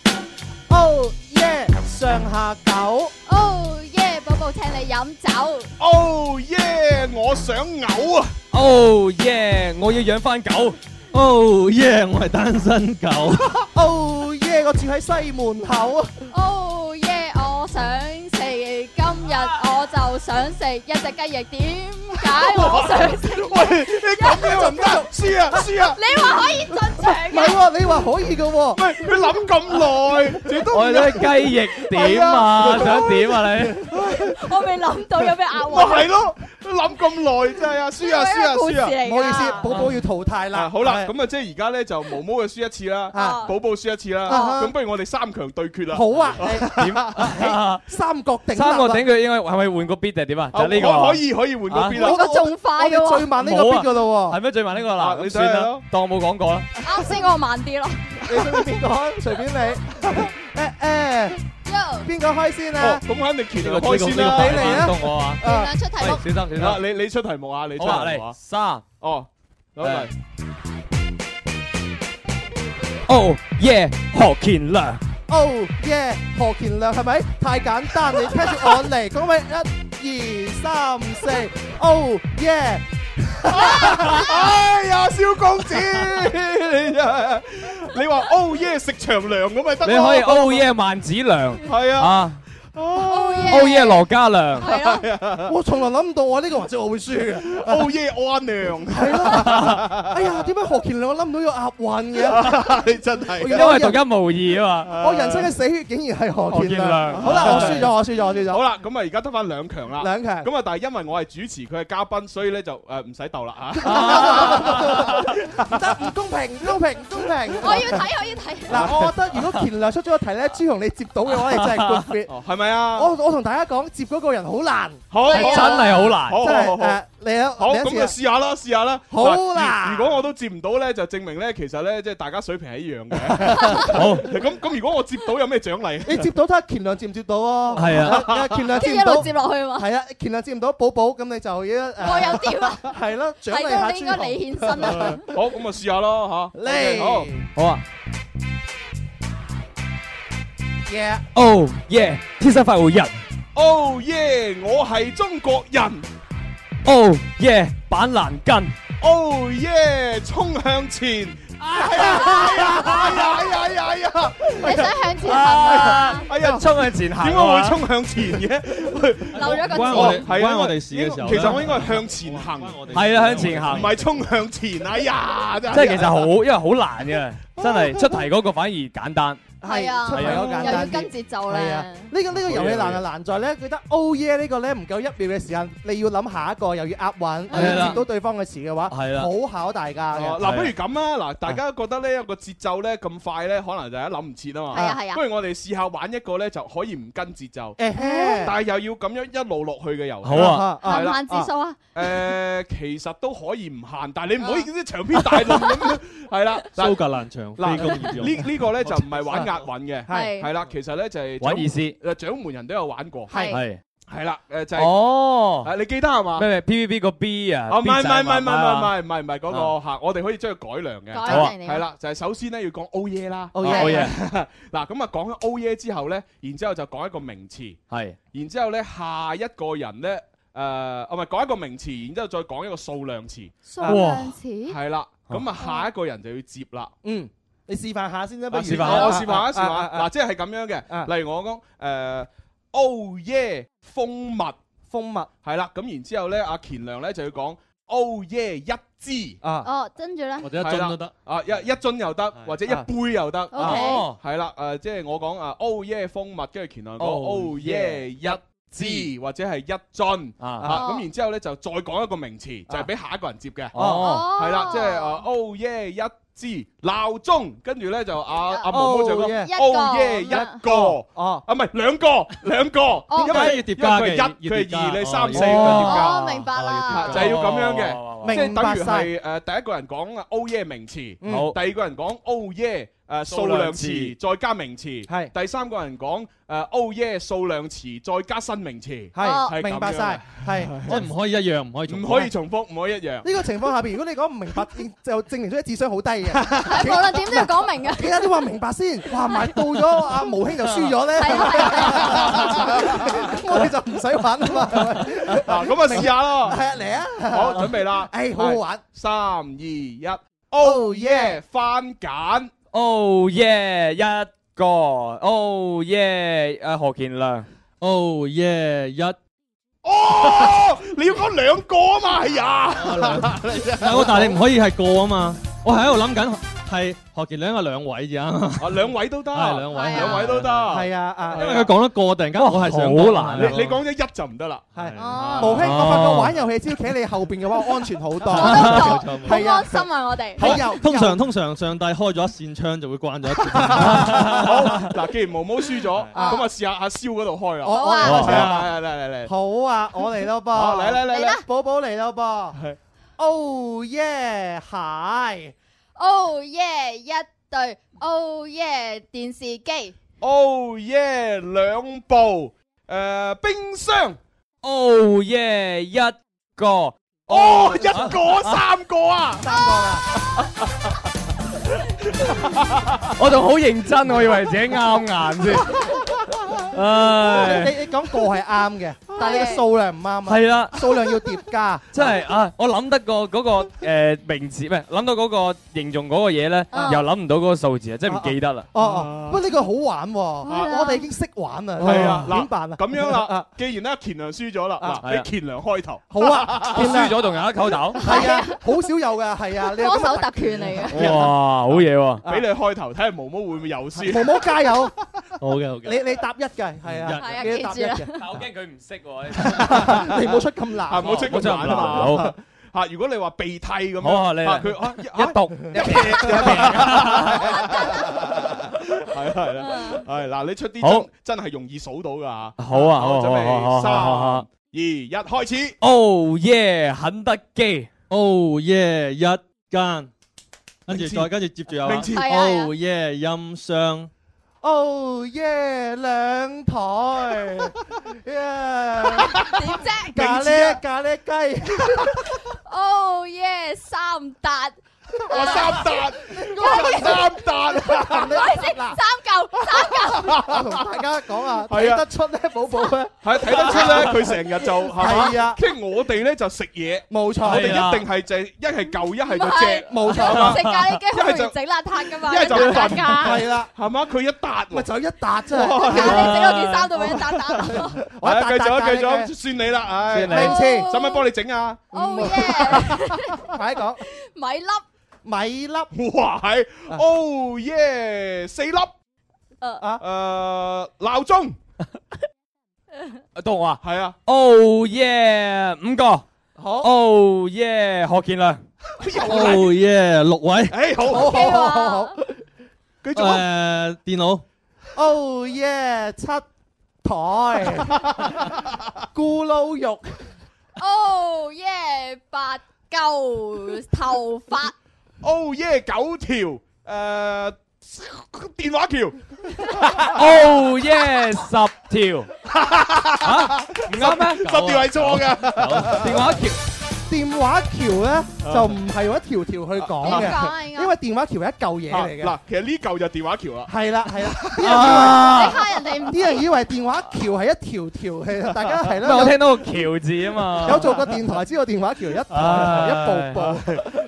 Speaker 7: ，Oh yeah，上下九。
Speaker 2: Oh yeah，寶寶請你飲酒。
Speaker 6: ，Oh yeah，我想嘔啊！
Speaker 14: Oh yeah，我要養翻狗。
Speaker 16: Oh yeah，我係單身狗。
Speaker 7: Oh yeah，我住喺西門口。
Speaker 2: Oh yeah，我想食，今日我就想食一隻雞翼。點解我想食？
Speaker 6: 喂，你咁 樣又唔得，輸啊輸啊！
Speaker 2: 你話可以進場嘅
Speaker 7: 唔係喎，你話可以嘅喎。
Speaker 6: 喂，你諗咁耐，最多
Speaker 14: 我哋啲雞翼點啊？想點啊你？
Speaker 2: 我未諗到有咩壓
Speaker 6: 咪
Speaker 2: 話。
Speaker 6: 係咯，諗咁耐真係啊，輸啊輸啊輸啊！
Speaker 7: 唔好意思，寶寶要淘汰啦。
Speaker 6: 好啦，
Speaker 7: 係
Speaker 6: 咁啊，即係而家咧就毛毛嘅輸一次啦
Speaker 7: 啊，
Speaker 6: 寶寶輸一次
Speaker 7: 啊哈
Speaker 6: 啦，咁不如我哋三強對決啦。
Speaker 7: 好 啊，
Speaker 14: 點
Speaker 7: 啊？三角頂立
Speaker 14: 三個
Speaker 7: 啦
Speaker 14: 頂佢應該係咪換個 bit 定係點啊？就係呢個
Speaker 6: 可
Speaker 14: 啊
Speaker 6: 可以可以換個 bit 啦
Speaker 2: 我個仲快嘅
Speaker 7: 我哋
Speaker 2: 喎
Speaker 7: 最，慢呢個 bit 噶啦喎。
Speaker 14: 係咩最慢呢個啦？
Speaker 6: 啊
Speaker 14: 咁
Speaker 6: 你
Speaker 14: 算
Speaker 6: 睇下
Speaker 14: 啦
Speaker 6: 咯，
Speaker 14: 當我冇講過啦。
Speaker 2: 啱先嗰個慢啲咯。
Speaker 7: 你中意邊個開？ 隨便你。誒誒，
Speaker 2: Yo，
Speaker 7: 邊個開先啊
Speaker 6: 哦，？咁肯定
Speaker 14: 呢
Speaker 6: 權
Speaker 14: 個
Speaker 6: 力開先
Speaker 14: 呢
Speaker 6: 啦
Speaker 14: 個。
Speaker 7: 你嚟啊
Speaker 14: 到我啊！
Speaker 2: 原
Speaker 7: 啊
Speaker 2: 諒出題目。
Speaker 14: 喂，小心小
Speaker 6: 啊，
Speaker 14: 心。
Speaker 6: 你你出題目啊，你出
Speaker 14: 好啊，
Speaker 6: 題目啊
Speaker 14: 嚟。三。
Speaker 6: 哦，好嚟。
Speaker 14: Oh yeah，何乾良。
Speaker 7: Oh yeah，何乾亮係咪？太簡單，你聽住我嚟講咪一、二、三、四。Oh yeah，
Speaker 6: 哎呀，蕭公子， 你真係你話 Oh yeah 食長糧咁咪得
Speaker 14: 你
Speaker 6: 咯
Speaker 14: 可以 Oh yeah 萬子良。
Speaker 6: 係啊。
Speaker 14: 啊
Speaker 2: Oh
Speaker 14: ，Oh
Speaker 2: yeah。
Speaker 14: yeah 羅家良。
Speaker 2: 係 咯，
Speaker 7: 我從來諗唔到我呢個環節我會輸嘅。
Speaker 6: Oh yeah 我阿娘，
Speaker 7: 係咯， 哎呀，點解何乾亮我諗唔到有押韻嘅？
Speaker 6: 你真係。
Speaker 14: 因為獨一無二啊嘛。
Speaker 7: 我人生嘅死穴竟然係何乾
Speaker 14: 何乾
Speaker 7: 亮。
Speaker 14: 亮
Speaker 7: 好啦，我輸咗，我輸咗，我輸咗。
Speaker 6: 好，啦，咁啊，而家得翻兩強啦。
Speaker 7: 兩強
Speaker 6: 咁啊，但係因為我係主持，佢係嘉賓，所以咧就誒唔使鬥 啦啊嚇。
Speaker 14: 啊
Speaker 7: 唔 得，唔公平，唔公平，唔公平。
Speaker 2: 我要睇，我要睇。
Speaker 7: 嗱，我覺得如果乾亮出咗個題咧，朱紅你接到嘅話，你真係 good fit。
Speaker 6: 哦，係咪啊？
Speaker 7: 我我同大家講，接嗰個人好難，
Speaker 6: 好，
Speaker 14: 真係好難。
Speaker 6: 好
Speaker 7: 真
Speaker 6: 好好
Speaker 7: 係
Speaker 6: 好
Speaker 7: 誒。你啊，
Speaker 6: 好，
Speaker 7: 你一
Speaker 6: 咁
Speaker 7: 次
Speaker 6: 就
Speaker 7: 啊
Speaker 6: 試下啦，試下啦。
Speaker 7: 好
Speaker 6: 嗱
Speaker 7: 啦
Speaker 6: 如如果我都接唔到咧，就證明咧，其實咧，即係大家水平係一樣嘅。
Speaker 14: 好。
Speaker 6: 咁咁，如果我接到有咩獎 勵？
Speaker 7: 你接到睇下乾亮接唔接到啊？
Speaker 14: 係 啊
Speaker 7: 啊，乾亮
Speaker 2: 跟
Speaker 7: 接
Speaker 2: 住一
Speaker 7: 唔
Speaker 2: 路
Speaker 7: 到
Speaker 2: 接，落去嘛。
Speaker 7: 係啊，乾亮接唔到寶寶，咁你就要
Speaker 2: 我
Speaker 7: 誒
Speaker 2: 有啲啊，
Speaker 7: 係咯，獎勵
Speaker 2: 係
Speaker 7: 下
Speaker 2: 都
Speaker 7: 朱
Speaker 2: 應該你
Speaker 7: 紅。
Speaker 2: 獻身啦。
Speaker 6: 好，咁啊試下咯吓。OK，好
Speaker 7: 嚟
Speaker 14: 好啊。
Speaker 7: ，yeah，
Speaker 14: Oh yeah，天生快活人。
Speaker 6: ，Oh yeah，我係中國人。
Speaker 14: Oh yeah，板藍根。
Speaker 6: Oh yeah，衝向前。
Speaker 14: 哎
Speaker 2: 你想向前行啊？
Speaker 14: 哎呀，衝向前行
Speaker 6: 點解會衝向前嘅？
Speaker 2: 漏咗個
Speaker 16: 關我哋
Speaker 2: 字。
Speaker 6: 係啊
Speaker 16: 關我哋事嘅時候
Speaker 6: 其
Speaker 16: 咧
Speaker 6: 實我應該係向前行，
Speaker 14: 係啦，向前行
Speaker 6: 唔。係衝向前。哎呀，真
Speaker 14: 即係其實好，因為好難嘅，真係出題嗰個反而簡單。
Speaker 2: 係啊，
Speaker 14: 係啊
Speaker 2: 又要跟節奏
Speaker 7: 係啊
Speaker 2: 咧。，
Speaker 7: 呢個呢個遊戲難就啊難在咧，覺得 Oh yeah 呢個咧唔夠一秒嘅時間，你要諗下一個，又要押韻，
Speaker 14: 係
Speaker 7: 又
Speaker 14: 啦
Speaker 7: 要接到對方嘅詞嘅話，
Speaker 14: 係啦啊
Speaker 7: 好考大家嘅。
Speaker 6: 哦嗱，不如咁啦，嗱，大家覺得呢一個節奏咧咁快咧，可能就係一諗唔切啊嘛。
Speaker 7: 係啊係啊
Speaker 6: 不如我哋試下玩一個咧，就可以唔跟節奏，
Speaker 7: 誒嘿
Speaker 6: 但係又要咁樣一路落去嘅遊戲。
Speaker 14: 好
Speaker 7: Ờ,
Speaker 14: 啊
Speaker 6: 係
Speaker 2: 限
Speaker 6: 啦
Speaker 2: 唔限字數啊？
Speaker 6: 誒，其實都可以唔限，但係你唔
Speaker 14: 啊
Speaker 6: 可以啲長篇大論咁樣。 係啦，嗱
Speaker 16: 蘇格蘭場非公業用
Speaker 6: 呢呢個咧就唔係玩押韻嘅，
Speaker 16: 係
Speaker 6: 係啦，其實咧就係
Speaker 14: 玩意思
Speaker 6: 誒掌門人都有玩過，
Speaker 14: 係係
Speaker 6: 係啦，誒就係
Speaker 14: 哦，
Speaker 6: 你記得係嘛？
Speaker 14: 咩咩 PVB 個 B 啊？
Speaker 6: 哦，唔
Speaker 14: B
Speaker 6: 係唔係唔
Speaker 14: 仔
Speaker 6: 係唔
Speaker 14: 慢慢啊
Speaker 6: 係唔係唔係唔係嗰個嚇，我哋可以將佢改良嘅，
Speaker 14: 改良嚟㗎
Speaker 6: 係啦，就係首先咧要講 O 耶啦
Speaker 7: ờ,
Speaker 14: Oh yeah Oh yeah
Speaker 6: 嗱咁啊講咗 O 耶之後咧，然之後就講一個名詞，
Speaker 14: 係
Speaker 6: 然之後咧下一個人咧誒，啊唔係講一個名詞，然之後再講一個數量詞，
Speaker 2: 數量詞
Speaker 6: 係啦，
Speaker 7: 哦
Speaker 6: 咁啊下一個人就要接啦。
Speaker 7: 嗯，你示範下
Speaker 14: Ờ,
Speaker 7: 先啦，不如
Speaker 6: 啊示範下，我示範下，示
Speaker 7: 啊
Speaker 6: 範
Speaker 7: 啊
Speaker 6: 下。嗱，即係咁樣嘅，例如我講誒，Oh yeah，蜂蜜，
Speaker 7: 蜂蜜
Speaker 6: 係啦，咁然之後咧，阿乾良咧就要講 Oh yeah，一支
Speaker 7: 啊。
Speaker 2: 哦，跟住咧，
Speaker 6: 係啦啊一一樽又得，或者
Speaker 7: 啊
Speaker 6: 一杯又得，
Speaker 2: OK
Speaker 14: 哦
Speaker 6: 係啦，誒，即係我講啊，Oh yeah，蜂蜜，跟住乾良講
Speaker 14: Oh
Speaker 6: Oh yeah，一支或者係一樽啊，咁然之後咧就再講一個名詞，就係俾下一個人接嘅，
Speaker 7: ờ.
Speaker 14: 哦
Speaker 6: 係啦，即係誒，Oh yeah，一支鬧鐘，跟住咧就阿阿
Speaker 14: Ờ,
Speaker 6: 毛毛就
Speaker 7: Oh yeah，Ờ,
Speaker 6: 講
Speaker 7: 一個
Speaker 6: Oh yeah，一個。
Speaker 7: 哦，
Speaker 6: 啊，唔係兩個，兩
Speaker 2: 哦
Speaker 6: 個，因為
Speaker 16: 要疊加嘅
Speaker 6: 因為佢係一，佢係
Speaker 16: 要疊加
Speaker 6: 二，你
Speaker 16: 哦
Speaker 6: 三四
Speaker 16: 要
Speaker 6: 佢
Speaker 16: 疊
Speaker 6: 疊
Speaker 2: 哦，
Speaker 6: 加，
Speaker 2: 明白啦
Speaker 6: 啊。就係要咁樣
Speaker 7: 哇
Speaker 6: 嘅，即係
Speaker 7: 明
Speaker 6: 等
Speaker 7: 白
Speaker 6: 於
Speaker 7: 晒
Speaker 6: 係誒第一個人講啊 Oh yeah 名詞，
Speaker 7: 嗯
Speaker 14: 好
Speaker 6: 第二個人講 Oh yeah 誒數
Speaker 14: 數
Speaker 6: 量
Speaker 14: 量
Speaker 6: 詞
Speaker 14: 詞
Speaker 6: 再加名詞，
Speaker 7: 係
Speaker 6: 第三個人講誒 Oh yeah 數量詞再加新名詞，
Speaker 7: 係，
Speaker 6: 係咁
Speaker 7: 明白
Speaker 6: 樣
Speaker 7: 晒，係。
Speaker 16: 即係唔可以一樣，唔可以重
Speaker 6: 唔
Speaker 16: 複
Speaker 6: 可以重複，唔可以一 樣。
Speaker 7: 呢個情況下邊，如果你講唔明白，證就證明咗你智商好低嘅。
Speaker 2: 無論點都要講明嘅。
Speaker 7: 其他都話明白先，哇！埋到咗阿毛兄就輸咗咧， 我哋就唔使玩啊嘛。
Speaker 6: 嗱，咁啊試下咯。
Speaker 7: 係啊，嚟啊！
Speaker 6: 好，準備啦。
Speaker 7: 哎好好玩。
Speaker 6: 三二一，Oh yeah，番簡。
Speaker 14: Oh yeah，一個。Oh yeah，誒何健亮。
Speaker 16: Oh yeah，一。
Speaker 6: 哦，你要講兩個啊嘛，哎 呀
Speaker 16: 啊，但係我但係你唔可以係個啊嘛，我係喺度諗緊係何傑良嘅兩位咋，
Speaker 6: 啊兩位都得，
Speaker 16: 係兩位係啊
Speaker 6: 兩位都得，
Speaker 14: Ờ.
Speaker 6: 係
Speaker 7: 係啊啊！
Speaker 16: 因為佢講一個，突然間我係想講
Speaker 14: 好難啊
Speaker 6: 你你講咗一就唔 得啦，
Speaker 7: 係
Speaker 2: 哦
Speaker 7: 毛兄，我發
Speaker 14: Ờ.
Speaker 7: 覺玩遊戲只要企喺你後邊嘅話，安全好多。à.
Speaker 2: 我都覺
Speaker 7: 係
Speaker 2: 好
Speaker 7: 啊
Speaker 2: 安，心啊！我哋
Speaker 7: 係啊
Speaker 16: 通常通常上帝開咗一扇窗就會關咗一扇窗。
Speaker 6: 好嗱，既然毛毛輸咗，咁啊試下阿蕭嗰度開
Speaker 7: 我
Speaker 6: 啦，
Speaker 7: 我
Speaker 6: 係
Speaker 7: 嚟我嚟
Speaker 6: 啊係
Speaker 14: Ờ.
Speaker 7: 啊
Speaker 6: 啊嚟嚟嚟，
Speaker 7: 好 啊，我嚟咯噃。
Speaker 6: 好嚟嚟嚟
Speaker 2: 嚟啦
Speaker 6: 嚟，
Speaker 7: 寶寶嚟咯噃
Speaker 6: 係。
Speaker 7: Oh yeah，蟹。
Speaker 2: ，Oh yeah，一對，Oh yeah，電視機
Speaker 6: ，Oh yeah 兩部，誒冰箱，
Speaker 14: Oh yeah，一個。
Speaker 6: 哦一
Speaker 14: 啊
Speaker 6: 個三個啊，
Speaker 7: 三個啦。
Speaker 14: 我仲好認真，我以為自己啱眼 先。
Speaker 7: 你
Speaker 14: 唉，
Speaker 7: 你講個係啱嘅，但係你嘅數量唔啱啊。
Speaker 14: 係啦，
Speaker 7: 數量要疊加。
Speaker 14: 真係啊！我諗得個嗰個誒名字，唔係諗到嗰個形容嗰個嘢咧，
Speaker 2: 啊
Speaker 14: 又諗唔到嗰個數字啊，真係唔記得啦。
Speaker 7: 哦哦，不過呢個好玩喎，
Speaker 2: 啊
Speaker 7: 我哋已經識玩啦。
Speaker 6: 啊係啊，
Speaker 7: 點
Speaker 6: 嗱
Speaker 7: 辦啊？
Speaker 6: 咁樣啦
Speaker 7: 啊，
Speaker 6: 既然咧乾良輸咗啦，嗱
Speaker 14: 係啊
Speaker 6: 你乾良開頭，
Speaker 7: 好 啊，
Speaker 14: 我輸咗仲有一 口頭，
Speaker 7: 係啊，好少有㗎，係啊，你有
Speaker 2: 歌
Speaker 7: 咁
Speaker 2: 手
Speaker 7: 嘅
Speaker 2: 特權嚟嘅。
Speaker 14: 哇，好嘢喎！
Speaker 6: 俾你開頭睇下毛毛會唔會又
Speaker 7: 毛
Speaker 14: 啊
Speaker 6: 輸，
Speaker 7: 毛加油！
Speaker 16: 好嘅好
Speaker 7: 你
Speaker 16: 嘅，
Speaker 7: 你答一嘅，係
Speaker 16: 一
Speaker 7: 啊，
Speaker 2: 係啊
Speaker 7: 你答一
Speaker 2: 記
Speaker 7: 嘅，
Speaker 14: 但我驚佢唔識喎。
Speaker 7: 你唔好出咁
Speaker 6: 啊
Speaker 7: 難
Speaker 6: 唔。好出咁難啊嘛，
Speaker 14: 好
Speaker 6: 嚇。如果你話鼻涕咁樣，
Speaker 14: 好啊你
Speaker 6: 嚇佢啊 一啊
Speaker 14: 一讀一
Speaker 6: 係啊係啦，係嗱，你出啲
Speaker 14: 好
Speaker 6: 真真係容易數到噶吓。
Speaker 14: 好啊，好
Speaker 6: 好，準備
Speaker 14: 好好
Speaker 6: 三二
Speaker 14: 好
Speaker 6: 一，開始。
Speaker 14: Oh yeah，肯德基。
Speaker 16: Oh yeah，一間，跟住再跟住接住有啊
Speaker 6: 明字
Speaker 2: 係啊係啊
Speaker 14: 哦
Speaker 16: Oh yeah，音箱。
Speaker 7: Oh yeah，兩 台
Speaker 2: 點
Speaker 7: ，yeah，
Speaker 2: 啫
Speaker 7: 咖
Speaker 6: 啊
Speaker 7: 喱咖喱雞，
Speaker 2: ？Oh yeah，三達，
Speaker 6: 哇，三笪，哇，三笪
Speaker 2: 唔
Speaker 6: 啊！
Speaker 2: 好意思，三格
Speaker 7: 我同大家講啊，睇
Speaker 6: 係啊
Speaker 7: 得出咧，寶寶咧
Speaker 14: 啊
Speaker 6: 係睇得出咧，佢成日就係
Speaker 7: 係啊
Speaker 6: 嘛，即係我哋咧就食嘢，
Speaker 7: 冇錯
Speaker 6: 我哋
Speaker 7: 係啊
Speaker 6: 一定係就係一係舊，一係就
Speaker 7: 唔
Speaker 6: 隻
Speaker 7: 係，冇錯啊
Speaker 2: 食咖喱雞好
Speaker 6: 一
Speaker 2: 容
Speaker 6: 係就
Speaker 2: 易整邋遢噶嘛，
Speaker 6: 一係就
Speaker 2: 啲
Speaker 6: 燉
Speaker 2: 蛋架，
Speaker 7: 係啦，
Speaker 6: 係嘛，佢一笪咪
Speaker 7: 就一笪啫，
Speaker 2: 咖喱整到件衫度俾人打打落。
Speaker 6: 係啊，
Speaker 7: 一笪
Speaker 6: 繼續啊，
Speaker 7: 笪
Speaker 6: 繼續啊
Speaker 7: 嘅，
Speaker 6: 算你啦，唉，
Speaker 7: 算你
Speaker 2: 어.
Speaker 7: 先
Speaker 6: 使唔使幫你整啊？
Speaker 2: Oh yeah，
Speaker 7: 快啲講
Speaker 2: 米粒，
Speaker 7: 米粒，
Speaker 6: 哇，係，Oh yeah，四粒，
Speaker 2: 어,
Speaker 6: 誒鬧鐘，
Speaker 14: 到我啊，
Speaker 6: 系啊
Speaker 14: ，Oh yeah，五個，
Speaker 7: 好
Speaker 14: ，Oh yeah，何建亮
Speaker 16: Oh yeah，六位。
Speaker 6: 誒
Speaker 7: 好好好
Speaker 2: à.
Speaker 7: 好好
Speaker 6: 繼
Speaker 16: 誒、電腦
Speaker 7: Oh yeah，七台咕嚕肉，
Speaker 2: Oh yeah，八嚿頭髮，
Speaker 6: ，Oh yeah，九條，誒電話橋。
Speaker 14: ，Oh yeah，十條，啊
Speaker 6: 唔
Speaker 14: 啱咩哦
Speaker 6: 十條係錯㗎。
Speaker 14: 電話橋。
Speaker 7: 電話橋咧就唔係話一條條去講
Speaker 6: 點
Speaker 7: 嘅，
Speaker 6: 解
Speaker 7: 因為電話橋係一嚿嘢嚟
Speaker 6: 嗱
Speaker 7: 嘅。，
Speaker 6: 其實呢嚿就電話橋啦。
Speaker 7: 係啦係啦，
Speaker 6: 啊
Speaker 2: 你人哋唔
Speaker 7: 啲人以為電話橋係一條條嘅，大家係
Speaker 14: 唔係
Speaker 7: 啦。
Speaker 14: 我聽到個橋字啊嘛，
Speaker 7: 有做過電台，知道電話橋一台一步步。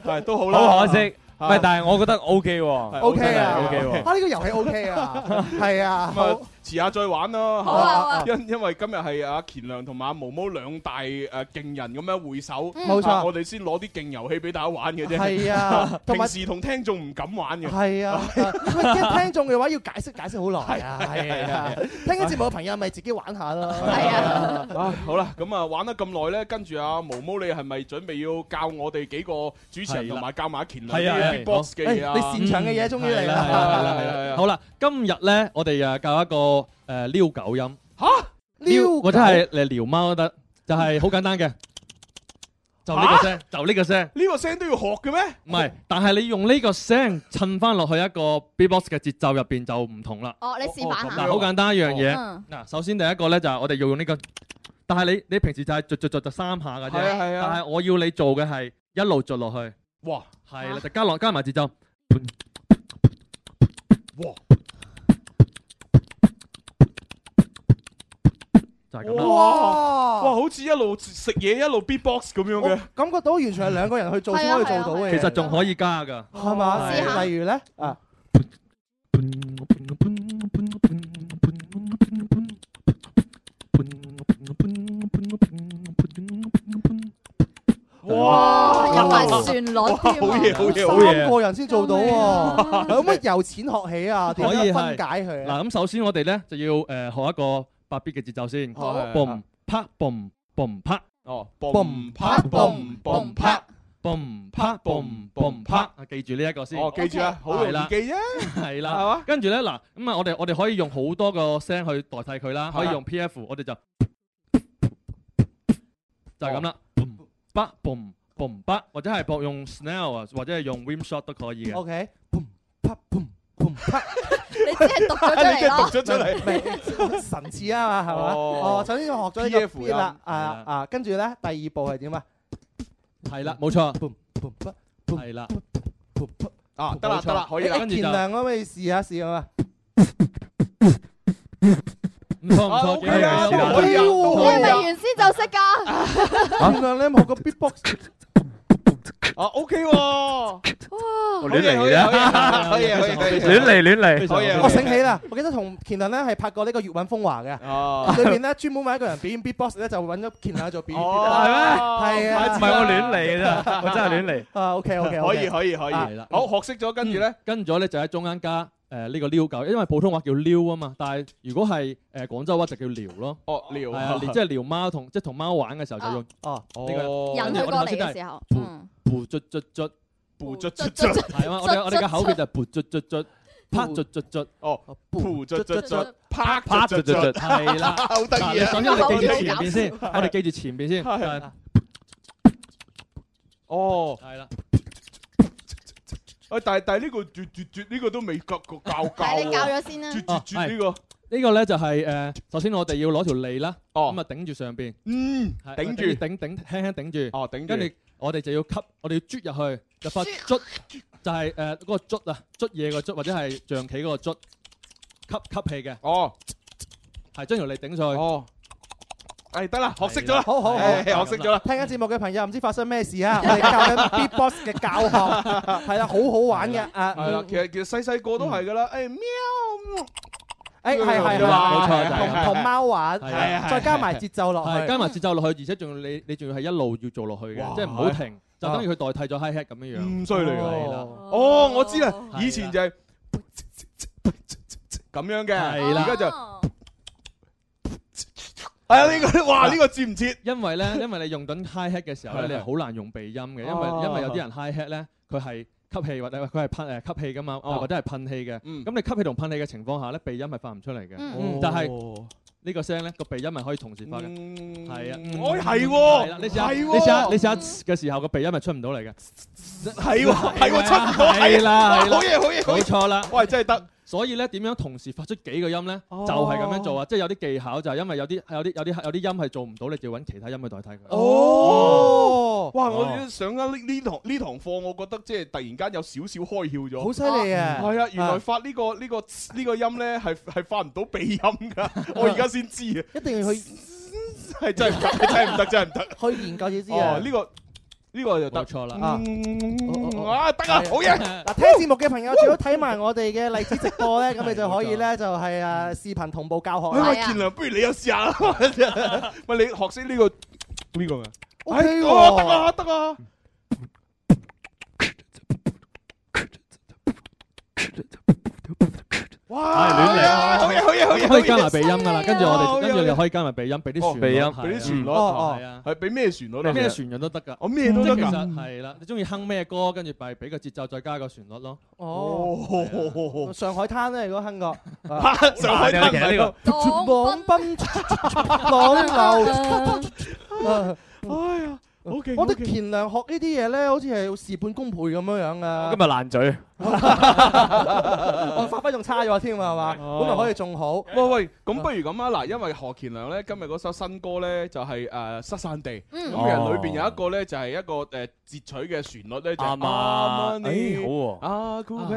Speaker 6: 步，係都好啦。
Speaker 14: 好可惜。唔
Speaker 6: 啊
Speaker 14: 係，但係我覺得 O K 喎，O
Speaker 7: OK 啊
Speaker 14: ，O K 喎。
Speaker 7: 啊呢個遊戲 OK 啊，係啊，
Speaker 6: 咁
Speaker 7: 好
Speaker 6: 啊，遲下再玩啦。
Speaker 2: 어,
Speaker 7: 好啊
Speaker 6: 嚇
Speaker 7: 好啊
Speaker 6: 因因為今日係阿乾亮同埋阿毛毛兩大誒勁人咁樣會手，
Speaker 7: 嗯冇錯
Speaker 6: 啊我哋先攞啲勁遊戲俾大家玩嘅啫。
Speaker 7: 係啊同埋
Speaker 6: 平時同聽眾唔敢 玩嘅。
Speaker 7: 係啊，喂，聽聽眾嘅話要解釋解釋好耐啊，係啊，聽緊節目嘅朋友咪自己玩下咯，係啊，
Speaker 6: 啊，好啦，咁啊玩得咁耐咧，跟住阿毛毛，你係咪準備要教我哋幾個主持人
Speaker 16: 係啦
Speaker 6: 同埋教埋阿乾
Speaker 16: 係啊
Speaker 6: 亮
Speaker 16: 係
Speaker 6: 啲 box 嘅嘢啊？
Speaker 7: 你擅長嘅嘢終於嚟啦
Speaker 16: 係啦係啦係啦好啦，今日咧我哋誒教一個誒撩狗音，
Speaker 7: 撩
Speaker 16: 或者係嚟撩貓都得，就係好簡單嘅，就呢個聲，就呢個聲。
Speaker 6: 呢個聲都要學嘅咩？
Speaker 16: 唔係，但係你用呢個聲襯翻落去一個 B-box 嘅節奏入邊就唔同啦。
Speaker 2: 哦，你示範下。
Speaker 14: 어,
Speaker 16: 嗱，好簡單一樣
Speaker 14: 예.
Speaker 16: 嘢。
Speaker 2: 嗯
Speaker 16: 嗱，首先第一個咧就係我哋要用呢個，但係你你平時就係捽捽捽就三下嘅啫。
Speaker 6: 係啊係啊
Speaker 16: 但係我要你做嘅係一路捽落去，
Speaker 6: 哇，
Speaker 16: 係啦，就加落加埋節奏。
Speaker 6: 哇！
Speaker 16: 就係
Speaker 6: 咁啦
Speaker 7: 哇
Speaker 6: 哇，好似一路食嘢一路 beatbox 咁樣嘅。
Speaker 7: 感覺到完全係兩個人去做先可以做到嘅嘢，
Speaker 16: 其實仲可以加㗎。
Speaker 7: 係嘛？
Speaker 16: 試下
Speaker 7: 例如咧啊，
Speaker 6: 哇
Speaker 2: 有埋
Speaker 7: 어.
Speaker 2: 旋律添啊
Speaker 6: 好
Speaker 7: 예,
Speaker 6: 嘢好嘢好嘢
Speaker 7: 三個人先做到喎，有乜由淺學起啊？點
Speaker 16: 可以
Speaker 7: 樣
Speaker 16: 係
Speaker 7: 分解佢啊？
Speaker 16: 嗱，咁首先我哋咧就要誒學一個八 beat 嘅節奏先。
Speaker 6: 好
Speaker 16: 嘣啪嘣嘣啪。
Speaker 6: 哦，boom 啪 boom boom 啪
Speaker 16: boom 啪 boom boom 啪，啊記住呢一個先。
Speaker 6: 哦記住啊 OK 好容易
Speaker 16: 係啦
Speaker 6: 記啫
Speaker 16: 係
Speaker 6: 係嘛
Speaker 16: 啦，跟住咧嗱，咁啊，我哋我哋可以用好多個聲去代替佢啦，可以用 P F，我哋就就係咁啦。boom 啪 boom boom 啪，或者係搏用 snare 啊，或者係用 rim shot 都可以嘅。
Speaker 7: OK。
Speaker 2: 你只係讀咗出嚟咯。
Speaker 6: 咗出嚟
Speaker 7: 唔係神似啊嘛，係嘛？
Speaker 16: 哦
Speaker 7: 哦，首先我學咗呢個
Speaker 16: PF
Speaker 7: B 啦，
Speaker 16: 音
Speaker 7: 啊啊，跟住咧第二步係點啊？
Speaker 16: 係啦，冇錯。
Speaker 7: boom boom 啪，
Speaker 16: 係啦。
Speaker 6: 啊，得啦得啦，可以啦。
Speaker 7: 乾亮可唔可以試下試下啊？
Speaker 16: 唔錯唔
Speaker 6: 啊
Speaker 16: 錯，幾好
Speaker 6: OK 啊
Speaker 16: 幾好
Speaker 6: 可以
Speaker 2: 你
Speaker 6: 啊可
Speaker 2: 係
Speaker 6: 以
Speaker 2: 咪
Speaker 6: 啊
Speaker 2: 原先就識㗎？
Speaker 7: 乾亮你有冇學過 beatbox？
Speaker 6: 啊，OK 喎。
Speaker 2: 哇！
Speaker 14: 亂嚟嘅啫
Speaker 6: 可以可以可以，
Speaker 14: 亂嚟亂嚟
Speaker 6: 可以。
Speaker 7: 我醒起啦，我記得同乾亮咧係拍過呢個《粵韻風華》
Speaker 6: 哦
Speaker 7: 嘅，裏邊咧專門揾一個人表演 beatbox 咧，就揾咗乾亮做表演。
Speaker 6: 哦
Speaker 7: 係咩？係啊，
Speaker 14: 唔係我亂嚟嘅 啫，我真係亂嚟。
Speaker 7: 啊，OK OK，
Speaker 6: 可以可以可以
Speaker 16: 係啦，
Speaker 6: 好學識咗，跟住咧，
Speaker 16: 跟咗咧就喺中間加誒呢個撩狗，因為普通話叫撩啊嘛，但係如果係誒廣州話就叫撩咯。
Speaker 6: 哦撩
Speaker 16: 係啊，即係撩貓同即係同貓玩嘅時候就用
Speaker 7: 哦
Speaker 16: 呢個。
Speaker 6: 네,
Speaker 2: 引佢過嚟嘅時候，嗯，
Speaker 16: 噗卒卒卒，
Speaker 6: 噗卒卒
Speaker 2: 卒卒
Speaker 16: 係嘛？我哋我哋嘅口訣就係噗卒卒卒，啪卒卒卒，
Speaker 6: 哦，噗卒卒卒，啪
Speaker 16: 啪
Speaker 6: 啪
Speaker 16: 啪
Speaker 6: 卒
Speaker 16: 卒
Speaker 6: 卒
Speaker 16: 卒
Speaker 6: 卒
Speaker 16: 卒，，係啦。
Speaker 14: Ờ,
Speaker 6: 好得
Speaker 16: 嗱
Speaker 6: 意
Speaker 16: 你
Speaker 6: 啊！
Speaker 16: 首先我哋記住前
Speaker 6: 好得意
Speaker 16: 邊
Speaker 6: 啊
Speaker 16: 先，我哋記住前邊先。
Speaker 14: Ờ.
Speaker 6: 係哦，
Speaker 16: 係啦。
Speaker 6: 喂，但係但係呢個絕絕絕呢個都未教教教
Speaker 2: 係你教
Speaker 6: 喎，
Speaker 2: 咗先啦。
Speaker 6: 絕絕絕呢個，
Speaker 16: 呢個咧就係
Speaker 14: Ờ,
Speaker 16: 誒，首先我哋要攞條脷啦，
Speaker 6: 哦
Speaker 16: 咁啊頂住上邊，
Speaker 6: 嗯，
Speaker 16: 係
Speaker 6: 頂住
Speaker 16: 頂頂輕輕頂住，
Speaker 6: 哦頂
Speaker 16: 跟
Speaker 6: 住
Speaker 16: 住，我哋就要吸，我哋要啜入去，就
Speaker 14: ờ,
Speaker 16: 發捽，就係誒嗰個捽啊，捽嘢個捽或者係象棋嗰個捽，吸吸氣嘅。
Speaker 6: 哦，
Speaker 16: 係將條脷頂上去。
Speaker 6: 哦，誒得啦，學識咗啦，
Speaker 7: 好好好，
Speaker 6: 誒學識咗啦。
Speaker 7: 聽緊節目嘅朋友唔知發生咩事啊！我哋教緊 beatbox 嘅教學，係啦，好好玩嘅
Speaker 16: 嗯
Speaker 7: 啊！
Speaker 6: 係啦，其實其實細細個都係噶啦，哎誒喵。
Speaker 7: 誒係係係
Speaker 16: 冇錯
Speaker 7: 係
Speaker 16: 就
Speaker 7: 同
Speaker 16: 係
Speaker 7: 同貓玩，
Speaker 16: 係啊
Speaker 7: 再加埋節奏落
Speaker 16: 係
Speaker 7: 去，
Speaker 16: 加埋節奏落去，而且仲要你你仲要係一路要做落去嘅，即係唔好停，就等於佢代替咗 hi hat 咁樣樣。
Speaker 6: 唔犀利啊
Speaker 16: 係啦，
Speaker 2: 어.
Speaker 6: 哦，我知啦，以前就係咁樣嘅，
Speaker 16: 係啦
Speaker 6: 而家就
Speaker 2: 어.
Speaker 6: 係啊呢個哇呢個接唔切？
Speaker 16: 因為咧，因為你用緊 hi hat 嘅時候
Speaker 6: 係
Speaker 16: 咧，你
Speaker 6: 係
Speaker 16: 係好難用鼻音嘅，因為
Speaker 6: 哦
Speaker 16: 因為有啲人 hi hat 咧，佢係吸氣或者佢係噴誒吸氣噶嘛，
Speaker 6: 哦
Speaker 16: 或者係噴氣嘅。
Speaker 6: 嗯
Speaker 16: 咁你吸氣同噴氣嘅情況下咧，鼻音係發唔出嚟
Speaker 6: 嗯
Speaker 16: 嘅
Speaker 6: 嗯。
Speaker 16: 但係呢個聲咧，個鼻音係可以同時發嘅。係啊，
Speaker 6: 我哎係
Speaker 16: 係
Speaker 6: 喎，
Speaker 16: 啦你試下，
Speaker 6: 係
Speaker 16: 你
Speaker 6: 喎
Speaker 16: 試下，你試下嘅時候個鼻音係出唔到嚟嘅。
Speaker 6: 係喎係喎出唔到
Speaker 16: 係
Speaker 6: 係
Speaker 16: 啦，
Speaker 6: 啊
Speaker 16: 係啦
Speaker 6: 好嘢好嘢好嘢
Speaker 16: 冇錯啦。
Speaker 6: 喂，真係得。
Speaker 16: 所以咧，點樣同時發出幾個音咧，
Speaker 6: 哦
Speaker 16: 就係咁樣做啊！即係有啲技巧，就係因為有啲有啲有啲有啲音係做唔到，你就要揾其他音去代替佢。
Speaker 6: 哦，哇！我
Speaker 16: 哦
Speaker 6: 上緊呢呢堂呢堂課，我覺得即係突然間有少少開竅咗，
Speaker 7: 好犀利啊
Speaker 6: 係啊，原
Speaker 7: 啊
Speaker 6: 來發呢個呢個呢個音咧係係發唔到鼻音㗎，我而家先知啊，
Speaker 7: 一定要去
Speaker 6: 係真係唔得，真係唔得，真係唔得。
Speaker 7: 去研究先知啊
Speaker 6: 哦，！呢個呢個就得錯
Speaker 16: 啦
Speaker 7: 啊
Speaker 6: 啊得啊，好嘢！
Speaker 7: 嗱，聽節目嘅朋友，最好睇埋我哋嘅荔枝直播咧，咁你就可以咧就係啊視頻同步教學
Speaker 6: 喂
Speaker 7: 啦
Speaker 6: 喂，。健良，不如你又試下啦。喂，你學識呢個呢個啊？
Speaker 7: O
Speaker 6: 哎
Speaker 7: K
Speaker 6: 哦得
Speaker 7: 喎，
Speaker 6: 啊得啊！哇！好嘢好嘢好嘢！
Speaker 16: 可以加埋鼻音㗎啦，跟住我
Speaker 6: 好嘢
Speaker 16: 哋跟
Speaker 6: 好
Speaker 16: 住
Speaker 6: 嘢
Speaker 16: 你可以加埋鼻音，俾啲旋律，
Speaker 6: 哦
Speaker 16: 啊
Speaker 6: 俾啲旋律，
Speaker 16: 係啊。
Speaker 6: 係俾咩旋律咧？
Speaker 16: 咩旋律都得㗎，
Speaker 6: 我哦咩都得
Speaker 16: 即係
Speaker 6: 㗎
Speaker 16: 其實係啦，你中意哼咩歌，跟住咪俾個節奏，再加個旋律咯。啊
Speaker 7: 哦，上海灘咧，如果香港
Speaker 16: 上海灘唔係其實呢
Speaker 7: 個浪奔
Speaker 2: 어.
Speaker 7: 浪 流。
Speaker 6: 哎呀，好勁！
Speaker 7: 我覺得乾良學呢啲嘢咧，好似係要事半功倍咁樣樣
Speaker 16: 哦
Speaker 7: 啊！
Speaker 14: 今日爛嘴，
Speaker 16: 啊
Speaker 7: 我發揮仲差咗添啊，係嘛？
Speaker 16: 哦
Speaker 7: 本來可以仲好。
Speaker 6: 喂喂，咁不如咁啊！嗱，因為何健良咧今日嗰首新歌咧就係誒失散地，咁
Speaker 7: 嗯
Speaker 6: 其實裏邊有一個咧就係一個誒截取嘅旋律咧就係
Speaker 14: 啱啊哎好
Speaker 4: 哦
Speaker 14: 喎
Speaker 6: 啊
Speaker 16: 啊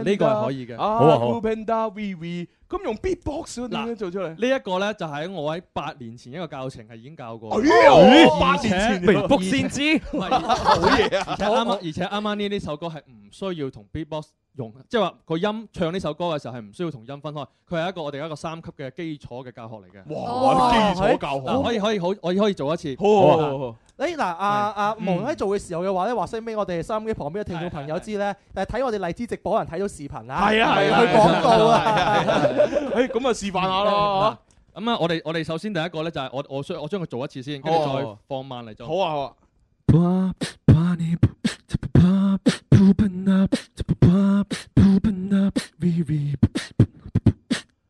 Speaker 16: 呢個係可以嘅
Speaker 6: 好
Speaker 16: 好
Speaker 6: 啊
Speaker 16: 啊
Speaker 6: 好
Speaker 16: 好啊
Speaker 6: p a n d a We We，咁用 Beatbox 點樣做出嚟？
Speaker 16: 呢一個咧就喺我喺八年前一個教程係已經教過，
Speaker 6: 哎呦
Speaker 16: 而且
Speaker 6: 八年前
Speaker 16: 而且
Speaker 6: Beatbox 先知
Speaker 16: 唔係
Speaker 6: 好嘢啊
Speaker 16: 而且啱啱而且啱啱呢呢首歌係唔需要同 beatbox 用，即係話個音唱呢首歌嘅時候係唔需要同音分開，佢係一個我哋一個三級嘅基礎嘅教學嚟嘅。
Speaker 2: 어.
Speaker 7: 어.
Speaker 6: 哇基礎教學
Speaker 16: 嗱可以可以好，我可以做一次。啊
Speaker 6: 好
Speaker 14: 哦
Speaker 6: 好好好
Speaker 7: 誒嗱，阿阿
Speaker 16: 嗯
Speaker 7: 無論喺做嘅時候嘅話咧，話聲俾我哋收音機旁邊嘅聽眾朋友知咧，誒睇我哋荔枝直播人睇到視頻啊，
Speaker 6: 係啊係啊
Speaker 7: 去廣告啊，
Speaker 6: 誒咁啊示範下咯，
Speaker 16: 咁啊，我哋我哋首先第一個咧就係我我需我將佢做一次先，跟住再放慢嚟做。
Speaker 6: 哦好啊好啊。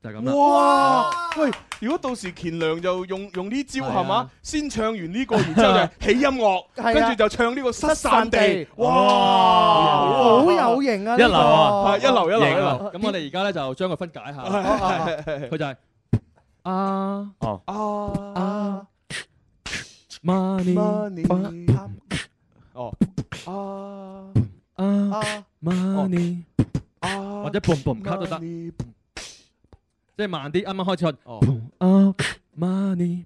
Speaker 16: 就係
Speaker 6: 咁
Speaker 14: 啊
Speaker 6: 啦。哇！喂，如果到時乾良就用用呢招係嘛，先唱完呢個，然之後就起音樂，
Speaker 7: 係啊
Speaker 6: 跟住就唱呢個失散
Speaker 7: 失
Speaker 6: 地
Speaker 7: 散地。
Speaker 6: 哇！
Speaker 7: 好有型啊！呢個
Speaker 6: 係一流一流一流。
Speaker 14: 啊
Speaker 16: 咁我哋而家咧就將佢分解下，
Speaker 7: 哦
Speaker 16: 佢就係啊
Speaker 14: 哦
Speaker 6: 啊
Speaker 7: 啊
Speaker 16: money
Speaker 6: Money 哦啊
Speaker 16: 啊
Speaker 6: 啊
Speaker 16: money
Speaker 6: 啊
Speaker 16: 或者 boom boom 卡都得，
Speaker 6: Money
Speaker 16: 即係慢啲，啱啱開始
Speaker 14: 哦 money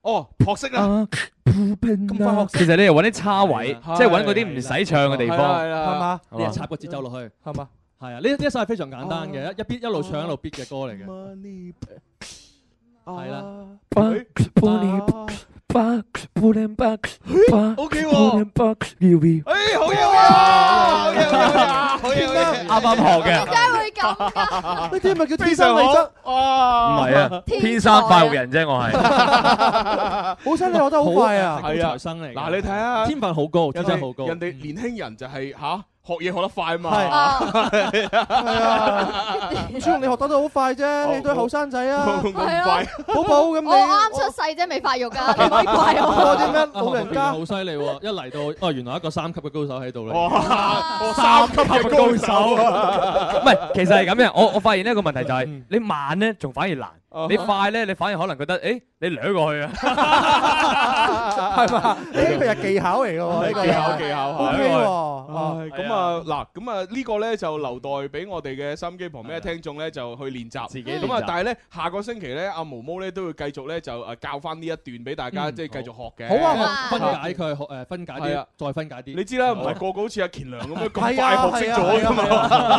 Speaker 6: 哦，學識啦。
Speaker 14: 咁快學識。其實你係揾啲叉位，即係揾嗰啲唔使唱嘅地方，
Speaker 6: 啊
Speaker 16: 係嘛？
Speaker 14: 係
Speaker 16: 你係插個節奏落去，
Speaker 7: 係嘛？哦
Speaker 16: 係啊，呢呢一首係非常簡單嘅，一一邊一路唱一路 beat 嘅歌嚟嘅，係啦。
Speaker 7: 哦
Speaker 6: 哎，好嘢哇！好嘢好嘢啊好嘢好嘢！
Speaker 14: 啱啱學 嘅。
Speaker 7: 啊呢啲咪叫
Speaker 6: 非
Speaker 7: 天
Speaker 6: 常
Speaker 7: 生
Speaker 6: 好
Speaker 7: 麗質，
Speaker 6: 哇！
Speaker 14: 唔係
Speaker 16: Oh.
Speaker 14: 啊，天生快活人啫，我係。
Speaker 7: 好犀利，我覺得好快啊！
Speaker 6: 係
Speaker 16: 高
Speaker 6: 啊，
Speaker 16: 材生嚟嘅
Speaker 6: 嗱，你睇下
Speaker 16: 天分好高，天
Speaker 6: 人
Speaker 16: 真好高
Speaker 6: 哋。人哋年輕人就係吓學嘢學得快嘛。
Speaker 7: 係係啊，朱紅你學得都好快啫，你都係後生仔啊，
Speaker 6: 咁快
Speaker 7: 寶寶咁你
Speaker 2: 我啱出世啫，未發育噶，你可以怪
Speaker 7: 我
Speaker 2: 我。
Speaker 7: 啲咩老
Speaker 16: 老
Speaker 7: 人
Speaker 16: 人
Speaker 7: 家
Speaker 16: 啊家好犀利喎！一嚟到哦，原來一個三級嘅高手喺度咧。
Speaker 6: 哇！三級嘅高手啊！嗯
Speaker 14: 唔係，其實係咁嘅。我我發現呢一個問題就係，你慢咧仲反而難，
Speaker 6: 哦
Speaker 14: 你快咧你反而可能覺得，誒你掠過去啊。
Speaker 7: 係嘛？呢個係技巧嚟嘅喎，呢個
Speaker 6: 技巧技巧
Speaker 7: O K 喎，啊
Speaker 6: 唉咁啊嗱，咁啊呢個咧就留待俾我哋嘅收音機旁邊嘅聽眾咧就去練習。自己
Speaker 14: 練習
Speaker 6: 咁啊，但係咧下個星期咧，阿毛毛咧都會繼續咧就誒教翻呢一段俾大家即係繼續學嘅。
Speaker 16: 好
Speaker 14: à.
Speaker 16: 啊，分解佢學誒分解
Speaker 6: 係
Speaker 16: 啲
Speaker 6: 啊，
Speaker 16: 再分解啲。
Speaker 6: 你知啦，唔係個個好似阿乾良咁樣咁快
Speaker 7: 係啊，
Speaker 6: 學識咗㗎
Speaker 7: 係啊係啊
Speaker 6: 嘛。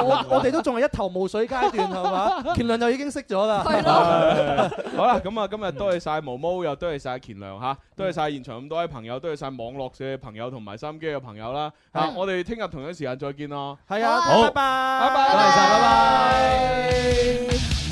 Speaker 7: 我我哋都仲係一頭霧水階段係 嘛？乾亮就已經識咗啦。 係
Speaker 6: 好啦，咁啊，今日多謝晒毛毛，又多謝晒乾良吓，多謝晒現場咁多位朋友，多謝晒網絡嘅朋友同埋收音機嘅朋友啦。吓，我哋聽日同樣時間再見咯。
Speaker 7: 係啊，
Speaker 6: 好
Speaker 7: 拜拜，
Speaker 6: 拜拜，
Speaker 7: 拜拜。